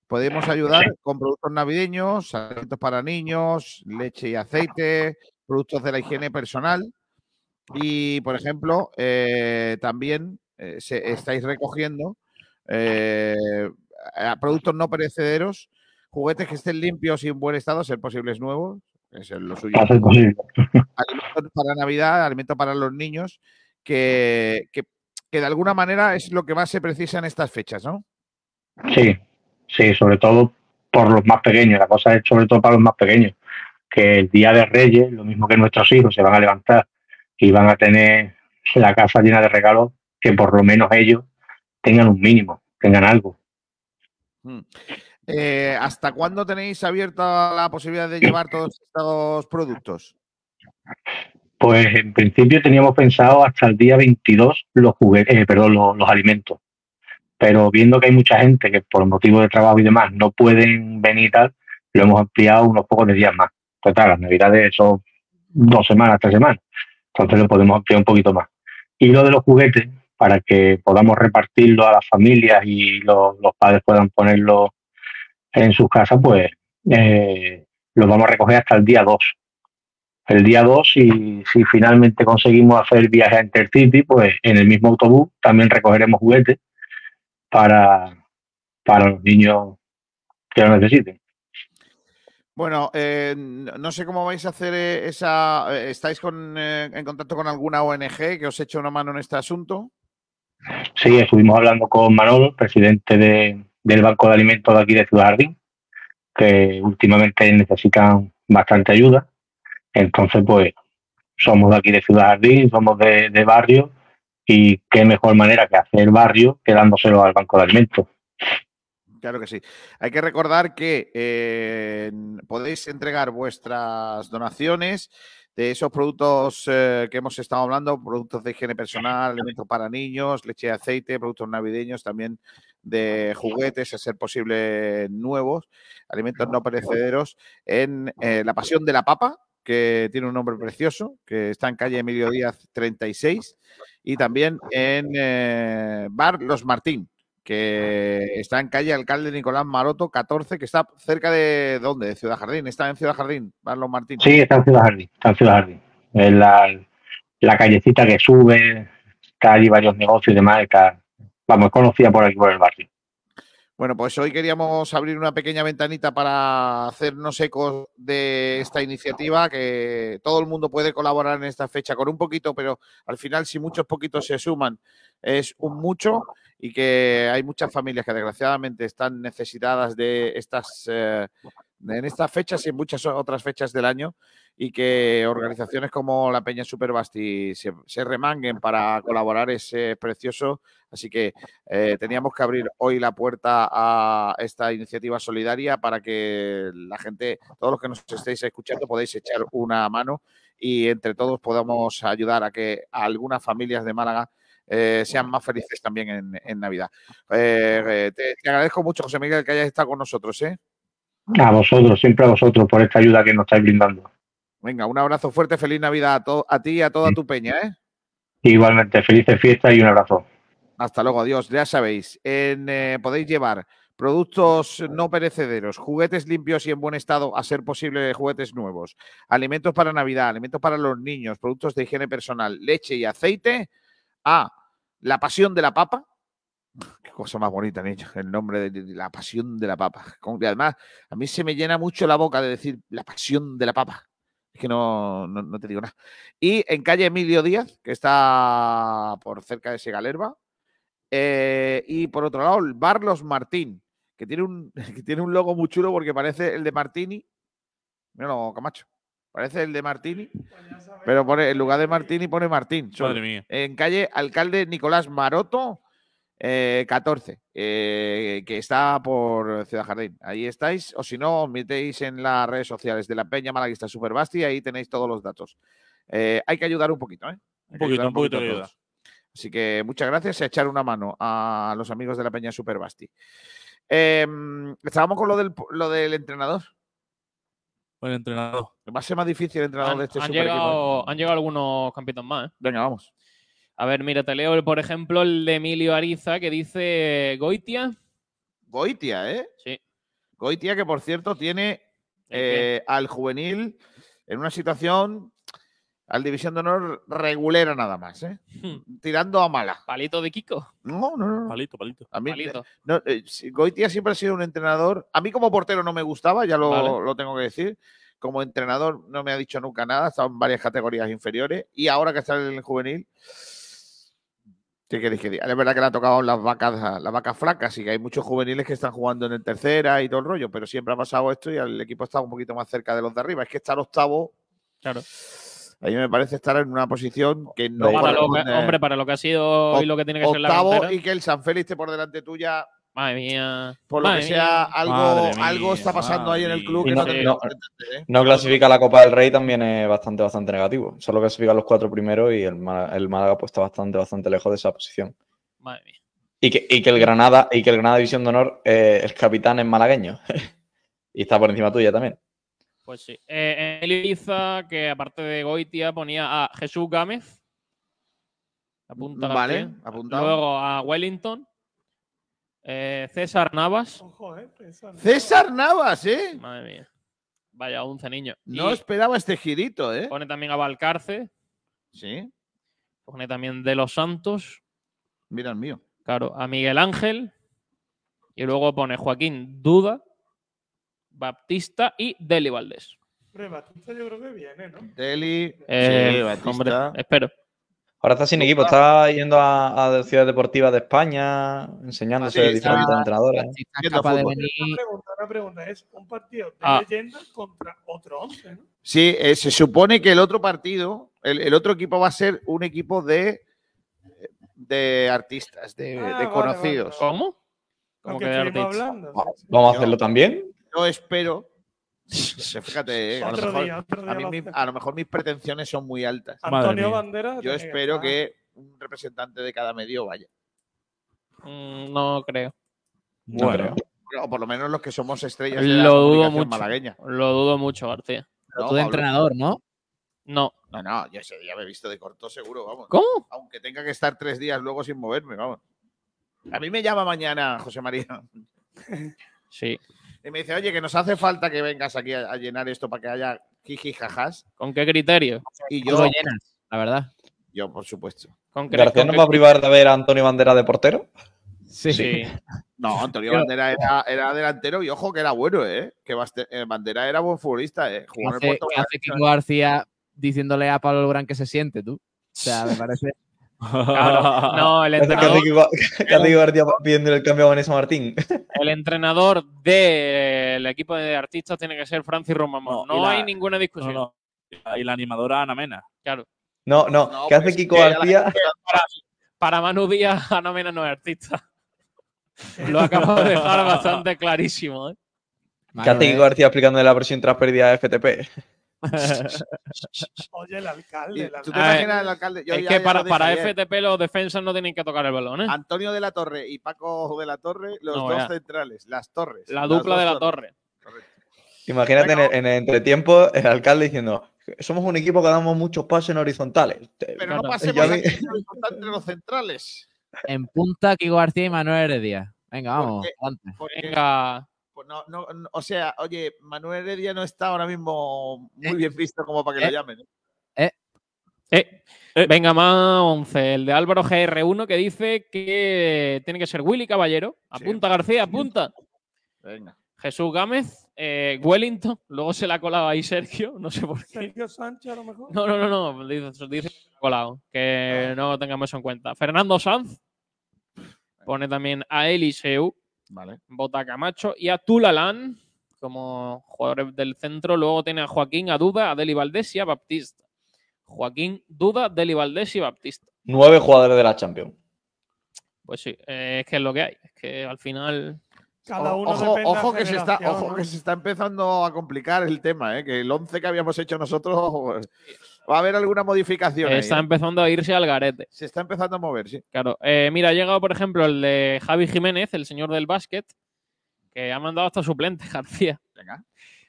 S2: podemos ayudar con productos navideños, alimentos para niños, leche y aceite, productos de la higiene personal. Y, por ejemplo, eh, también eh, se, estáis recogiendo eh, a productos no perecederos, juguetes que estén limpios y en buen estado, a ser posibles nuevos, Eso es lo suyo.
S12: a ser posible.
S2: Alimentos para Navidad, alimentos para los niños, que, que, que de alguna manera es lo que más se precisa en estas fechas, ¿no?
S12: Sí, sí, sobre todo por los más pequeños. La cosa es sobre todo para los más pequeños. Que el día de Reyes, lo mismo que nuestros hijos, se van a levantar y van a tener la casa llena de regalos, que por lo menos ellos tengan un mínimo, tengan algo.
S2: Mm. Eh, ¿Hasta cuándo tenéis abierta la posibilidad de llevar todos estos productos?
S12: Pues en principio teníamos pensado hasta el día 22 los juguetes, eh, perdón, los, los alimentos. Pero viendo que hay mucha gente que por motivo de trabajo y demás no pueden venir y tal, lo hemos ampliado unos pocos de días más. Total, las navidades son dos semanas, tres semanas. Entonces lo podemos ampliar un poquito más. Y lo de los juguetes, para que podamos repartirlo a las familias y los, los padres puedan ponerlo en sus casas, pues eh, los vamos a recoger hasta el día 2 el día 2 y si finalmente conseguimos hacer el viaje a Intercity, pues en el mismo autobús también recogeremos juguetes para, para los niños que lo necesiten.
S2: Bueno, eh, no no sé cómo vais a hacer eh, esa. eh, ¿Estáis con, eh, en contacto con alguna ONG que os eche una mano en este asunto?
S12: Sí, estuvimos hablando con Manolo, presidente de- del Banco de Alimentos de aquí de Ciudad Jardín, que últimamente necesitan bastante ayuda. Entonces, pues, somos de aquí de Ciudad Jardín, somos de, de barrio, y qué mejor manera que hacer barrio que dándoselo al Banco de Alimentos.
S2: Claro que sí. Hay que recordar que eh, podéis entregar vuestras donaciones de esos productos eh, que hemos estado hablando, productos de higiene personal, alimentos para niños, leche de aceite, productos navideños, también de juguetes, a ser posible nuevos, alimentos no perecederos, en eh, La Pasión de la Papa, que tiene un nombre precioso, que está en calle Emilio Díaz 36, y también en eh, Bar Los Martín, que está en calle Alcalde Nicolás Maroto 14, que está cerca de ¿dónde? De Ciudad Jardín, está en Ciudad Jardín, Bar Los Martín.
S12: Sí, está en Ciudad Jardín, está en Ciudad Jardín. Es la, la callecita que sube, está allí varios negocios y demás, está, vamos, es conocida por aquí, por el barrio.
S2: Bueno, pues hoy queríamos abrir una pequeña ventanita para hacernos eco de esta iniciativa, que todo el mundo puede colaborar en esta fecha con un poquito, pero al final si muchos poquitos se suman es un mucho y que hay muchas familias que desgraciadamente están necesitadas de estas, eh, en estas fechas y en muchas otras fechas del año y que organizaciones como la Peña Superbasti se, se remanguen para colaborar es eh, precioso. Así que eh, teníamos que abrir hoy la puerta a esta iniciativa solidaria para que la gente, todos los que nos estéis escuchando, podáis echar una mano y entre todos podamos ayudar a que algunas familias de Málaga eh, sean más felices también en, en Navidad. Eh, eh, te, te agradezco mucho, José Miguel, que hayas estado con nosotros. ¿eh?
S12: A vosotros, siempre a vosotros, por esta ayuda que nos estáis brindando.
S2: Venga, un abrazo fuerte, feliz Navidad a, to- a ti y a toda tu peña. ¿eh?
S12: Igualmente, felices fiestas y un abrazo.
S2: Hasta luego, adiós. Ya sabéis, en, eh, podéis llevar productos no perecederos, juguetes limpios y en buen estado, a ser posible juguetes nuevos, alimentos para Navidad, alimentos para los niños, productos de higiene personal, leche y aceite, a La Pasión de la Papa. *laughs* Qué cosa más bonita, niño, el nombre de La Pasión de la Papa. Con- Y además, a mí se me llena mucho la boca de decir La Pasión de la Papa. Es que no, no- no te digo nada. Y en calle Emilio Díaz, que está por cerca de Segalerba, eh, y por otro lado, el Bar Los Martín, que tiene un, *laughs* que tiene un logo muy chulo porque parece el de Martini. Míralo, Camacho. Parece el de Martini. Pero pone, en lugar de Martini pone Martín. solo.
S4: Madre mía.
S2: En calle Alcalde Nicolás Maroto, eh, 14, eh, que está por Ciudad Jardín. Ahí estáis, o si no, os metéis en las redes sociales de la Peña Malaguista Superbasti, ahí tenéis todos los datos. Eh, hay que ayudar un poquito, ¿eh? Hay que
S4: poquito,
S2: ayudar
S4: un poquito
S2: a
S4: de
S2: todos.
S4: ayuda.
S2: Así que muchas gracias y a echar una mano a los amigos de la Peña Superbasti. Eh, estábamos con lo del, lo del entrenador.
S4: Buen entrenador.
S2: Va a ser más difícil el entrenador
S8: Han,
S2: de este
S8: han
S2: super
S8: llegado, han llegado algunos campitos más. ¿eh?
S2: Venga, vamos.
S8: A ver, mira, te leo, por ejemplo, el de Emilio Ariza que dice Goitia.
S2: Goitia, ¿eh?
S8: Sí. *laughs*
S2: Goitia, que por cierto tiene eh, al juvenil en una situación, al División de Honor regulera nada más, ¿eh? Tirando a mala.
S8: Palito de Kiko.
S2: No, no, no.
S4: Palito, palito.
S2: A mí, no, eh, si- Goitia siempre ha sido un entrenador. A mí, como portero, no me gustaba, ya lo,
S8: Vale.
S2: lo tengo que decir. como entrenador no me ha dicho nunca nada, ha estado en varias categorías inferiores y ahora que está en el juvenil, ¿qué queréis que diga? Es verdad que le ha tocado las vacas, las vacas flacas y que hay muchos juveniles que están jugando en el tercera y todo el rollo, pero siempre ha pasado esto y el equipo está un poquito más cerca de los de arriba. Es que estar octavo,
S8: Claro.
S2: a mí me parece estar en una posición que no...
S8: para lo que-
S2: corresponde.
S8: hombre, para lo que ha sido y lo que tiene que ser la
S2: eh, octavo
S8: delantera.
S2: y que el San Félix esté por delante tuya.
S8: Madre mía.
S2: Por lo
S8: Madre
S2: que sea,
S8: mía.
S2: algo,
S8: Madre mía,
S2: algo está pasando ahí en el club
S5: Y
S2: que
S5: no,
S2: no te-
S5: no- no clasifica la Copa del Rey también es bastante, bastante negativo. Solo clasifica los cuatro primeros y el, Má- el Málaga pues está bastante, bastante lejos de esa posición.
S8: Madre mía.
S5: Y que, y que el Granada, y que el Granada División de Honor, eh, el capitán es malagueño. *laughs* y está por encima tuya también.
S8: Pues sí. Eh, Emilio Iza, que aparte de Goitia, ponía a Jesús Gámez. Apunta
S2: Vale,
S8: bien.
S2: apuntado.
S8: Luego a Wellington. Eh, César Navas.
S10: eh,
S2: César Navas, ¿eh?
S8: Madre mía. Vaya, 11 niños.
S2: No
S8: Y
S2: esperaba este girito, ¿eh?
S8: Pone también a Valcarce.
S2: Sí.
S8: Pone también De Los Santos.
S2: Mira el mío.
S8: Claro, a Miguel Ángel. Y luego pone Joaquín Duda, Baptista y Deli Valdés.
S10: Hombre, Batista yo creo que viene, ¿no?
S2: Deli,
S8: Eh,
S5: sí,
S2: Batista.
S8: hombre, espero.
S5: Ahora está
S2: Pues
S5: sin equipo, está yendo a, a Ciudad Deportiva de España, enseñándose de
S10: Batista-
S5: diferentes entrenadores.
S10: Una pregunta, una pregunta. Es un partido de
S2: Ah.
S10: leyenda contra otro 11, ¿no?
S2: Sí, eh, se supone que el otro partido, el, el otro equipo va a ser un equipo de, de artistas,
S10: Ah,
S2: de, de conocidos.
S8: ¿Cómo?
S2: Como
S10: que de estuvimos artistas. hablando.
S2: Ah,
S5: Vamos a hacerlo también.
S2: Yo
S8: *laughs*
S2: espero. Fíjate, eh, a, lo
S10: Otro
S2: mejor,
S10: día, otro día
S2: a mí
S10: lo
S2: mi-
S10: hacemos.
S2: a lo mejor mis pretensiones son muy altas.
S10: Madre Antonio eh, mía. Banderas
S2: Yo
S10: tenía que
S2: espero
S10: estar.
S2: que un representante de cada medio vaya.
S8: Mm, No creo.
S2: Bueno. O por lo menos los que somos estrellas de la
S8: Lo dudo
S2: comunicación
S8: mucho.
S2: malagueña.
S8: Lo dudo mucho, García.
S2: Pero tú de Pablo. entrenador,
S8: ¿no? No.
S2: No, no, yo ese día me he visto de corto seguro, vamos.
S8: ¿Cómo?
S2: Aunque tenga que estar tres días luego sin moverme, vamos. A mí me llama mañana José María *laughs*
S8: Sí.
S2: y me dice, oye, que nos hace falta que vengas aquí a, a llenar esto para que haya jiji jajás.
S8: ¿Con qué criterio?
S2: Y
S8: Tú
S2: yo,
S8: lo llenas, la verdad.
S2: yo, por supuesto.
S8: ¿Con qué-
S5: ¿García
S8: con
S5: nos
S8: qué-
S5: va a privar de ver a Antonio Bandera de portero?
S8: Sí.
S2: No, Antonio Bandera era, era delantero y ojo que era bueno, ¿eh? Que Baste- eh, Bandera era buen futbolista, ¿eh?
S8: Pues
S7: ¿Qué
S2: Jugó en el
S7: hace,
S2: Puerto
S7: qué hace Kiko García diciéndole a Pablo Durán que se siente, tú? O sea, me
S8: *laughs*
S7: parece.
S4: *laughs*
S8: Claro, Pues no,
S5: *laughs*
S8: el
S5: ¿Qué hace
S8: entrenador-
S5: Kiko Gar- qué hace Kiko García pidiendo el cambio a Vanessa Martín?
S8: El entrenador del equipo de artistas tiene que ser Francis Romamón. No,
S4: y la-
S8: hay ninguna discusión.
S4: no, Y la animadora Ana Mena.
S8: Claro.
S5: No, no, ¿qué hace Kiko García?
S8: Para, para Manu Díaz, Ana Mena no es artista. Lo acabo de dejar bastante clarísimo. ¿eh?
S5: ¿Qué hace
S7: ¿eh?
S5: Kiko García explicando la versión tras pérdida de FTP?
S10: Oye, el alcalde. el
S2: ¿Tú
S10: alcalde.
S2: te imaginas al alcalde? Yo
S8: es
S2: ya-
S8: que
S2: ya
S8: para,
S2: lo dije
S8: para
S2: ayer. Ah,
S8: FTP los defensas no tienen que tocar el balón. ¿eh?
S2: Antonio de la Torre y Paco de la Torre, los
S8: No,
S2: dos
S8: ya.
S2: centrales, las torres.
S8: La
S2: las
S8: dupla
S2: dos
S8: de la
S2: torres.
S8: torre.
S5: Imagínate en el, en el entretiempo el alcalde diciendo somos un equipo que damos muchos pases en horizontales.
S2: Pero no
S5: Ya
S2: pasemos
S5: vi-
S2: la línea horizontal entre los centrales.
S7: En punta, Kiko García y Manuel Heredia. Venga, vamos.
S2: Porque-
S7: adelante.
S2: porque-
S8: Eh. Venga.
S2: Pues no, no, no, o sea, oye, Manuel Heredia no está ahora mismo muy bien visto como para que lo
S8: Eh.
S2: llamen. ¿eh?
S8: Eh, Venga, más 11. El de Álvaro GR1 que dice que tiene que ser Willy Caballero. Apunta, García, apunta.
S2: Venga.
S8: Jesús Gámez, eh, Wellington. Luego se la ha colado ahí Sergio. No sé por qué.
S10: Sergio Sánchez, a lo mejor.
S8: No, no, no, no. Dice, dice colado. Que no tengamos eso en cuenta. Fernando Sanz. Pone también a Eliseu.
S2: Vale.
S8: Bota a Camacho y a Tulalán como jugadores del centro. Luego tiene a Joaquín, a Duda, a Deli Valdés y a Baptista. Joaquín, Duda, Deli Valdés y Baptista.
S5: Nueve jugadores de la Champions.
S8: Pues sí, eh, es que es lo que hay. Es que al final.
S10: Cada
S2: O-
S10: uno
S2: ojo,
S10: depende
S2: ojo
S10: de
S2: que se está,
S10: generación,
S2: ojo
S10: ¿no?
S2: que se está empezando a complicar el tema, ¿eh? que el 11 que habíamos hecho *laughs* nosotros va a haber alguna modificación. ahí,
S8: Está
S2: ¿eh?
S8: empezando a irse al garete.
S2: Se está empezando a mover, sí.
S8: Claro. Eh, mira, ha llegado, por ejemplo, el de Javi Jiménez, el señor del básquet, que ha mandado hasta suplente, *laughs* García.
S2: Venga.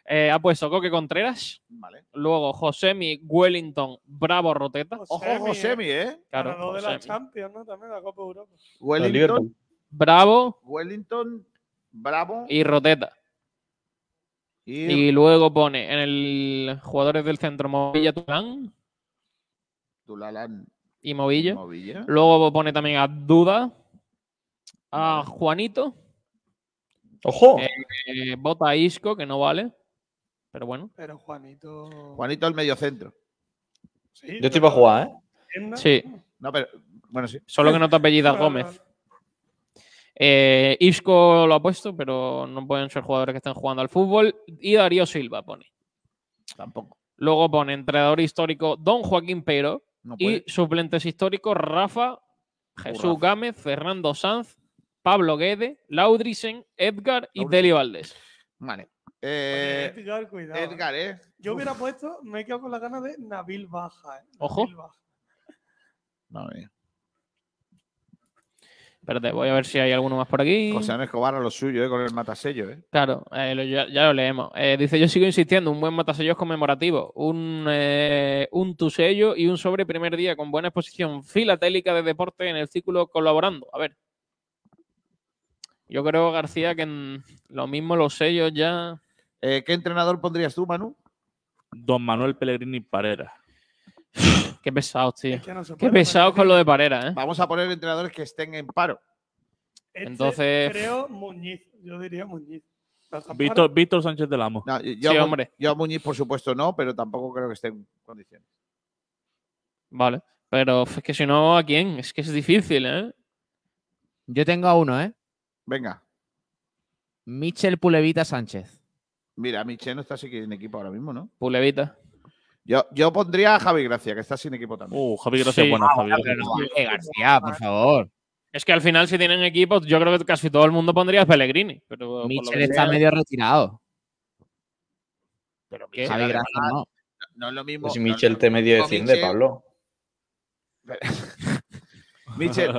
S8: Eh, ha puesto Coque Contreras.
S2: Vale.
S8: Luego Josemi, Wellington, Bravo, Roteta.
S2: Ojo, Josemi, ¿eh?
S8: Claro,
S10: Ganador de la
S8: Josemi.
S10: Champions, ¿no? También la Copa Europa.
S2: Wellington,
S8: Bravo
S2: Wellington, Bravo
S8: y Roteta. Y luego pone en el jugadores del centro Movilla Tulán
S2: Tulalán.
S8: y Movilla.
S2: Movilla.
S8: Luego pone también a Duda, a Juanito,
S5: Ojo.
S8: eh, Bota a Isco, que no vale. pero bueno.
S10: Pero Juanito.
S2: Juanito el mediocentro.
S10: Sí,
S5: Yo estoy para jugar, ¿eh?
S8: Sí.
S2: No, pero. Bueno, sí.
S8: Solo que no te apellidas Gómez. Eh, Isco lo ha puesto, pero no pueden ser jugadores que estén jugando al fútbol. Y Darío Silva pone.
S2: Tampoco.
S8: Luego pone entrenador histórico Don Joaquín Pero
S2: Ah,
S8: y
S2: pues.
S8: suplentes históricos Rafa, Jesús
S2: Rafa.
S8: Gámez, Fernando Sanz, Pablo Guede, Laudrisen, Edgar y Deli Valdés.
S2: Vale. Eh,
S10: Edgar, cuidado.
S2: Edgar, ¿eh?
S10: Yo hubiera puesto, me he quedado con la gana de Nabil Baja, ¿eh?
S8: Ojo.
S10: Nabil Baja.
S8: Espérate, voy a ver si hay alguno más por aquí.
S2: José Ángel Escobar a lo suyo, ¿eh? Con el matasello, ¿eh?
S8: Claro, eh, lo- ya, ya lo leemos. Eh, dice, yo sigo insistiendo, un buen matasellos conmemorativo, un, eh, un tu sello y un sobre primer día con buena exposición filatélica de deporte en el círculo colaborando. A ver. Yo creo, García, que en lo mismo los sellos ya...
S2: Eh, ¿Qué entrenador pondrías tú, Manu?
S4: Don Manuel Pellegrini Parera.
S8: Qué pesado, tío.
S10: se
S8: Qué
S7: pues,
S8: pesado con lo de Parera, ¿eh?
S2: Vamos a poner entrenadores que estén en paro.
S10: Este
S8: Entonces-
S10: Creo Muñiz, yo diría Muñiz. Pero tampoco-
S4: Víctor, Víctor Sánchez del Amo.
S2: No, yo, a Mu- yo a Muñiz, por supuesto, no, pero tampoco creo que esté en condiciones.
S8: Vale, pero es que si no, ¿a quién? Es que es difícil, ¿eh?
S7: Yo tengo a uno, ¿eh?
S2: Venga.
S7: Michel Pulevita Sánchez.
S2: Mira, Michel no está sin equipo ahora mismo, ¿no?
S8: Pulevita.
S2: Yo, yo pondría a Javi Gracia, que está sin equipo también.
S4: Uh,
S8: Javi Gracia es Ah, bueno, Javi Gracia.
S7: Eh, García, por favor.
S8: Es que al final, si tienen equipos, yo creo que casi todo el mundo pondría a Pellegrini. Pero por lo
S7: Michel
S8: que
S7: está
S8: veo-
S7: medio retirado.
S2: Pero
S8: ¿Qué?
S7: Javi Gracia no.
S2: No es lo mismo.
S5: Pues si
S2: no es
S5: Michel
S2: lo
S5: te medio
S2: mismo
S5: defiende,
S2: Michel-
S5: Pablo.
S4: *laughs*
S2: Michel,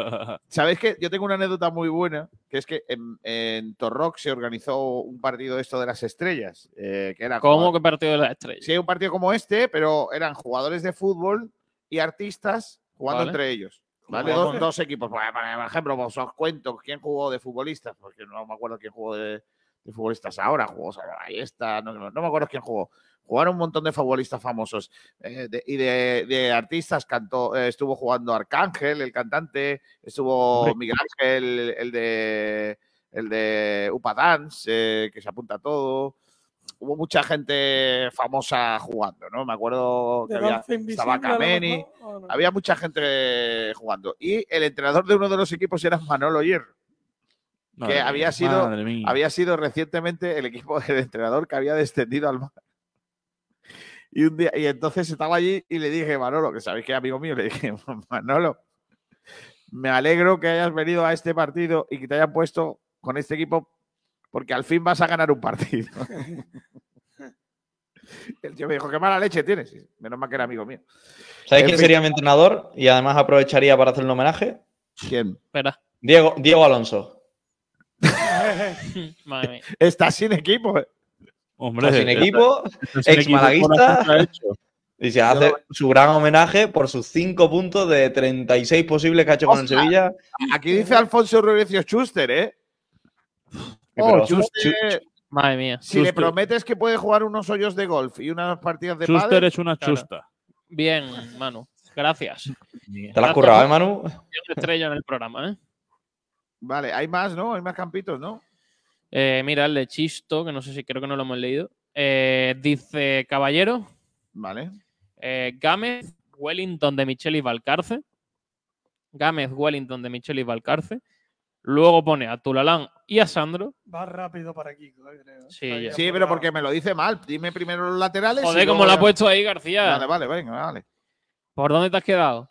S2: ¿sabéis que yo tengo una anécdota muy buena? Que es que en, en Torrox se organizó un partido de esto de las estrellas. eh, que era
S8: ¿Cómo que partido de las estrellas?
S2: Sí, un partido como este, pero eran jugadores de fútbol y artistas jugando
S8: Vale.
S2: entre ellos. ¿vale?
S8: Vale.
S2: Dos, dos equipos. Por por ejemplo, os os cuento quién jugó de futbolistas, porque no me acuerdo quién jugó de, de futbolistas ahora. Jugó Esta, no, no- no me acuerdo quién jugó. Jugaron un montón de futbolistas famosos eh, de- y de, de artistas. Cantó, eh, estuvo jugando Arcángel, el cantante, estuvo
S13: Hombre.
S2: Miguel Ángel, el de, el de Upa Dance, eh, que se apunta a todo hubo mucha gente famosa jugando, ¿no? Me acuerdo que
S10: De
S2: había,
S10: Danza Invisible,
S2: estaba
S10: a
S2: Kameni,
S10: lo mejor, ¿o no?
S2: había mucha gente jugando. Y el entrenador de uno de los equipos era Manolo Hierro,
S4: Madre
S2: que
S4: mía,
S2: había sido,
S4: madre mía.
S2: había sido recientemente el equipo del entrenador que había descendido al mar. Y, un día, y entonces estaba allí y le dije, Manolo, que sabéis que es amigo mío, le dije, *laughs* Manolo, me alegro que hayas venido a este partido y que te hayan puesto con este equipo porque al fin vas a ganar un partido. El tío me dijo, qué mala leche tienes. Y Menos mal que era amigo mío.
S5: ¿Sabes
S2: En
S5: quién
S2: fin.
S5: sería mi entrenador? Y además aprovecharía para hacerle un homenaje.
S2: ¿Quién? *laughs*
S8: Espera.
S5: Diego, Diego Alonso.
S8: Madre mía.
S2: Está sin equipo. eh.
S4: Hombre,
S8: Pues
S5: Está sin
S4: está-
S5: equipo,
S4: está sin
S5: ex
S4: equipo, ahora
S5: malaguista.
S4: está hecho.
S5: Y se hace su gran homenaje por sus cinco puntos de 36 posibles que ha hecho con el
S2: Ostras.
S5: Sevilla.
S2: Aquí dice Alfonso Rubicio Schuster, ¿eh? Oh,
S5: Pero-
S2: Schuster,
S8: Madre mía.
S2: si le prometes que puede jugar unos hoyos de golf y unas partidas de
S4: Schuster
S2: pádel,
S4: es una
S2: claro.
S4: chusta.
S8: Bien, Manu. Gracias.
S5: Te la has currado, ¿eh, Manu?
S8: Yo estrella en el programa, ¿eh?
S2: Vale, hay más, ¿no? Hay más campitos, ¿no?
S8: Eh, Mira, el de Chisto, que no sé si creo que no lo hemos leído. Eh, dice Caballero,
S2: Vale.
S8: eh, Gámez, Wellington de Michel y Valcarce. Gámez, Wellington de Michel y Valcarce. Luego pone a Tulalán y a Sandro.
S10: Va rápido para Kiko, eh, creo.
S8: Sí, ya.
S2: Sí, pero porque me lo dice mal. Dime primero los laterales.
S8: Joder,
S2: y luego
S8: como lo ha
S2: ya.
S8: puesto ahí García.
S2: Vale, vale, venga, vale.
S8: ¿Por dónde te has quedado?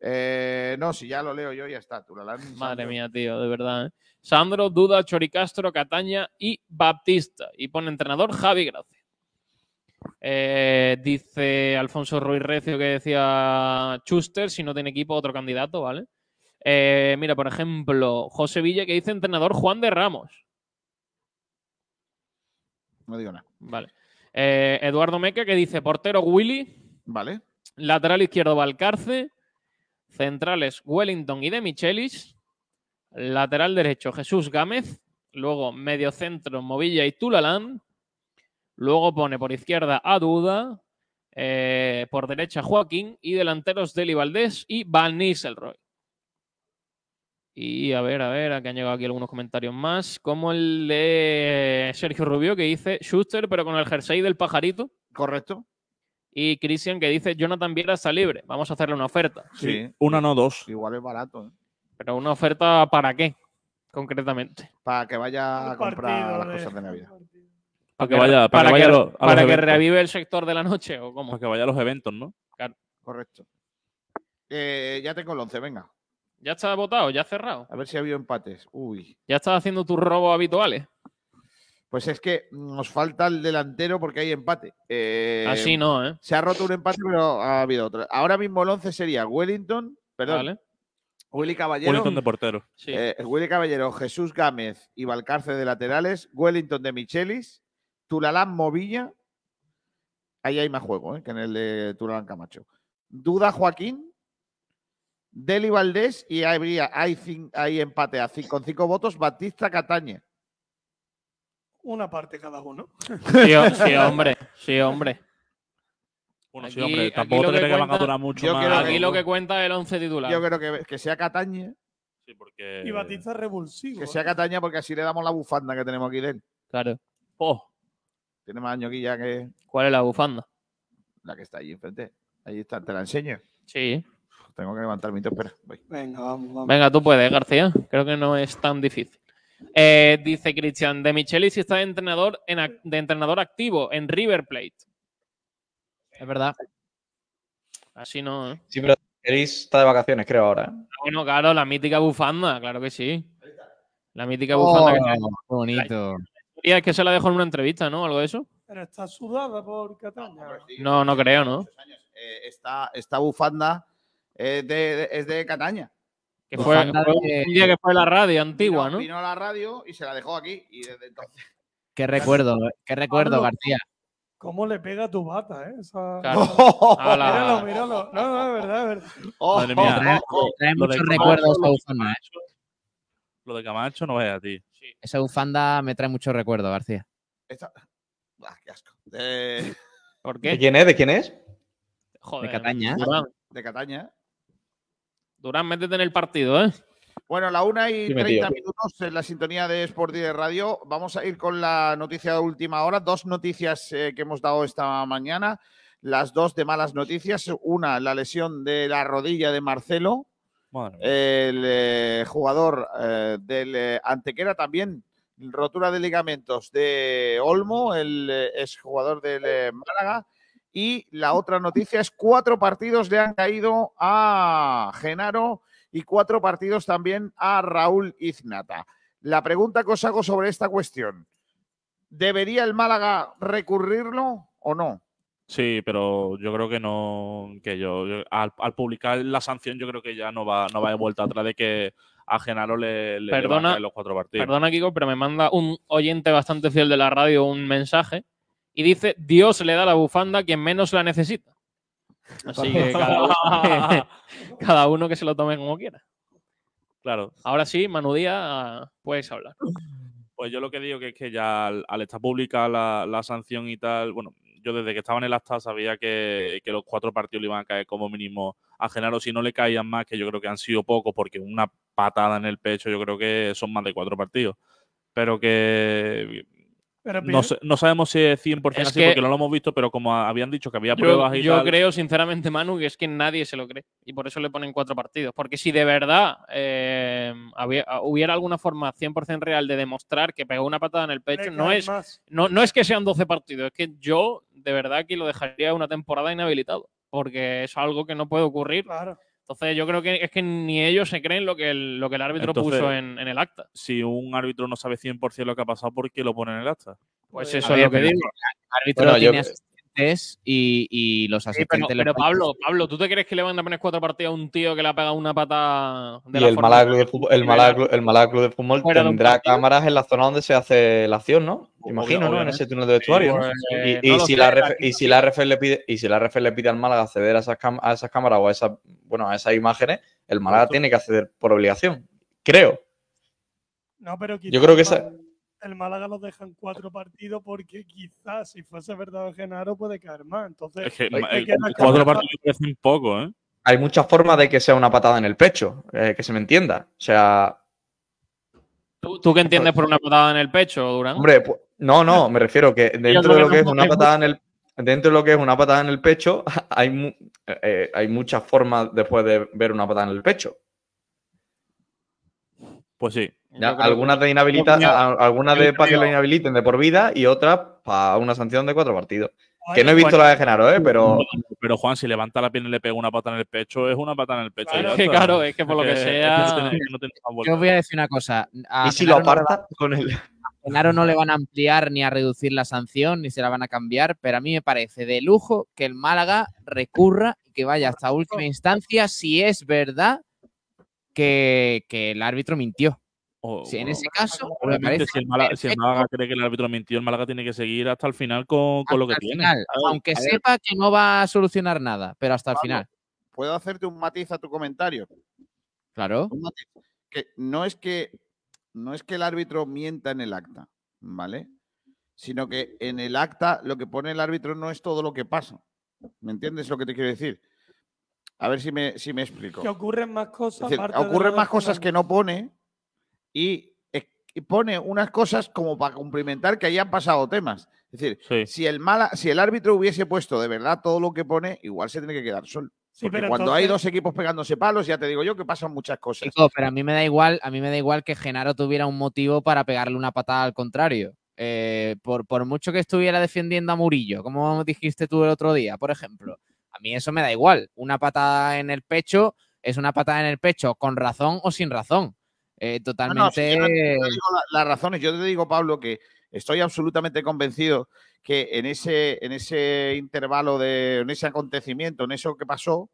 S2: Eh, no, si ya lo leo yo, ya está. Tulalán,
S8: Madre
S2: Sandro.
S8: mía, tío, de verdad. ¿eh? Sandro, Duda, Choricastro, Cataña y Baptista. Y pone entrenador Javi Gracia. Eh, dice Alfonso Ruiz Recio que decía Schuster, si no tiene equipo, otro candidato, ¿vale? Eh, mira, por ejemplo, José Villa que dice entrenador Juan de Ramos.
S2: No digo nada.
S8: Vale. Eh, Eduardo Meca que dice portero Willy.
S2: Vale.
S8: Lateral izquierdo Valcarce. Centrales Wellington y de Michelis. Lateral derecho Jesús Gámez. Luego medio centro Movilla y Tulalán. Luego pone por izquierda a Duda. eh, por derecha Joaquín. Y delanteros Deli Valdés y Van Nistelrooy. Y a ver, a ver, aquí han llegado aquí algunos comentarios más, como el de Sergio Rubio que dice Schuster, pero con el jersey del pajarito.
S2: Correcto.
S8: Y Cristian que dice Jonathan Viera está libre, vamos a hacerle una oferta.
S4: Una, no dos.
S2: Igual es barato. ¿eh?
S8: Pero una oferta para qué, concretamente.
S2: Para que vaya a comprar las cosas de Navidad.
S4: Para que vaya, para que vaya a los- a
S8: para
S4: los
S8: que
S4: eventos.
S8: reavive el sector de la noche o cómo.
S4: Para que vaya a los eventos, ¿no?
S2: Correcto. Eh, ya tengo el 11, venga.
S8: Ya está votado, ya cerrado.
S2: A ver si ha habido empates. Uy.
S8: Ya estás haciendo tus robos habituales.
S2: Pues es que nos falta el delantero porque hay empate. Eh,
S8: Así no, ¿eh?
S2: Se ha roto un empate, pero ha habido otro. Ahora mismo el 11 sería Wellington, perdón.
S8: Vale.
S2: Willy Caballero.
S4: Wellington de portero.
S2: Eh, Willy Caballero, Jesús Gámez y Valcarce de laterales, Wellington de Michelis, Tulalán Movilla. Ahí hay más juego ¿eh? que en el de Tulalán Camacho. Duda Joaquín, Deli Valdés y habría, hay, cin- hay empate a cin- con cinco votos, Batista Cataña.
S10: Una parte cada uno.
S8: Sí, o- sí, hombre, sí, hombre.
S4: Bueno,
S8: Aquí-
S4: hombre,
S8: aquí
S4: tampoco
S8: lo
S4: te
S8: que
S4: creas que van a
S8: cuenta-
S4: durar mucho
S8: yo
S4: más.
S8: creo que- Aquí lo que cuenta es el 11 titular.
S2: Yo creo que, que sea Cataña.
S4: Sí, porque.
S10: Y Batista revulsivo.
S2: Eh,
S10: eh.
S2: Que
S8: ¿eh?
S2: sea Cataña porque así le damos la bufanda que tenemos aquí de él.
S8: Claro.
S4: Oh,
S2: Tiene más años aquí ya que
S8: ¿Cuál es la bufanda?
S2: la que está allí enfrente. Ahí está, te la enseño. Pues
S8: Sí.
S2: Tengo que levantar mi espera. voy.
S10: Venga, vamos, vamos.
S8: Venga, tú puedes, García. Creo que no es tan difícil. Eh, dice Cristian, de Michelis está de entrenador, en ac- de entrenador activo en River Plate. Es verdad. Así no, ¿eh? Ah,
S5: Sí, pero Eris está de vacaciones, creo, ahora. ¿eh?
S8: Bueno, claro, la mítica bufanda, claro que sí. La mítica bufanda que
S7: Oh, qué bonito.
S8: Y es que se la dejó en una entrevista, ¿no? Algo de eso.
S10: Pero está sudada por Cataña.
S8: No, no creo, ¿no?
S2: Eh, esta, esta bufanda es de, de- es de Cataña.
S8: Que fue,
S7: Bufanda
S8: fue
S7: de-
S8: un día que fue la radio antigua, ¿no?
S2: Vino a la radio y se la dejó aquí. Y desde
S8: *laughs*
S2: entonces.
S7: Qué recuerdo, eh. qué recuerdo,
S10: Pablo.
S7: García.
S10: ¿Cómo le pega a tu bata, eh? Esa-
S7: Claro. Ala.
S10: *laughs* Míralo, míralo. No, no, es verdad, es verdad.
S2: Oh,
S4: Madre mía.
S7: Trae, trae
S4: Lo de
S7: muchos
S4: Camacho,
S7: recuerdos
S4: lo
S7: esa
S4: de
S7: bufanda. ¿eh?
S4: Lo de Camacho no es a ti.
S7: Esa bufanda me trae muchos recuerdos, García.
S2: Esta... Ah, qué asco. Eh,
S8: ¿Por
S5: ¿De quién es? ¿De quién es?
S8: Joder,
S7: Cataña.
S8: Durán,
S2: De Cataña. ¿eh?
S8: Durán, métete en el partido, ¿eh?
S2: Bueno, la 1 y
S8: Sí,
S2: 30
S8: metido.
S2: minutos en la sintonía de Sport de Radio. Vamos a ir con la noticia de última hora. Dos noticias eh, que hemos dado esta mañana. Las dos de malas noticias. Una, la lesión de la rodilla de Marcelo,
S4: Madre mía.
S2: el eh, jugador eh, del eh, Antequera también. Rotura de ligamentos de Olmo, el eh, exjugador del eh, Málaga. Y la otra noticia es cuatro partidos le han caído a Genaro y cuatro partidos también a Raúl Iznata. La pregunta que os hago sobre esta cuestión, ¿debería el Málaga recurrirlo o no?
S4: Sí, pero yo creo que no, que yo, yo- al, al publicar la sanción yo creo que ya no va, no va de vuelta atrás de que a Genaro le, le, le
S8: Perdona,
S4: van a caer los cuatro partidos.
S8: Perdona, Kiko, pero me manda un oyente bastante fiel de la radio un mensaje y dice: Dios le da la bufanda a quien menos la necesita.
S4: *laughs*
S8: Así que cada uno, *laughs* cada uno que se lo tome como quiera.
S4: Claro.
S8: Ahora sí, Manudía, puedes hablar.
S4: Pues yo lo que digo que es que ya al, al estar pública la, la sanción y tal, bueno, yo desde que estaba en el acta sabía que, que los cuatro partidos le iban a caer como mínimo a Genaro. Si no le caían más, que yo creo que han sido pocos, porque una patada en el pecho yo creo que son más de cuatro partidos. Pero que
S10: Pero
S4: no,
S10: pi-
S4: sé- no sabemos si es 100%
S8: Es
S4: así
S8: que-
S4: porque no lo hemos visto, pero como a- habían dicho que había pruebas
S8: Yo,
S4: y
S8: yo
S4: tal,
S8: creo, sinceramente, Manu, que es que nadie se lo cree. Y por eso le ponen cuatro partidos. Porque si de verdad eh, había- hubiera alguna forma 100% real de demostrar que pegó una patada en el pecho,
S10: Le
S8: no
S10: caen
S8: es,
S10: más.
S8: no, no es que sean 12 partidos. Es que yo, de verdad, que lo dejaría una temporada inhabilitado. Porque es algo que no puede ocurrir.
S10: Claro.
S8: Entonces, yo creo que es que ni ellos se creen lo que el, lo que el árbitro
S4: Entonces-
S8: puso en, en el acta.
S4: si un árbitro no sabe 100% lo que ha pasado, ¿por qué lo pone en el acta?
S8: Pues
S7: A
S8: eso
S7: ver,
S8: es lo que
S7: pero
S8: digo.
S7: El árbitro
S5: Bueno, yo-
S7: tiene asistentes y, y los
S8: Sí, pero,
S7: asistentes.
S8: pero
S7: le ponen-
S8: Pablo, Pablo, ¿tú te crees que le van a poner cuatro partidos a un tío que le ha pegado una pata de
S5: Y
S8: la
S5: el
S8: forma-
S5: Málaga Club de Fútbol, el
S8: de
S5: Málaga
S8: la-
S5: Club- el Málaga Club de Fútbol
S8: Fuera de un
S5: tendrá
S8: partido.
S5: cámaras en la zona donde se hace la acción, ¿no? Imagino, ¿no? En
S4: obviamente.
S5: ese turno de vestuario. ¿no?
S8: Pues, eh,
S5: Y, y
S8: no lo
S5: si
S8: sé,
S5: la ref-
S8: aquí
S5: y si la ref le pide y si la ref le pide al Málaga acceder a esas, cam- a esas cámaras o a esas bueno a esas imágenes, el Málaga tiene que acceder por obligación, creo.
S10: No, pero quizás
S5: Yo creo que
S10: el
S5: esa-
S10: Málaga- el Málaga los dejan cuatro partidos porque quizás si fuese verdad Genaro puede caer más. Entonces,
S4: Es que
S10: te
S4: eh,
S10: quedas con
S4: cuatro
S10: la-
S4: partidos parecen poco, ¿eh?
S5: hay muchas formas de que sea una patada en el pecho, eh, que se me entienda. O sea,
S8: ¿Tú, tú qué entiendes por una patada en el pecho, Durán?
S5: Hombre, pu- no, no, me refiero que dentro de
S8: creo que
S5: lo que es
S8: no-
S5: una
S8: es
S5: patada en el dentro de lo que es una patada en el pecho, *laughs* hay mu- eh, hay muchas formas después de ver una patada en el pecho.
S4: Pues sí.
S5: Ya,
S4: Yo creo
S5: algunas
S4: que-
S5: de inhabilita,
S4: Yo-
S5: a- algunas de
S4: yo
S5: para que
S4: creo-
S5: la inhabiliten de por vida y otras para una sanción de cuatro partidos. Que no he
S4: Bueno,
S5: visto
S4: bueno.
S5: la de Genaro, ¿eh? pero
S4: Pero Juan, si levanta la pierna y le pega una pata en el pecho, es una pata en el pecho. ya
S8: Claro,
S4: *laughs*
S8: es que
S4: está.
S8: claro, es que por lo que
S4: es
S8: sea-
S4: no tiene- no tiene más vuelta.
S7: Yo os voy a decir una cosa. a
S5: ¿Y si lo
S7: Genaro no le
S5: aparta Ah, con el *laughs*
S7: A Genaro no le van a ampliar ni a reducir la sanción, ni se la van a cambiar, pero a mí me parece de lujo que el Málaga recurra y que vaya hasta última instancia si es verdad que, que el árbitro mintió. Si en ese caso, me
S4: Oh, Obviamente,
S7: parece
S4: si el, Málaga, si el
S7: perfecto.
S4: Málaga cree que el árbitro mintió, el Málaga tiene que seguir hasta el final con, con lo que
S7: Hasta el
S4: tiene.
S7: final,
S4: A ver,
S7: aunque
S4: a ver,
S7: sepa que no va a solucionar nada, pero hasta el
S2: Pablo,
S7: final.
S2: ¿Puedo hacerte un matiz a tu comentario?
S7: Claro.
S2: Un matiz. Que no es que no es que el árbitro mienta en el acta, ¿vale? Sino que en el acta lo que pone el árbitro no es todo lo que pasa. ¿Me entiendes lo que te quiero decir? A ver si me, si me explico.
S10: Que ocurren más
S2: Es
S10: cosas.
S2: decir,
S10: aparte de
S2: ocurren
S10: lo
S2: más
S10: del
S2: cosas
S10: penalti.
S2: que no pone y, eh, y pone unas cosas como para cumplimentar que hayan pasado temas. Es decir, si, el mala, si el árbitro hubiese puesto de verdad todo lo que pone, igual se tiene que quedar solo.
S10: Sí,
S2: Porque
S10: pero
S2: cuando hay
S10: entonces-
S2: dos equipos pegándose palos, ya te digo yo que pasan muchas cosas.
S7: Chico, pero a mí me da igual, a mí me da igual que Genaro tuviera un motivo para pegarle una patada al contrario. Eh, por, por mucho que estuviera defendiendo a Murillo, como dijiste tú el otro día, por ejemplo, a mí eso me da igual. Una patada en el pecho es una patada en el pecho, con razón o sin razón. Eh,
S2: No, no, si
S7: totalmente.
S2: yo no- yo no digo la- las razones. Yo te digo, Pablo, que estoy absolutamente convencido que en ese, en ese intervalo, de, en ese acontecimiento, en eso que pasó,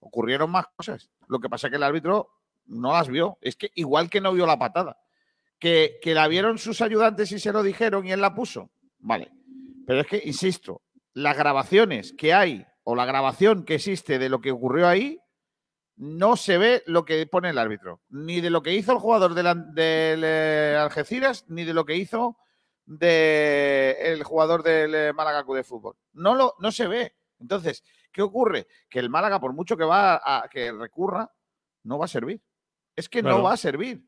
S2: ocurrieron más cosas. Lo que pasa es que el árbitro no las vio. Es que igual que no vio la patada. Que, que la vieron sus ayudantes y se lo dijeron y él la puso. Vale. Pero es que, insisto, las grabaciones que hay o la grabación que existe de lo que ocurrió ahí no se ve lo que pone el árbitro, ni de lo que hizo el jugador del, An- del, eh, Algeciras, ni de lo que hizo de el jugador del eh, Málaga Club de Fútbol. No, lo, no se ve. Entonces, ¿qué ocurre? Que el Málaga, por mucho que, va a, a- que recurra, no va a servir. Es que
S13: Claro.
S2: no va a servir.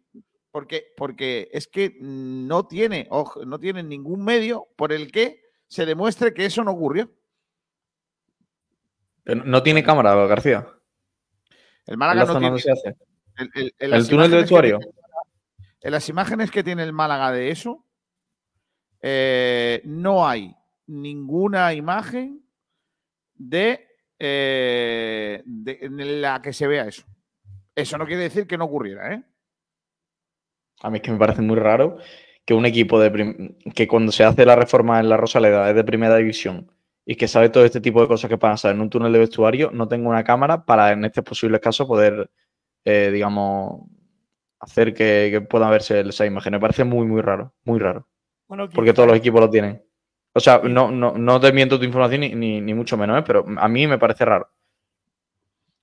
S2: Porque, porque es que no tiene, oj- no tiene ningún medio por el que se demuestre que eso no ocurrió.
S5: Pero no tiene cámara, García.
S2: El
S5: En
S2: Málaga
S5: la
S2: no
S5: zona
S2: tiene.
S5: donde se hace.
S2: el- el- en
S5: El
S2: las imágenes
S5: túnel de
S2: que
S5: vestuario.
S2: En las imágenes que tiene el Málaga de eso, eh, no hay ninguna imagen de, eh, de- en la que se vea eso. Eso no quiere decir que no ocurriera, ¿eh?
S5: A mí es que me parece muy raro que un equipo de prim- que cuando se hace la reforma en la Rosaleda es de primera división y que sabe todo este tipo de cosas que pasan en un túnel de vestuario, no tenga una cámara para en estos posibles casos poder, eh, digamos, hacer que, que puedan verse esas imágenes. Me parece muy, muy raro, muy raro.
S10: Bueno,
S5: Porque todos los equipos lo tienen. O sea, no, no, no te miento tu información ni, ni, ni mucho menos, ¿eh? pero a mí me parece raro.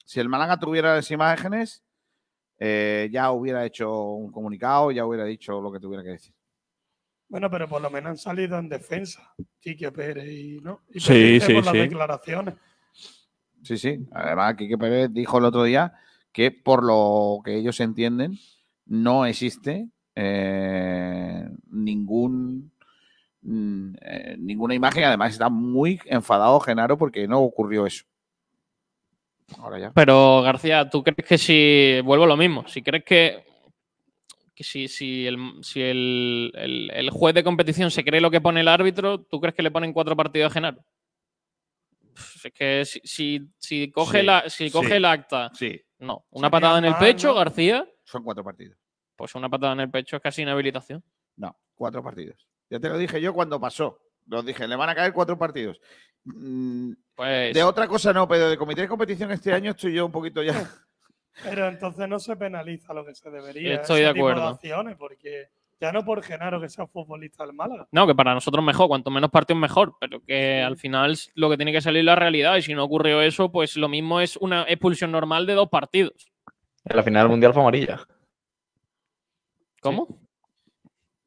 S2: Si el Málaga tuviera las imágenes, eh, ya hubiera hecho un comunicado, ya hubiera dicho lo que tuviera que decir.
S10: Bueno, pero por lo menos han salido en defensa. Quique Pérez y no. Y
S2: Sí,
S10: Pérez
S2: sí,
S10: por las
S2: sí.
S10: declaraciones.
S2: Sí, sí. Además, Quique Pérez dijo el otro día que por lo que ellos entienden, no existe eh, ningún mm, eh, ninguna imagen. Además, está muy enfadado Genaro porque no ocurrió eso. Ahora ya.
S8: Pero García, ¿tú crees que si. Vuelvo a lo mismo. Si crees que. que si, si, el, si el, el- el juez de competición se cree lo que pone el árbitro, ¿tú crees que le ponen cuatro partidos a Genaro? Pff, Es que si, si, si coge,
S2: Sí,
S8: la, si coge
S2: sí,
S8: el acta. No, una patada en el
S2: mal,
S8: pecho,
S2: ¿no?
S8: García.
S2: Son cuatro partidos.
S8: Pues una patada en el pecho es casi inhabilitación.
S2: No, cuatro partidos. Ya te lo dije yo cuando pasó. Lo dije, le van a caer cuatro partidos. Mm,
S8: Pues.
S2: De otra cosa no, pero de comité de competición este año estoy yo un poquito ya.
S10: Pero entonces no se penaliza lo que se debería.
S8: Estoy
S10: ese
S8: de
S10: tipo
S8: acuerdo.
S10: acciones, porque ya no por Genaro que sea futbolista del Málaga.
S8: No, que para nosotros mejor, cuanto menos partidos mejor, pero que al final lo que tiene que salir es la realidad y si no ocurrió eso, pues lo mismo es una expulsión normal de dos partidos.
S5: En la final del Mundial fue amarilla.
S8: ¿Cómo?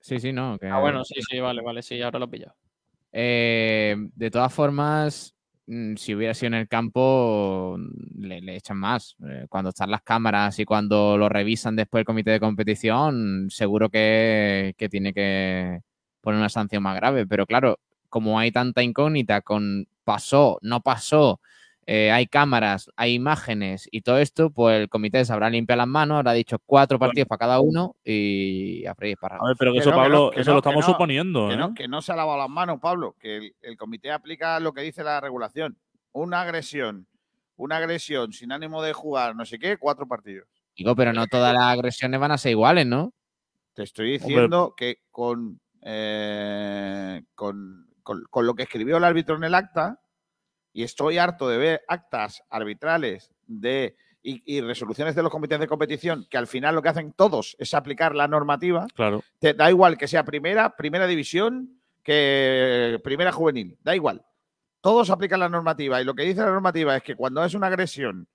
S7: Sí, sí, no. que-
S8: Ah, bueno, sí, sí, vale, vale, sí, ahora lo he pillado.
S7: Eh, de todas formas, si hubiera sido en el campo, mm, le, le echan más. Eh, Cuando están las cámaras y cuando lo revisan después el comité de competición, seguro que, que tiene que poner una sanción más grave. Pero claro, como hay tanta incógnita con pasó, no pasó, eh, hay cámaras, hay imágenes y todo esto, pues el comité se habrá limpiado las manos, habrá dicho cuatro partidos para cada uno y habrá disparado.
S4: A ver, pero que eso,
S2: no,
S4: Pablo,
S2: no, que
S4: eso
S2: no,
S4: lo
S2: que
S4: estamos
S2: no,
S4: suponiendo.
S2: Que,
S4: ¿eh?
S2: no, que no se ha lavado las manos, Pablo, que el, el comité aplica lo que dice la regulación. Una agresión, una agresión sin ánimo de jugar, no sé qué, cuatro partidos.
S7: Digo, pero
S4: eh,
S7: no todas las agresiones van a ser iguales, ¿no?
S2: Te estoy diciendo que con, eh, con, con- con lo que escribió el árbitro en el acta, y estoy harto de ver actas arbitrales de, y, y resoluciones de los comités de competición, que al final lo que hacen todos es aplicar la normativa.
S4: Claro.
S2: Te- da igual que sea primera, primera división, que primera juvenil, da igual. Todos aplican la normativa y lo que dice la normativa es que cuando es una agresión,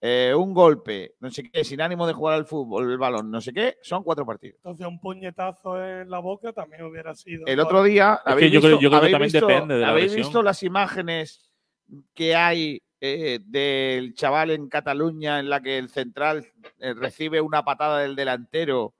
S2: eh, un golpe, no sé qué, sin ánimo de jugar al fútbol, el balón, no sé qué, son cuatro partidos.
S10: Entonces, un puñetazo en la boca también hubiera sido.
S2: El otro día.
S10: Es que
S2: ¿habéis
S10: yo creo-
S2: visto-
S10: yo creo que
S2: habéis
S10: también
S2: visto-
S10: depende de la
S2: ¿Habéis
S10: lesión?
S2: visto las imágenes que hay eh, del chaval en Cataluña en la que el central eh, recibe una patada del delantero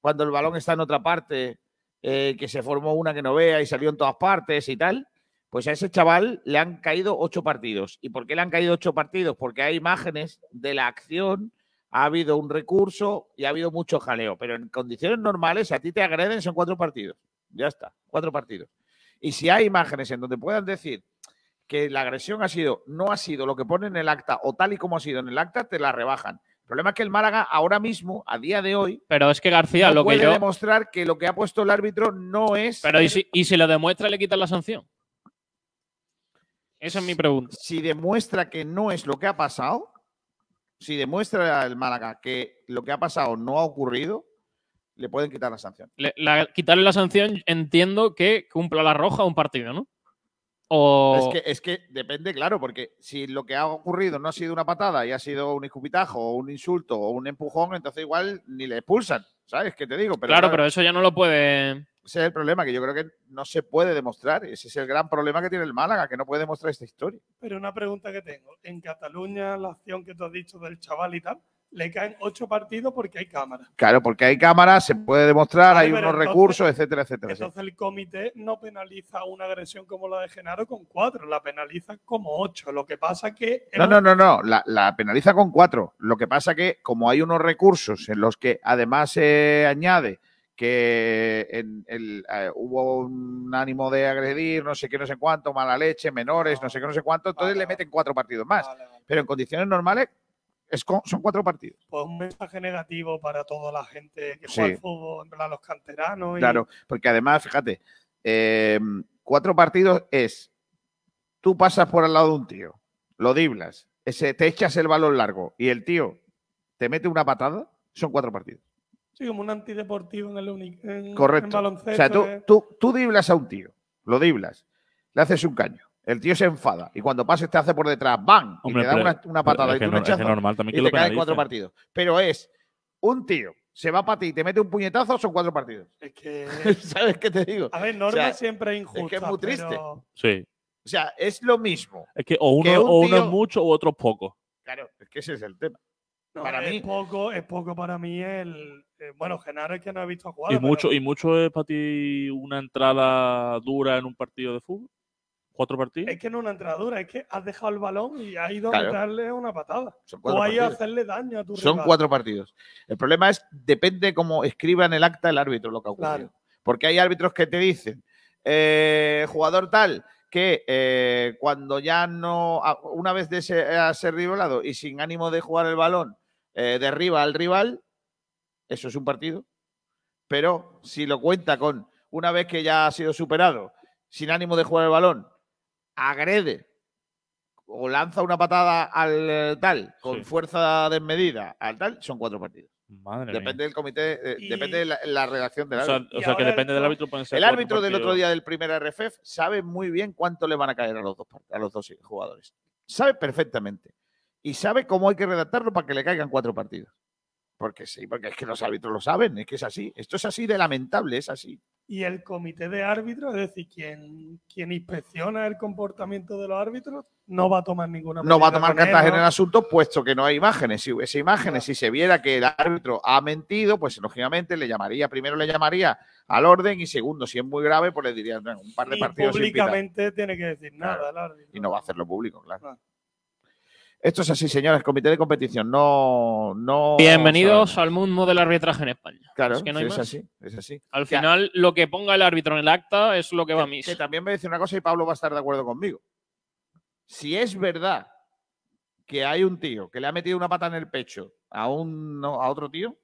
S2: cuando el balón está en otra parte, eh, que se formó una que no vea y salió en todas partes y tal? Pues a ese chaval le han caído ocho partidos. ¿Y por qué le han caído ocho partidos? Porque hay imágenes de la acción, ha habido un recurso y ha habido mucho jaleo. Pero en condiciones normales, a ti te agreden, son cuatro partidos. Ya está, cuatro partidos. Y si hay imágenes en donde puedan decir que la agresión ha sido, no ha sido lo que pone en el acta o tal y como ha sido en el acta, te la rebajan. El problema es que el Málaga ahora mismo, a día de hoy,
S8: Pero es que García,
S2: no
S8: lo que
S2: puede
S8: yo.
S2: demostrar que lo que ha puesto el árbitro no es.
S8: Pero ¿y si, y si lo demuestra, le quitan la sanción. Esa es mi pregunta.
S2: Si demuestra que no es lo que ha pasado, si demuestra el Málaga que lo que ha pasado no ha ocurrido, le pueden quitar la sanción.
S8: Le- la- quitarle la sanción, entiendo que cumpla la roja un partido, ¿no? O.
S2: Es que, es que depende, claro, porque si lo que ha ocurrido no ha sido una patada y ha sido un escupitajo o un insulto o un empujón, entonces igual ni le expulsan, ¿sabes qué te digo? Pero
S8: claro, pero eso ya no lo puede.
S2: Ese es el problema, que yo creo que no se puede demostrar. Ese es el gran problema que tiene el Málaga, que no puede demostrar esta historia.
S10: Pero una pregunta que tengo. En Cataluña, la acción que tú has dicho del chaval y tal, le caen ocho partidos porque hay cámaras.
S2: Claro, porque hay cámaras, se puede demostrar,
S10: Vale,
S2: hay
S10: pero
S2: unos
S10: entonces-
S2: recursos, etcétera, etcétera. sí.
S10: Entonces el comité no penaliza una agresión como la de Genaro con cuatro, la penaliza como ocho. Lo que pasa que...
S2: No, no, no, no. La, la penaliza con cuatro. Lo que pasa que, como hay unos recursos en los que además se añade que en el, eh, hubo un ánimo de agredir, no sé qué, no sé cuánto, mala leche, menores, no sé qué, no sé cuánto, entonces le meten cuatro partidos más. Pero en condiciones normales es con- son cuatro partidos.
S10: Pues un mensaje negativo para toda la gente que
S2: Sí.
S10: juega al fútbol, en plan los canteranos. y-
S2: Claro, porque además, fíjate, eh, cuatro partidos es, tú pasas por al lado de un tío, lo diblas, ese, te echas el balón largo y el tío te mete una patada, son cuatro partidos.
S10: Sí, como un antideportivo en el uni- en- en
S2: Correcto.
S10: baloncesto.
S2: o sea, tú,
S10: que-
S2: tú, tú diblas a un tío, lo diblas, le haces un caño. El tío se enfada y cuando pases te hace por detrás, ¡bam!
S4: Hombre,
S2: y te da
S4: pero-
S2: una, una
S4: pero
S2: patada
S4: es
S2: y
S4: que
S2: tú
S4: no-
S2: una
S4: es que
S2: chaza
S4: normal también
S2: y
S4: que lo
S2: te caen cuatro
S4: penalicen.
S2: partidos. Pero es un tío, se va para ti, te mete un puñetazo, son cuatro
S10: *laughs*
S2: partidos.
S10: Es que...
S2: ¿Sabes qué te digo?
S10: A
S2: *laughs*
S10: ver,
S2: O
S10: norma
S2: sea,
S10: siempre es injusta.
S2: Es que es muy triste.
S10: pero-
S4: Sí.
S2: O sea, es lo mismo.
S4: Es que o uno,
S2: Que un
S4: o uno
S2: tío-
S4: es mucho o otro es poco.
S2: Claro, es que ese es el tema.
S10: No, es poco, es poco para mí el. eh, bueno, Genaro es que no he visto jugar.
S4: Y mucho, y mucho es para ti una entrada dura en un partido de fútbol. Cuatro partidos.
S2: Eh,
S10: Es que no es una entradura, es que has dejado el balón y has ido
S2: Claro.
S10: a darle una patada.
S2: cuatro
S10: O has ido a
S2: partidos.
S10: hacerle daño a tu
S2: Son
S10: rival.
S2: cuatro partidos. El problema es, depende cómo escriba en el acta el árbitro lo que ha ocurrido.
S10: Claro.
S2: Porque hay árbitros que te dicen, eh, jugador tal, que eh, cuando ya no, a- una vez de ese- a ser rivalado y sin ánimo de jugar el balón, eh, derriba al rival, eso es un partido. Pero si lo cuenta con una vez que ya ha sido superado, sin ánimo de jugar el balón, agrede o lanza una patada al eh, tal, con
S4: Sí.
S2: fuerza desmedida, al tal, son cuatro partidos.
S4: Madre mía.
S2: depende del comité, eh,
S4: Y-
S2: depende de la, la redacción del
S4: O sea,
S2: árbitro.
S4: o sea, que depende del árbitro pueden ser
S2: El
S4: cuatro
S2: árbitro del otro
S4: partidos.
S2: día del primer RFF sabe muy bien cuánto le van a caer a los dos, par- a los dos jugadores. Sabe perfectamente. Y sabe cómo hay que redactarlo para que le caigan cuatro partidos. Porque sí, porque es que los árbitros lo saben, es que es así. Esto es así de lamentable, es así.
S10: y el comité de árbitros, es decir, quien, quien inspecciona el comportamiento de los árbitros, no va a tomar ninguna
S2: No va a
S10: medida
S2: tomar
S10: con él,
S2: cartas en
S10: ¿no?
S2: el asunto, puesto que no hay imágenes. Si hubiese imágenes, si se viera que el árbitro ha mentido, pues lógicamente le llamaría, primero le llamaría al orden y segundo, si es muy grave, pues le diría "No, un par de
S10: Ni
S2: partidos sin pitar".
S10: públicamente tiene que decir nada el árbitro.
S2: y no va a hacerlo público, claro. Esto es así, señores. Comité de competición, no, no.
S8: Bienvenidos al mundo del arbitraje en España.
S2: Claro,
S8: es que no
S2: sí,
S8: hay
S2: es
S8: más.
S2: así, es así.
S8: Al final, lo que ponga el árbitro en el acta es lo que va a misa.
S2: Que también me dice una cosa y Pablo va a estar de acuerdo conmigo. Si es verdad que hay un tío que le ha metido una pata en el pecho a un no, a otro tío,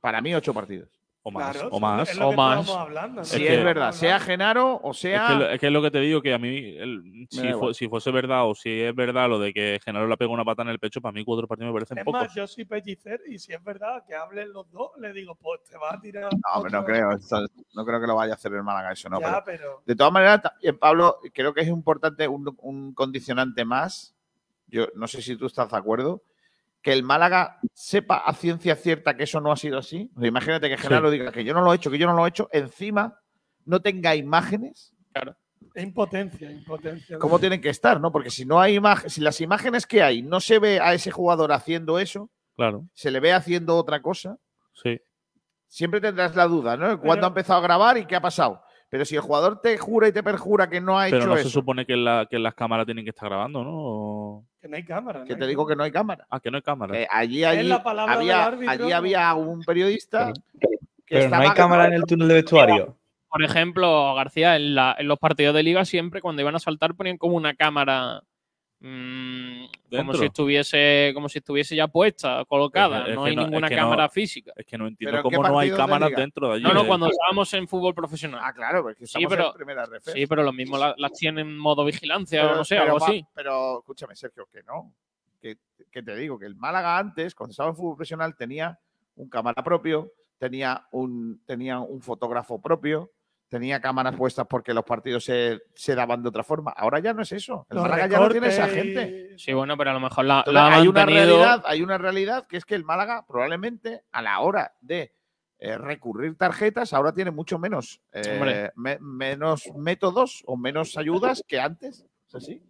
S2: para mí ocho partidos.
S4: O
S2: más,
S4: o más,
S2: es
S4: o más.
S10: ¿no?
S2: Si
S4: Es que-
S2: es verdad, sea Genaro o
S4: Es
S2: sea.
S4: que, lo- es que es lo que te digo, que a mí, el-
S2: Me da
S4: si,
S2: igual.
S4: fu- si fuese verdad o si es verdad lo de que Genaro le pega una pata en el pecho, para mí cuatro partidos me parecen
S10: Es
S4: pocos.
S10: más, yo soy pellicer y si es verdad que hablen los dos, le digo, pues te vas a tirar.
S2: No, hombre, no
S10: otra-
S2: creo, esto- no creo que lo vaya a hacer el Málaga eso, no. pero-
S10: Ya, pero-
S2: De todas maneras, también, Pablo, creo que es importante un, un condicionante más. Yo no sé si tú estás de acuerdo. Que el Málaga sepa a ciencia cierta que eso no ha sido así. O sea, imagínate que Genaro diga que yo no lo he hecho, que yo no lo he hecho. Encima, no tenga imágenes.
S8: Claro.
S10: Es impotencia, impotencia.
S2: ¿Cómo tienen que estar, no? Porque si no hay imágenes, si las imágenes que hay no se ve a ese jugador haciendo eso,
S4: Claro,
S2: se le ve haciendo otra cosa,
S4: sí.
S2: siempre tendrás la duda, ¿no? ¿Cuándo ha empezado a grabar y qué ha pasado? Pero si el jugador te jura y te perjura que no ha
S4: Pero
S2: hecho
S4: no se
S2: eso,
S4: supone que, la- que las cámaras tienen que estar grabando, ¿no? O-
S10: Que no hay cámara. ¿no?
S2: que te digo que no hay cámara.
S4: Ah, que no hay cámara.
S2: Eh, allí,
S10: Es
S2: allí
S10: la palabra
S2: había,
S10: del árbitro,
S2: allí
S10: ¿no?
S2: había un periodista que
S5: Pero no
S2: estaba
S5: hay cámara en el túnel de vestuario.
S8: Por ejemplo, García, en, la- en los partidos de liga siempre cuando iban a saltar ponían como una cámara mm, como
S4: Dentro.
S8: si estuviese como si estuviese ya puesta, colocada.
S4: Es- es
S8: no
S4: que
S8: hay
S4: no- es
S8: ninguna
S4: que no-
S8: cámara física.
S4: Es que no entiendo cómo no hay cámaras dentro de allí.
S8: No, no,
S4: eh.
S8: cuando estábamos en fútbol profesional.
S2: Ah, claro, porque
S8: sí,
S2: estamos
S8: pero,
S2: en primera ref.
S8: sí, pero lo mismo la- las tienen en modo vigilancia o
S2: Pero-
S8: no sé,
S2: pero
S8: algo
S2: va-
S8: así.
S2: Pero escúchame, Sergio, que no. Que, que te digo que el Málaga antes, cuando estaba en fútbol profesional, tenía un cámara propio, tenía un, tenía un fotógrafo propio, tenía cámaras puestas porque los partidos se, se daban de otra forma. Ahora ya no es eso. El
S8: Los
S2: Málaga ya no tiene esa
S8: recortes y-
S2: gente.
S8: Sí, bueno, pero a lo mejor la,
S2: Entonces,
S8: la ha
S2: hay, una
S8: mantenido-
S2: realidad, hay una realidad que es que el Málaga probablemente a la hora de eh, recurrir tarjetas ahora tiene mucho menos, eh,
S8: Hombre.
S2: me- menos métodos o menos ayudas que antes. ¿Es así?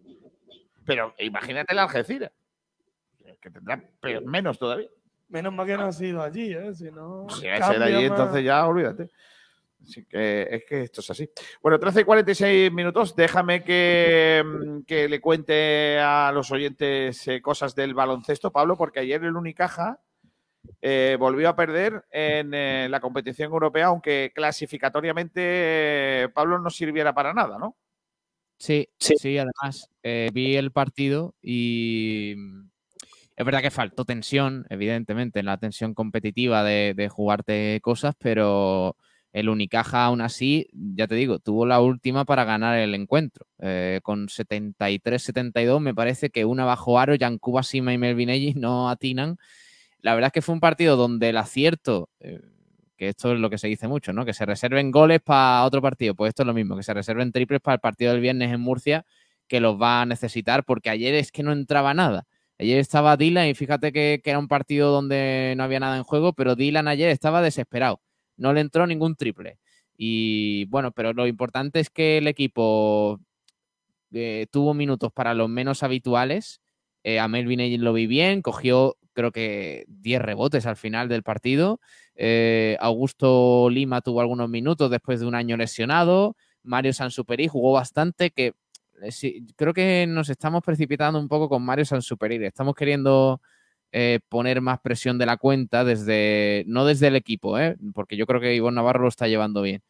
S2: Pero imagínate la Algeciras, que tendrá pe- menos todavía.
S10: Menos mal que no ha sido allí, ¿eh? Si no.
S2: Si va a ser
S10: cambia
S2: Pues allí,
S10: más.
S2: entonces ya olvídate. Así que es que esto es así. Bueno, 13 y 46 minutos. Déjame que, mm, que le cuente a los oyentes eh, cosas del baloncesto, Pablo, porque ayer el Unicaja eh, volvió a perder en eh, la competición europea, aunque clasificatoriamente eh, Pablo no sirviera para nada, ¿no?
S7: Sí, sí, además eh, vi el partido y mm, es verdad que faltó tensión, evidentemente, en la tensión competitiva de, de jugarte cosas, pero el Unicaja aún así, ya te digo, tuvo la última para ganar el encuentro. Eh, con 73-72 me parece que una bajo aro, Yancuba Sima y Melvinelli *laughs* no atinan. La verdad es que fue un partido donde el acierto eh, que esto es lo que se dice mucho, ¿no? Que se reserven goles para otro partido. Pues esto es lo mismo, que se reserven triples para el partido del viernes en Murcia, que los va a necesitar, porque ayer es que no entraba nada. Ayer estaba Dylan y fíjate que, que era un partido donde no había nada en juego, pero Dylan ayer estaba desesperado. No le entró ningún triple. Y bueno, pero lo importante es que el equipo eh, tuvo minutos para los menos habituales. Eh, a Melvin Ayres lo vi bien, cogió creo que 10 rebotes al final del partido. Eh, Augusto Lima tuvo algunos minutos después de un año lesionado. Mario Sansuperi jugó bastante, que eh, sí, creo que nos estamos precipitando un poco con Mario Sansuperi. Le Estamos queriendo eh, poner más presión de la cuenta desde, no desde el equipo, ¿eh? porque yo creo que Ivonne Navarro lo está llevando bien.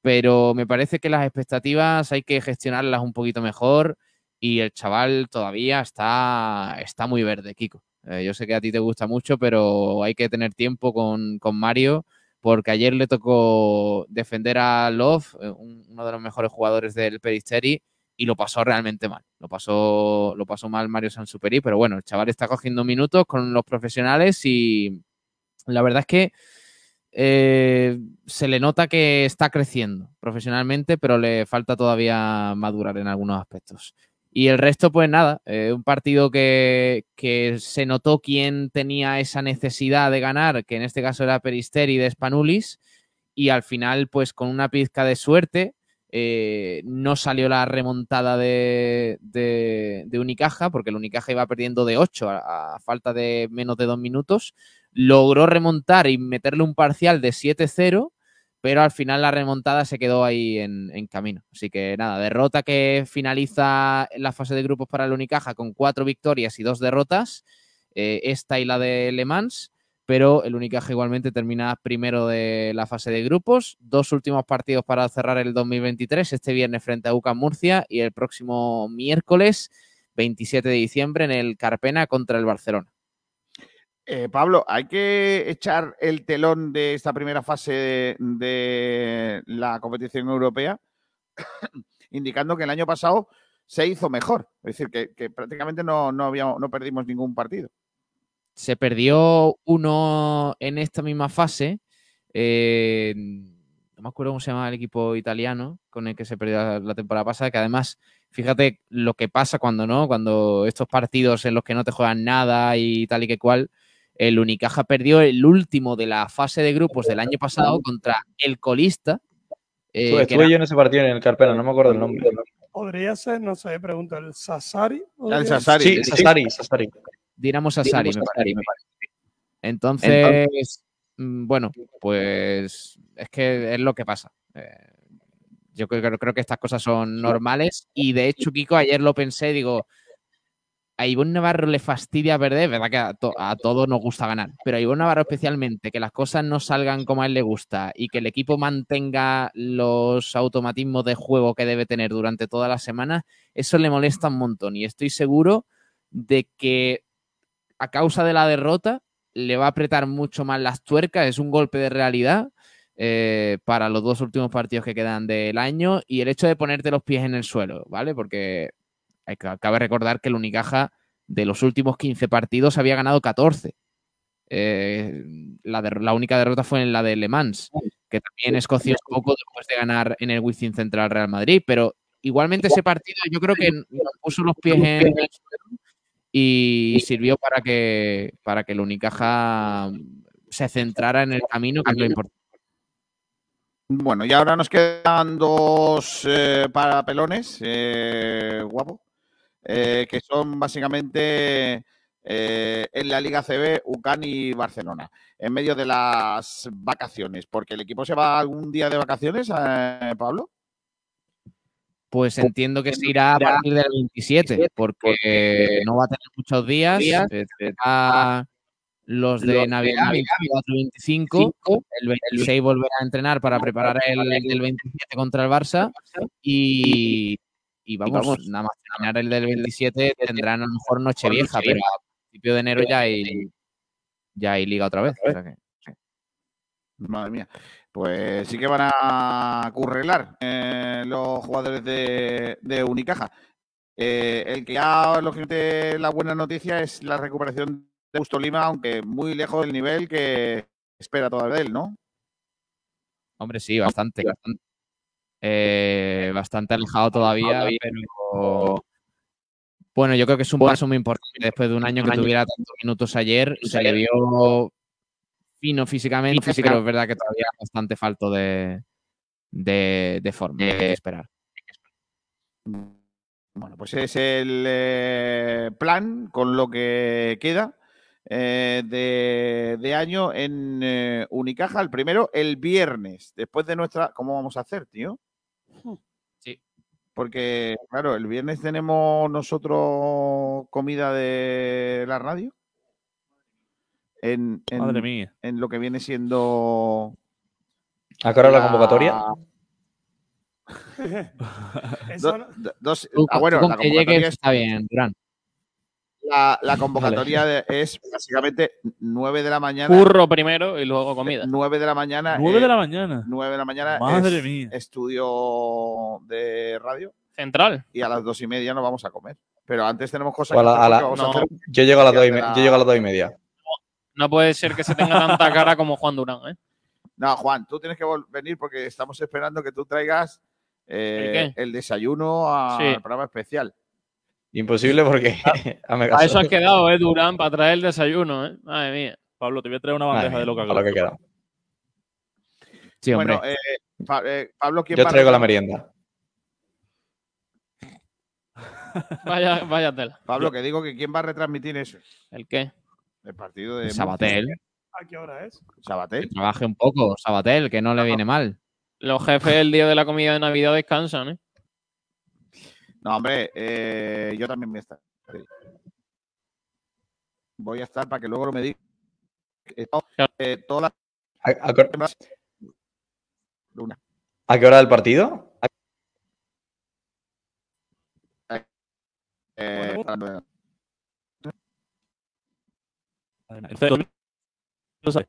S7: Pero me parece que las expectativas hay que gestionarlas un poquito mejor y el chaval todavía está, está muy verde, Kiko. Eh, yo sé que a ti te gusta mucho, pero hay que tener tiempo con, con Mario porque ayer le tocó defender a Love, eh, un- uno de los mejores jugadores del Peristeri, y lo pasó realmente mal. Lo pasó, lo pasó mal Mario Sansuperi, pero bueno, el chaval está cogiendo minutos con los profesionales y la verdad es que eh, se le nota que está creciendo profesionalmente, pero le falta todavía madurar en algunos aspectos. Y el resto, pues nada, eh, un partido que, que se notó quién tenía esa necesidad de ganar, que en este caso era Peristeri de Spanulis, y al final, pues con una pizca de suerte, eh, no salió la remontada de, de- de Unicaja, porque el Unicaja iba perdiendo de 8 a, a falta de menos de dos minutos. Logró remontar y meterle un parcial de 7-0, pero al final la remontada se quedó ahí en, en camino. Así que nada, derrota que finaliza la fase de grupos para el Unicaja con cuatro victorias y dos derrotas, eh, esta y la de Le Mans pero el Unicaja igualmente termina primero de la fase de grupos. Dos últimos partidos para cerrar el 2023, este viernes frente a UCAM Murcia y el próximo miércoles 27 de diciembre en el Carpena contra el Barcelona.
S2: Eh, Pablo, hay que echar el telón de esta primera fase de, de la competición europea, *coughs* indicando que el año pasado se hizo mejor. Es decir, que, que prácticamente no, no, habíamos- no perdimos ningún partido.
S7: Se perdió uno en esta misma fase. eh, no me acuerdo cómo se llamaba el equipo italiano con el que se perdió la- la temporada pasada, que además, fíjate lo que pasa cuando no, cuando estos partidos en los que no te juegan nada y tal y que cual, el Unicaja perdió el último de la fase de grupos del año pasado contra el colista. eh,
S5: Estuve,
S7: que
S5: estuve
S7: era-
S5: yo en ese partido en el Carpena, no me acuerdo el nombre.
S10: Podría ser, no sé, pregunto, el Sassari.
S7: El Sassari.
S10: Sassari.
S5: Sí,
S7: sí.
S5: Sassari, Sassari.
S7: Dinamo Sassari,
S5: Dinamo
S7: me
S5: Sassari,
S7: parece. Entonces, mm, bueno, pues es que es lo que pasa. Eh, yo creo, creo- creo que estas cosas son normales y de hecho, Kiko, ayer lo pensé, digo, a Ivonne Navarro le fastidia perder, es verdad que a, to- a todos nos gusta ganar, pero a Ivonne Navarro especialmente, que las cosas no salgan como a él le gusta y que el equipo mantenga los automatismos de juego que debe tener durante toda la semana, eso le molesta un montón y estoy seguro de que a causa de la derrota le va a apretar mucho más las tuercas, es un golpe de realidad eh, para los dos últimos partidos que quedan del año y el hecho de ponerte los pies en el suelo, ¿vale? Porque hay que- cabe recordar que el Unicaja de los últimos 15 partidos había ganado 14. Eh, la, der- la única derrota fue en la de Le Mans, que también escoció un poco después de ganar en el Wizzing Central Real Madrid, pero igualmente ese partido yo creo que nos puso los pies en el suelo y sirvió para que, para que el Unicaja se centrara en el camino, que es lo importante.
S2: Bueno, y ahora nos quedan dos eh, parapelones, eh, guapo, eh, que son básicamente eh, en la Liga CB, UCAN y Barcelona, en medio de las vacaciones, porque el equipo se va algún día de vacaciones, eh, Pablo.
S7: Pues entiendo que se irá a partir del 27, porque no va a tener muchos días.
S1: días,
S7: eh, tendrá los de
S1: los de
S7: Navidad,
S1: Navidad,
S7: 24 25. El 26 volverá a entrenar para preparar el, el del 27 contra el Barça. Y, y vamos,
S1: vamos,
S7: nada más terminar el del 27 tendrán a lo mejor Nochevieja, pero a principio de enero ya hay, ya hay liga otra vez. o sea que-
S2: Madre mía. Pues sí que van a currelar eh, los jugadores de, de Unicaja. Eh, el que ya, lógicamente, la buena noticia es la recuperación de Justo Lima, aunque muy lejos del nivel que espera todavía de él, ¿no?
S7: Hombre, sí, bastante, bastante. Eh, bastante alejado todavía, pero bueno, yo creo que es un paso muy importante. Después de un año que tuviera tantos minutos ayer, se le vio fino físicamente, pero es verdad que todavía bastante falto de, de, de forma, hay que esperar.
S2: Bueno, pues es el eh, plan con lo que queda eh, de, de año en eh, Unicaja. El primero, el viernes, después de nuestra... ¿Cómo vamos a hacer, tío? Hmm.
S7: Sí.
S2: Porque, claro, el viernes tenemos nosotros comida de la radio. En, en-
S4: Madre mía.
S2: En lo que viene siendo...
S5: ¿A qué hora la convocatoria?
S10: *laughs*
S2: Do- do- dos-
S7: Tú
S2: ah,
S7: con-
S2: bueno,
S7: tú con
S2: la
S7: que llegues
S2: convocatoria es
S7: está bien, Durán.
S2: La,
S7: *laughs*
S2: la convocatoria de- es básicamente 9 de la mañana.
S8: Curro primero y luego comida.
S2: 9 de la mañana.
S8: ¿Nueve de la
S4: mañana?
S2: 9 de la mañana.
S8: Madre
S2: es Estudio de radio.
S8: Central.
S2: Y a las dos y media nos vamos a comer. Pero antes tenemos cosas
S5: O a
S2: que
S5: la-
S2: hacer
S5: a la-
S2: porque vamos a
S5: no,
S2: hacer-
S5: yo llego a las dos y
S2: de
S5: me-
S2: la-
S5: yo llego a las dos y media.
S8: No puede ser que se tenga tanta cara como Juan Durán,
S4: *laughs*
S8: ¿eh?
S2: No, Juan, tú tienes que vol- venir porque estamos esperando que tú traigas eh,
S8: ¿El
S2: ¿El, desayuno a-
S8: Sí.
S2: al programa especial.
S5: Imposible porque. *laughs* hazme
S8: A
S5: caso.
S8: eso has quedado, ¿eh, Durán? Para traer el desayuno, ¿eh? Madre mía.
S4: Pablo, te voy a traer una
S5: Madre mía, a lo que queda.
S7: Sí, hombre.
S2: bueno, eh, Pa- eh, Pablo, ¿quién
S5: Yo
S2: va a
S5: traigo la
S2: recomendar?
S5: merienda.
S8: Vaya, vaya tela.
S2: Pablo, que digo que quién va a retransmitir eso.
S8: ¿El qué?
S2: El partido de.
S7: Sabatel.
S10: ¿A qué hora es?
S2: Sabatel.
S7: Trabaje un poco, Sabatel, que no le viene mal.
S8: Los jefes el día de la comida de Navidad descansan, ¿eh?
S2: No, hombre, eh, yo también voy a estar. Voy a estar para que luego lo me diga. Eh, to- eh, toda la
S5: ¿A, a qué hora-
S2: Luna.
S5: a qué hora del partido?
S2: eh, hasta la-
S4: Entonces, ¿tú sabes?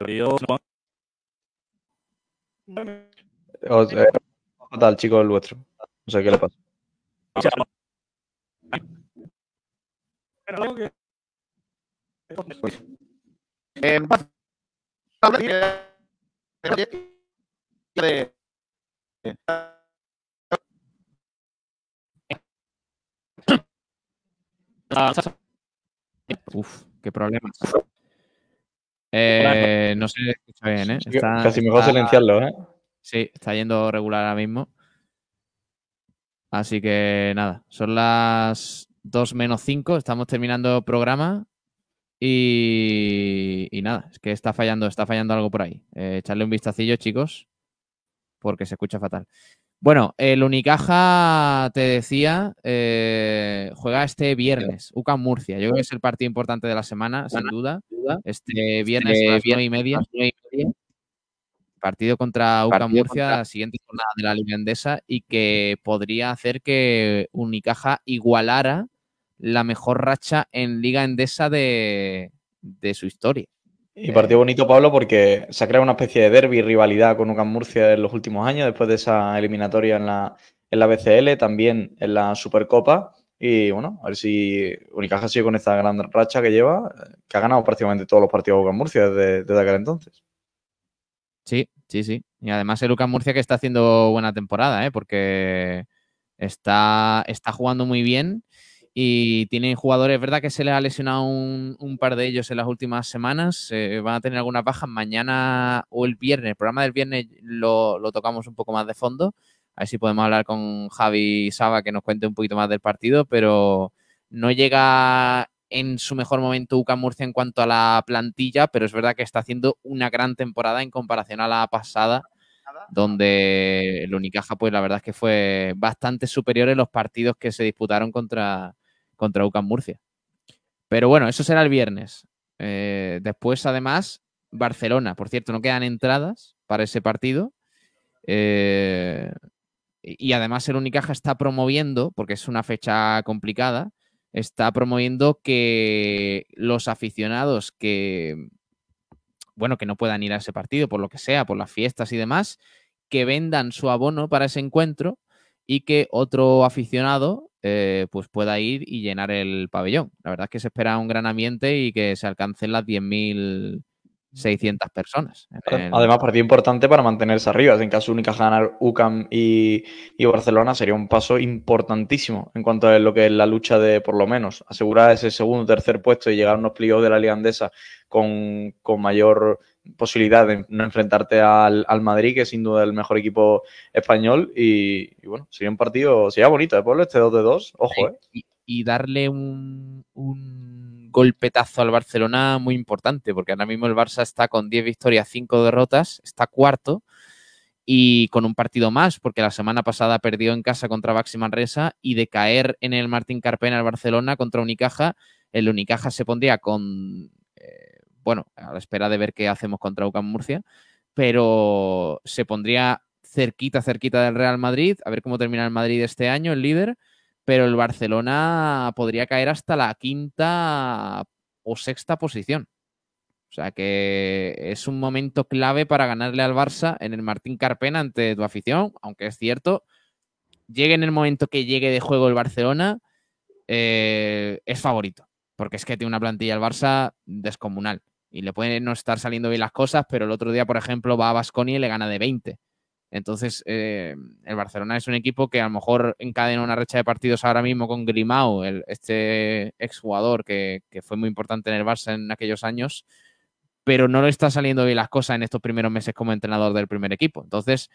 S4: Perdido, ¿no?
S5: O- eh, fatal, chico, el vuestro. No sé qué le pasa.
S10: Pero tengo que-
S2: pues, Eh, de-
S8: Ah,
S7: Uf, qué problemas. Eh, no se escucha bien, ¿eh?
S5: Sí, casi mejor silenciarlo, ¿eh?
S7: Sí, está yendo regular ahora mismo. Así que nada, son las 2 menos 5, estamos terminando programa. Y, y nada, es que está fallando, está fallando algo por ahí. Eh, echarle un vistacillo, chicos, porque se escucha fatal. Bueno, el Unicaja, te decía, eh, juega este viernes, UCAM Murcia. Yo creo que es el partido importante de la semana, sin duda. Este viernes a las nueve y media. Partido contra UCAM
S8: Partido
S7: Murcia,
S8: contra-
S7: la siguiente jornada de la Liga Endesa y que podría hacer que Unicaja igualara la mejor racha en Liga Endesa de, de su historia.
S5: Y partido bonito, Pablo, porque se ha creado una especie de derby, rivalidad con UCAM Murcia en los últimos años, después de esa eliminatoria en la, en la BCL, también en la Supercopa. Y bueno, a ver si Unicaja sigue con esta gran racha que lleva, eh, que ha ganado prácticamente todos los partidos de UCAM Murcia desde, desde aquel entonces.
S7: Sí, sí, sí. Y además el Lucas Murcia que está haciendo buena temporada, ¿eh? porque está, está jugando muy bien y tiene jugadores, es verdad que se les ha lesionado un, un par de ellos en las últimas semanas, eh, van a tener algunas bajas mañana o el viernes, el programa del viernes lo, lo tocamos un poco más de fondo, a ver si podemos hablar con Javi Saba que nos cuente un poquito más del partido, pero no llega en su mejor momento Uca Murcia en cuanto a la plantilla, pero es verdad que está haciendo una gran temporada en comparación a la pasada, donde el Unicaja, pues la verdad es que fue bastante superior en los partidos que se disputaron contra, contra UCAM Murcia. Pero bueno, eso será el viernes. Eh, después, además, Barcelona. Por cierto, no quedan entradas para ese partido. Eh, y y además el Unicaja está promoviendo, porque es una fecha complicada, está promoviendo que los aficionados que, bueno, que no puedan ir a ese partido, por lo que sea, por las fiestas y demás, que vendan su abono para ese encuentro y que otro aficionado eh, pues pueda ir y llenar el pabellón. La verdad es que se espera un gran ambiente y que se alcancen las 10.600 personas. en el-
S5: Además, partido importante para mantenerse arriba. En caso de Unicaja ganar UCAM y, y Barcelona, sería un paso importantísimo en cuanto a lo que es la lucha de, por lo menos, asegurar ese segundo tercer puesto y llegar a unos playoffs de la Liga Andesa con, con mayor posibilidad de no enfrentarte al, al Madrid, que es sin duda el mejor equipo español. Y, y bueno, sería un partido, sería bonito, ¿eh, Pablo? Este 2 de 2, ojo, ¿eh?
S7: y, y darle un, un golpetazo al Barcelona muy importante, porque ahora mismo el Barça está con 10 victorias, 5 derrotas, está cuarto y con un partido más, porque la semana pasada perdió en casa contra Baxi Manresa y de caer en el Martín Carpena el Barcelona contra Unicaja, el Unicaja se pondría con, eh, bueno, a la espera de ver qué hacemos contra UCAM Murcia, pero se pondría cerquita, cerquita del Real Madrid, a ver cómo termina el Madrid este año, el líder, pero el Barcelona podría caer hasta la quinta o sexta posición. O sea que es un momento clave para ganarle al Barça en el Martín Carpena ante tu afición, aunque es cierto, llegue en el momento que llegue de juego el Barcelona, eh, es favorito, porque es que tiene una plantilla el Barça descomunal y le pueden no estar saliendo bien las cosas, pero el otro día, por ejemplo, va a Basconia y le gana de 20. Entonces, eh, el Barcelona es un equipo que a lo mejor encadena una recha de partidos ahora mismo con Grimao, el, este exjugador que, que fue muy importante en el Barça en aquellos años, pero no le está saliendo bien las cosas en estos primeros meses como entrenador del primer equipo. Entonces,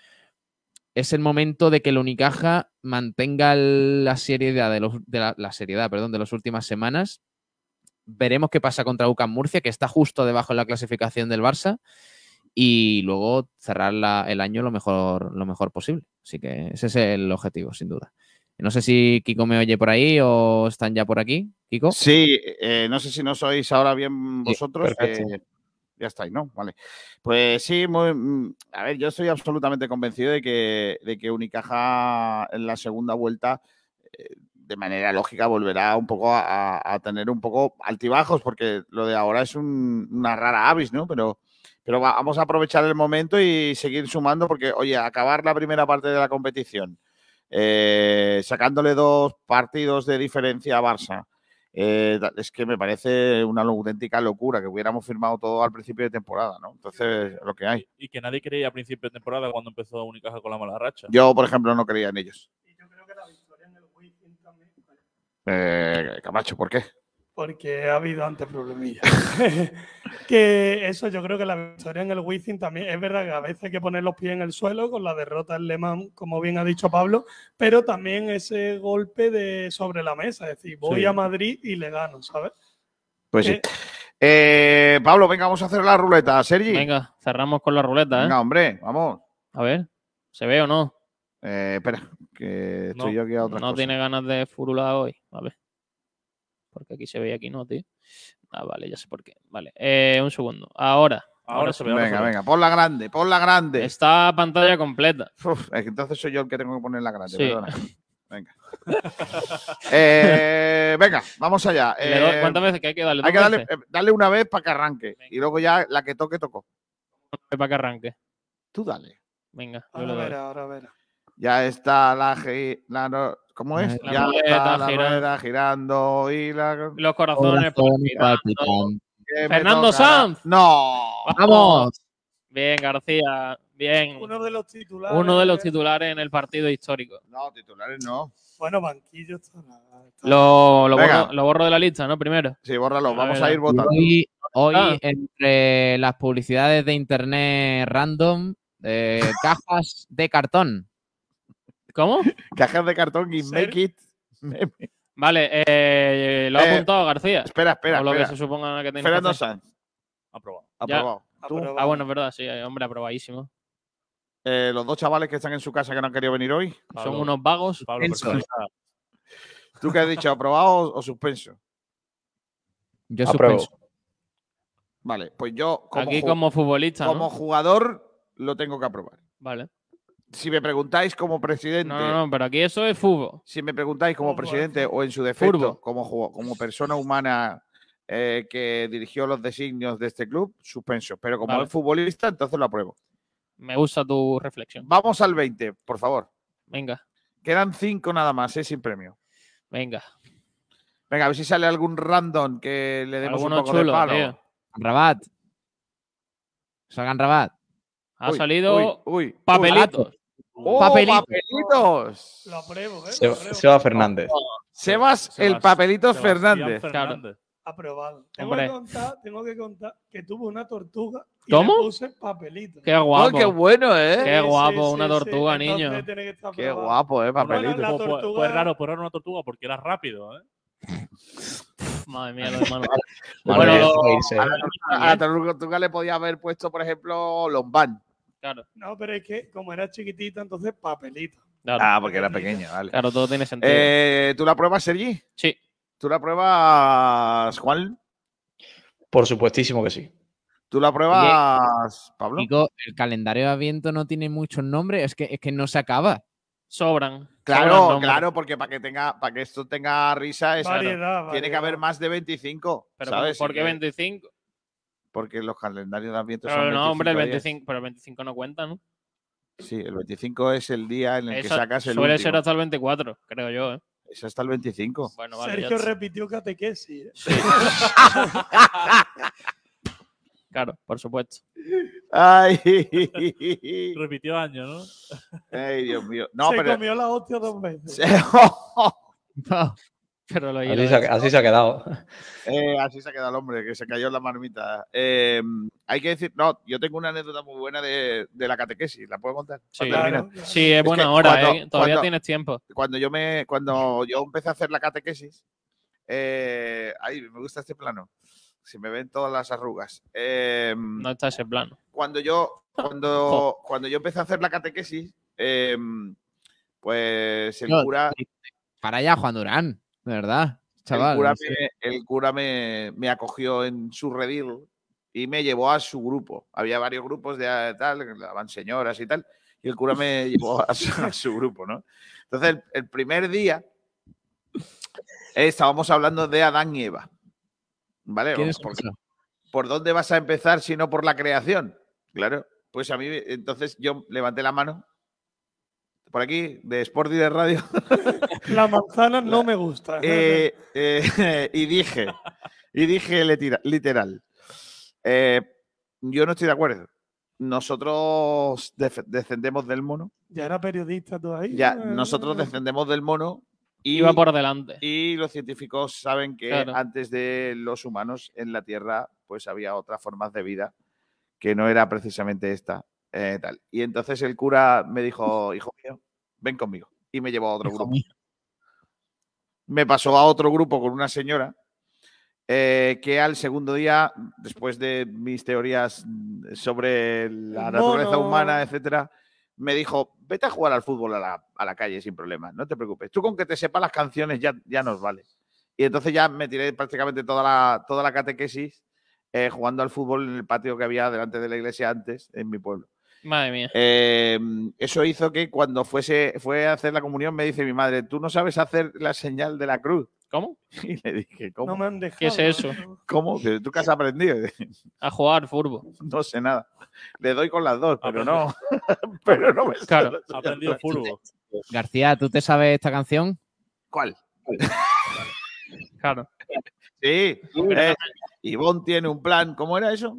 S7: es el momento de que el Unicaja mantenga la seriedad de, los, de la, la seriedad, perdón, de las últimas semanas. Veremos qué pasa contra UCAM Murcia, que está justo debajo en la clasificación del Barça, y luego cerrar la- el año lo mejor, lo mejor posible. Así que ese es el objetivo, sin duda. No sé si Kiko me oye por ahí o están ya por aquí, Kiko.
S2: Sí, eh, no sé si no sois ahora bien vosotros.
S7: perfecto.
S2: eh, ya estáis, ¿no? Vale. Pues sí, muy, mm, a ver, yo estoy absolutamente convencido de que, de que Unicaja en la segunda vuelta, eh, de manera lógica, volverá un poco a, a- a tener un poco altibajos, porque lo de ahora es un- una rara avis, ¿no? Pero, pero va- vamos a aprovechar el momento y seguir sumando, porque, oye, acabar la primera parte de la competición, eh, sacándole dos partidos de diferencia a Barça. Eh, da- es que me parece una auténtica locura que hubiéramos firmado todo al principio de temporada, ¿no? Entonces, lo que hay.
S4: Y que nadie creía a principio de temporada cuando empezó Unicaja con la mala racha.
S2: Yo, por ejemplo, no creía en ellos. Eh, Camacho, ¿por qué?
S10: Porque ha habido
S8: *laughs*
S10: antes problemillas. que eso yo creo que la victoria en el Wizzing también es verdad que a veces hay que poner los pies en el suelo con la derrota en Le Mans, como bien ha dicho Pablo, pero también ese golpe de sobre la mesa, es decir, voy
S2: Sí.
S10: a Madrid y le gano, ¿sabes?
S2: Pues sí.
S10: Eh.
S2: Eh, Pablo, venga, vamos a hacer la ruleta. Sergi.
S8: Venga, cerramos con la ruleta, ¿eh?
S2: Venga, hombre, vamos. Eh,
S8: A ver, ¿se ve o no?
S2: espera, que estoy
S8: No,
S2: yo aquí a otras
S8: No
S2: cosas.
S8: tiene ganas de furular hoy, a ver. Porque aquí se ve y aquí no, tío. Ah, vale, ya sé por qué. Vale, eh, un segundo. Ahora.
S2: Ahora se ve, ahora Venga, se ve. venga, pon la grande, pon la grande.
S8: Está pantalla completa.
S2: Uf, es que entonces soy yo el que tengo que poner la grande,
S8: Sí.
S2: perdona. Venga. Eh, venga, vamos allá.
S8: Le doy-
S2: Eh,
S8: ¿Cuántas veces que hay que darle?
S2: Hay que
S8: ¿Dos
S2: darle,
S8: veces?
S2: eh, darle una vez para que arranque. Y luego ya la que toque, tocó.
S8: Para que arranque.
S2: Tú dale.
S8: Venga, yo
S10: Ahora
S8: le doy.
S10: verá, ahora verá.
S2: Ya está la. gi- la no- ¿Cómo es?
S8: La
S2: ya
S8: ruleta
S2: está la
S8: girando.
S2: rueda girando y la.
S8: Los corazones. palpitan.
S2: Que me
S8: Fernando
S2: toca la-
S8: Sanz.
S2: No.
S7: ¡Vamos!
S8: Bien, García. Bien.
S10: Uno de los titulares.
S8: Uno de los titulares en el partido histórico.
S2: No, titulares no.
S10: Bueno, banquillo está
S8: Lo, lo
S7: Venga.
S8: borro, lo borro de la lista, ¿no? Primero.
S2: Sí, bórralo.
S8: Vamos
S2: a ir votando.
S7: Hoy, hoy,
S8: Ah.
S7: entre las publicidades de internet random, eh, cajas de cartón.
S8: ¿Cómo?
S2: Cajas de cartón y make it.
S8: Vale, eh, lo ha
S2: Eh,
S8: apuntado García.
S2: espera, espera,
S8: O lo
S2: espera.
S8: que se suponga que tiene.
S2: Fernando Sanz.
S4: Aprobado.
S2: Aprobado. Tú,
S8: Ah, bueno, es verdad, sí, eh, hombre, aprobadísimo.
S2: eh, los dos chavales que están en su casa que no han querido venir hoy.
S8: Son unos vagos.
S2: ¿Tú qué has dicho? ¿Aprobado o suspenso?
S5: Ah,
S7: Yo
S2: Apruebo.
S7: suspenso.
S2: Vale, pues yo como,
S8: Aquí
S2: ju-
S8: como futbolista, ¿no?
S2: como jugador lo tengo que aprobar.
S8: Vale.
S2: Si me preguntáis como presidente,
S8: No, no, no, pero aquí eso es fútbol.
S2: si me preguntáis como presidente o en su defecto
S8: Furbo.
S2: como, ju- como persona humana eh, que dirigió los designios de este club, suspenso. Pero como
S8: Vale.
S2: es futbolista, entonces lo apruebo.
S8: Me gusta tu reflexión.
S2: Vamos al 20, por favor.
S8: Venga,
S2: Quedan cinco nada más, ¿eh? sin premio.
S8: venga.
S2: Venga, a ver si sale algún random que le demos
S8: Alguno
S2: un poco de
S8: chulo,
S2: palo.
S8: tío.
S7: Rabat. Salgan Rabat.
S8: Ha
S7: Uy,
S8: salido
S2: uy, uy,
S8: papelitos.
S2: ¡Oh,
S7: Papelito.
S2: papelitos!
S10: Lo apruebo, ¿eh?
S5: Seba, Seba Fernández.
S2: Sebas, el papelitos
S5: Sebastián
S2: Fernández.
S5: Fernández.
S10: Aprobado. Tengo
S2: Hombre.
S10: que, contar, tengo que contar que tuve una tortuga y
S8: ¿Cómo?
S10: le puse papelito.
S8: Qué guapo.
S2: qué bueno, ¿eh?
S8: Qué
S10: Sí,
S8: guapo,
S10: sí,
S8: una
S10: sí,
S8: tortuga,
S10: entonces
S8: niño.
S10: tiene que estar
S2: Qué
S10: aprobado.
S2: guapo, eh, papelito.
S10: la
S4: Pues- Pues,
S10: tortuga-
S4: pues raro, pues raro una tortuga porque era rápido, ¿eh?
S8: Madre mía, lo de Manu.
S2: Bueno,
S8: Bueno,
S2: lo-
S8: lo-
S2: a la tortuga- a la tortuga le podía haber puesto, por ejemplo, Lombán.
S10: No, pero es que como era chiquitita, entonces papelito.
S2: Ah, porque era pequeña, vale.
S8: Claro, todo tiene sentido.
S2: Eh, ¿Tú la pruebas, Sergi?
S8: Sí.
S2: ¿Tú la pruebas, Juan?
S5: Por supuestísimo que sí.
S2: ¿Tú la pruebas, Pablo?
S7: Kiko, el calendario de aviento no tiene muchos nombres, es que, es que no se acaba.
S8: Sobran.
S2: Claro, claro, porque para que tenga, para que esto tenga risa, es-
S10: Variedad,
S2: tiene que haber más de 25.
S8: Pero
S2: ¿sabes?
S8: ¿por
S2: Sí
S8: qué
S2: que-
S8: 25?
S2: Porque los calendarios de ambiente
S8: Pero
S2: son.
S8: no, hombre, el
S2: 25 días.
S8: 25, pero el 25 no cuenta, ¿no?
S2: Sí, el 25 es el día en el que
S8: Esa-
S2: sacas el.
S8: suele
S2: último.
S8: ser hasta el 24, creo yo, ¿eh?
S2: Es hasta el 25.
S8: Bueno, vale,
S10: Sergio
S8: ya está.
S10: repitió catequesis.
S8: Claro, por supuesto.
S2: Ay. *laughs*
S4: Repitió año, ¿no?
S8: *laughs*
S2: Ay, Dios mío. No, *laughs*
S10: Se
S2: pero.
S10: comió la hostia dos veces.
S2: Se-
S8: Pero lo
S5: Así se, ha, así se ha quedado.
S2: Eh, así se ha quedado el hombre, que se cayó en la marmita. Eh, hay que decir, no, yo tengo una anécdota muy buena de, de la catequesis, ¿la puedo contar?
S8: Sí,
S2: Cuando termina.
S8: sí es buena
S2: que
S8: hora,
S2: cuando-
S8: eh, todavía
S2: cuando-
S8: tienes tiempo.
S2: Cuando yo me, cuando yo empecé a hacer la catequesis, eh, ay, me gusta este plano. Se me ven todas las arrugas. Eh,
S8: No está ese plano.
S2: cuando yo,
S7: *laughs*
S2: cuando, cuando yo empecé a hacer la catequesis, eh, pues el
S7: No,
S2: cura.
S7: Para allá, Juan Durán, de verdad,
S2: el
S7: chaval.
S2: cura,
S7: no sé.
S2: me, el cura me- me acogió en su redil y me llevó a su grupo. Había varios grupos de ah, tal, hablaban señoras y tal, y el cura
S7: *laughs*
S2: me llevó a su, a su grupo, ¿no? Entonces, el, el primer día eh, estábamos hablando de Adán y Eva, ¿vale?
S7: ¿Quiénes son
S2: Porque-
S7: esos?
S2: ¿por dónde vas a empezar si no por la creación? Claro. Pues a mí, entonces yo levanté la mano. Por aquí, de Sport y de
S10: *laughs*
S2: Radio.
S10: La manzana no me gusta.
S2: Eh, eh, *laughs* y dije, y dije letira- literal, eh, yo no estoy de acuerdo. Nosotros def- descendemos del mono.
S10: ya era periodista todavía.
S2: Ya, nosotros descendemos del mono. Y,
S10: Iba por delante.
S2: Y los científicos saben que
S10: Claro.
S2: antes de los humanos en la Tierra, pues había otras formas de vida que no era precisamente esta. eh, tal. Y entonces el cura me dijo, hijo mío, ven conmigo. Y me llevó a otro grupo. Me pasó a otro grupo con una señora eh, que al segundo día, después de mis teorías mm, sobre la
S13: El
S2: naturaleza
S13: mono.
S2: humana, etcétera, me dijo, vete a jugar al fútbol a la, a la calle sin problemas, no te preocupes. Tú con que te sepas las canciones ya, ya nos vale. Y entonces ya me tiré prácticamente toda la, toda la catequesis eh, jugando al fútbol en el patio que había delante de la iglesia antes, en mi pueblo.
S8: Madre mía.
S2: Eh, eso hizo que cuando fuese, fue a hacer la comunión me dice mi madre, tú no sabes hacer la señal de la cruz. *laughs*
S8: ¿Cómo?
S2: Y le dije, ¿cómo?
S10: No me han dejado.
S8: ¿Qué es eso?
S2: ¿Cómo? ¿Que ¿Tú qué has aprendido?
S8: A jugar furbo.
S2: No sé nada. Le doy con las dos, pero no. *laughs* pero no me sé
S7: Claro,
S2: la señal
S7: aprendido
S2: de la cruz.
S7: furbo. García, ¿tú te sabes esta canción? *laughs*
S2: ¿Cuál?
S8: Claro.
S2: Sí. eh, Ivonne tiene un plan. ¿Cómo era eso?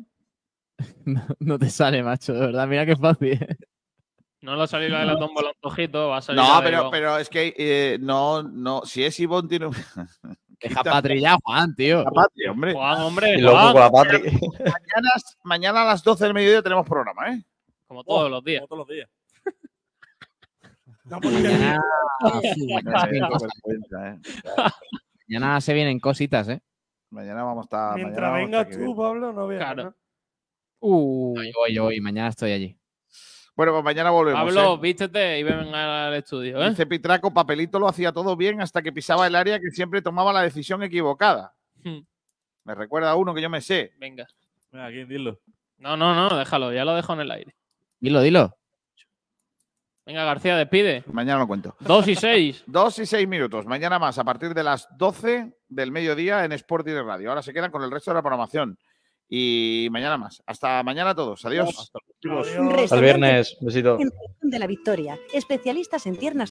S7: No, no te sale, macho, de verdad, mira qué fácil.
S8: No lo ha salido la de la tómbola en tu ojito, va a salir
S2: No,
S8: la de
S2: pero,
S8: lo-
S2: pero es que eh, no, no. Si es Ivonne tiene un.
S7: Deja patria ya, Juan, tío.
S2: La patria, hombre.
S8: Juan, hombre.
S5: Y loco con la patria.
S2: Mañana, mañana a las 12 del mediodía tenemos programa,
S10: *laughs*
S2: ¿eh?
S8: Como todos los días.
S4: todos los días.
S7: Mañana,
S2: Mañana eh, se vienen cositas.
S7: mañana se vienen cositas, ¿eh?
S2: Mañana vamos a estar. mañana
S10: Mientras
S2: vamos a
S10: vengas
S2: estar aquí
S10: tú, Pablo, no veas. ¿no?
S7: Uh, yo voy, yo voy, mañana estoy allí.
S2: Bueno, pues mañana volvemos.
S8: Pablo,
S2: ¿eh?
S8: vístete y ven al estudio, ¿eh?
S2: Dice Pitraco, papelito lo hacía todo bien hasta que pisaba el área que siempre tomaba la decisión equivocada.
S8: Hmm.
S2: Me recuerda a uno que yo me sé.
S8: Venga.
S4: Mira, aquí, dilo.
S8: No, no, no, déjalo, ya lo dejo en el aire.
S7: Dilo, dilo.
S8: Venga, García, despide.
S2: Mañana lo cuento.
S8: Dos y seis.
S2: Dos y seis minutos. Mañana más, a partir de las 12 del mediodía en Sport Direct Radio. Ahora se quedan con el resto de la programación. Y mañana más. Hasta mañana a todos. Adiós.
S5: Hasta el viernes. Besito.
S14: de la Victoria, especialistas en tiernas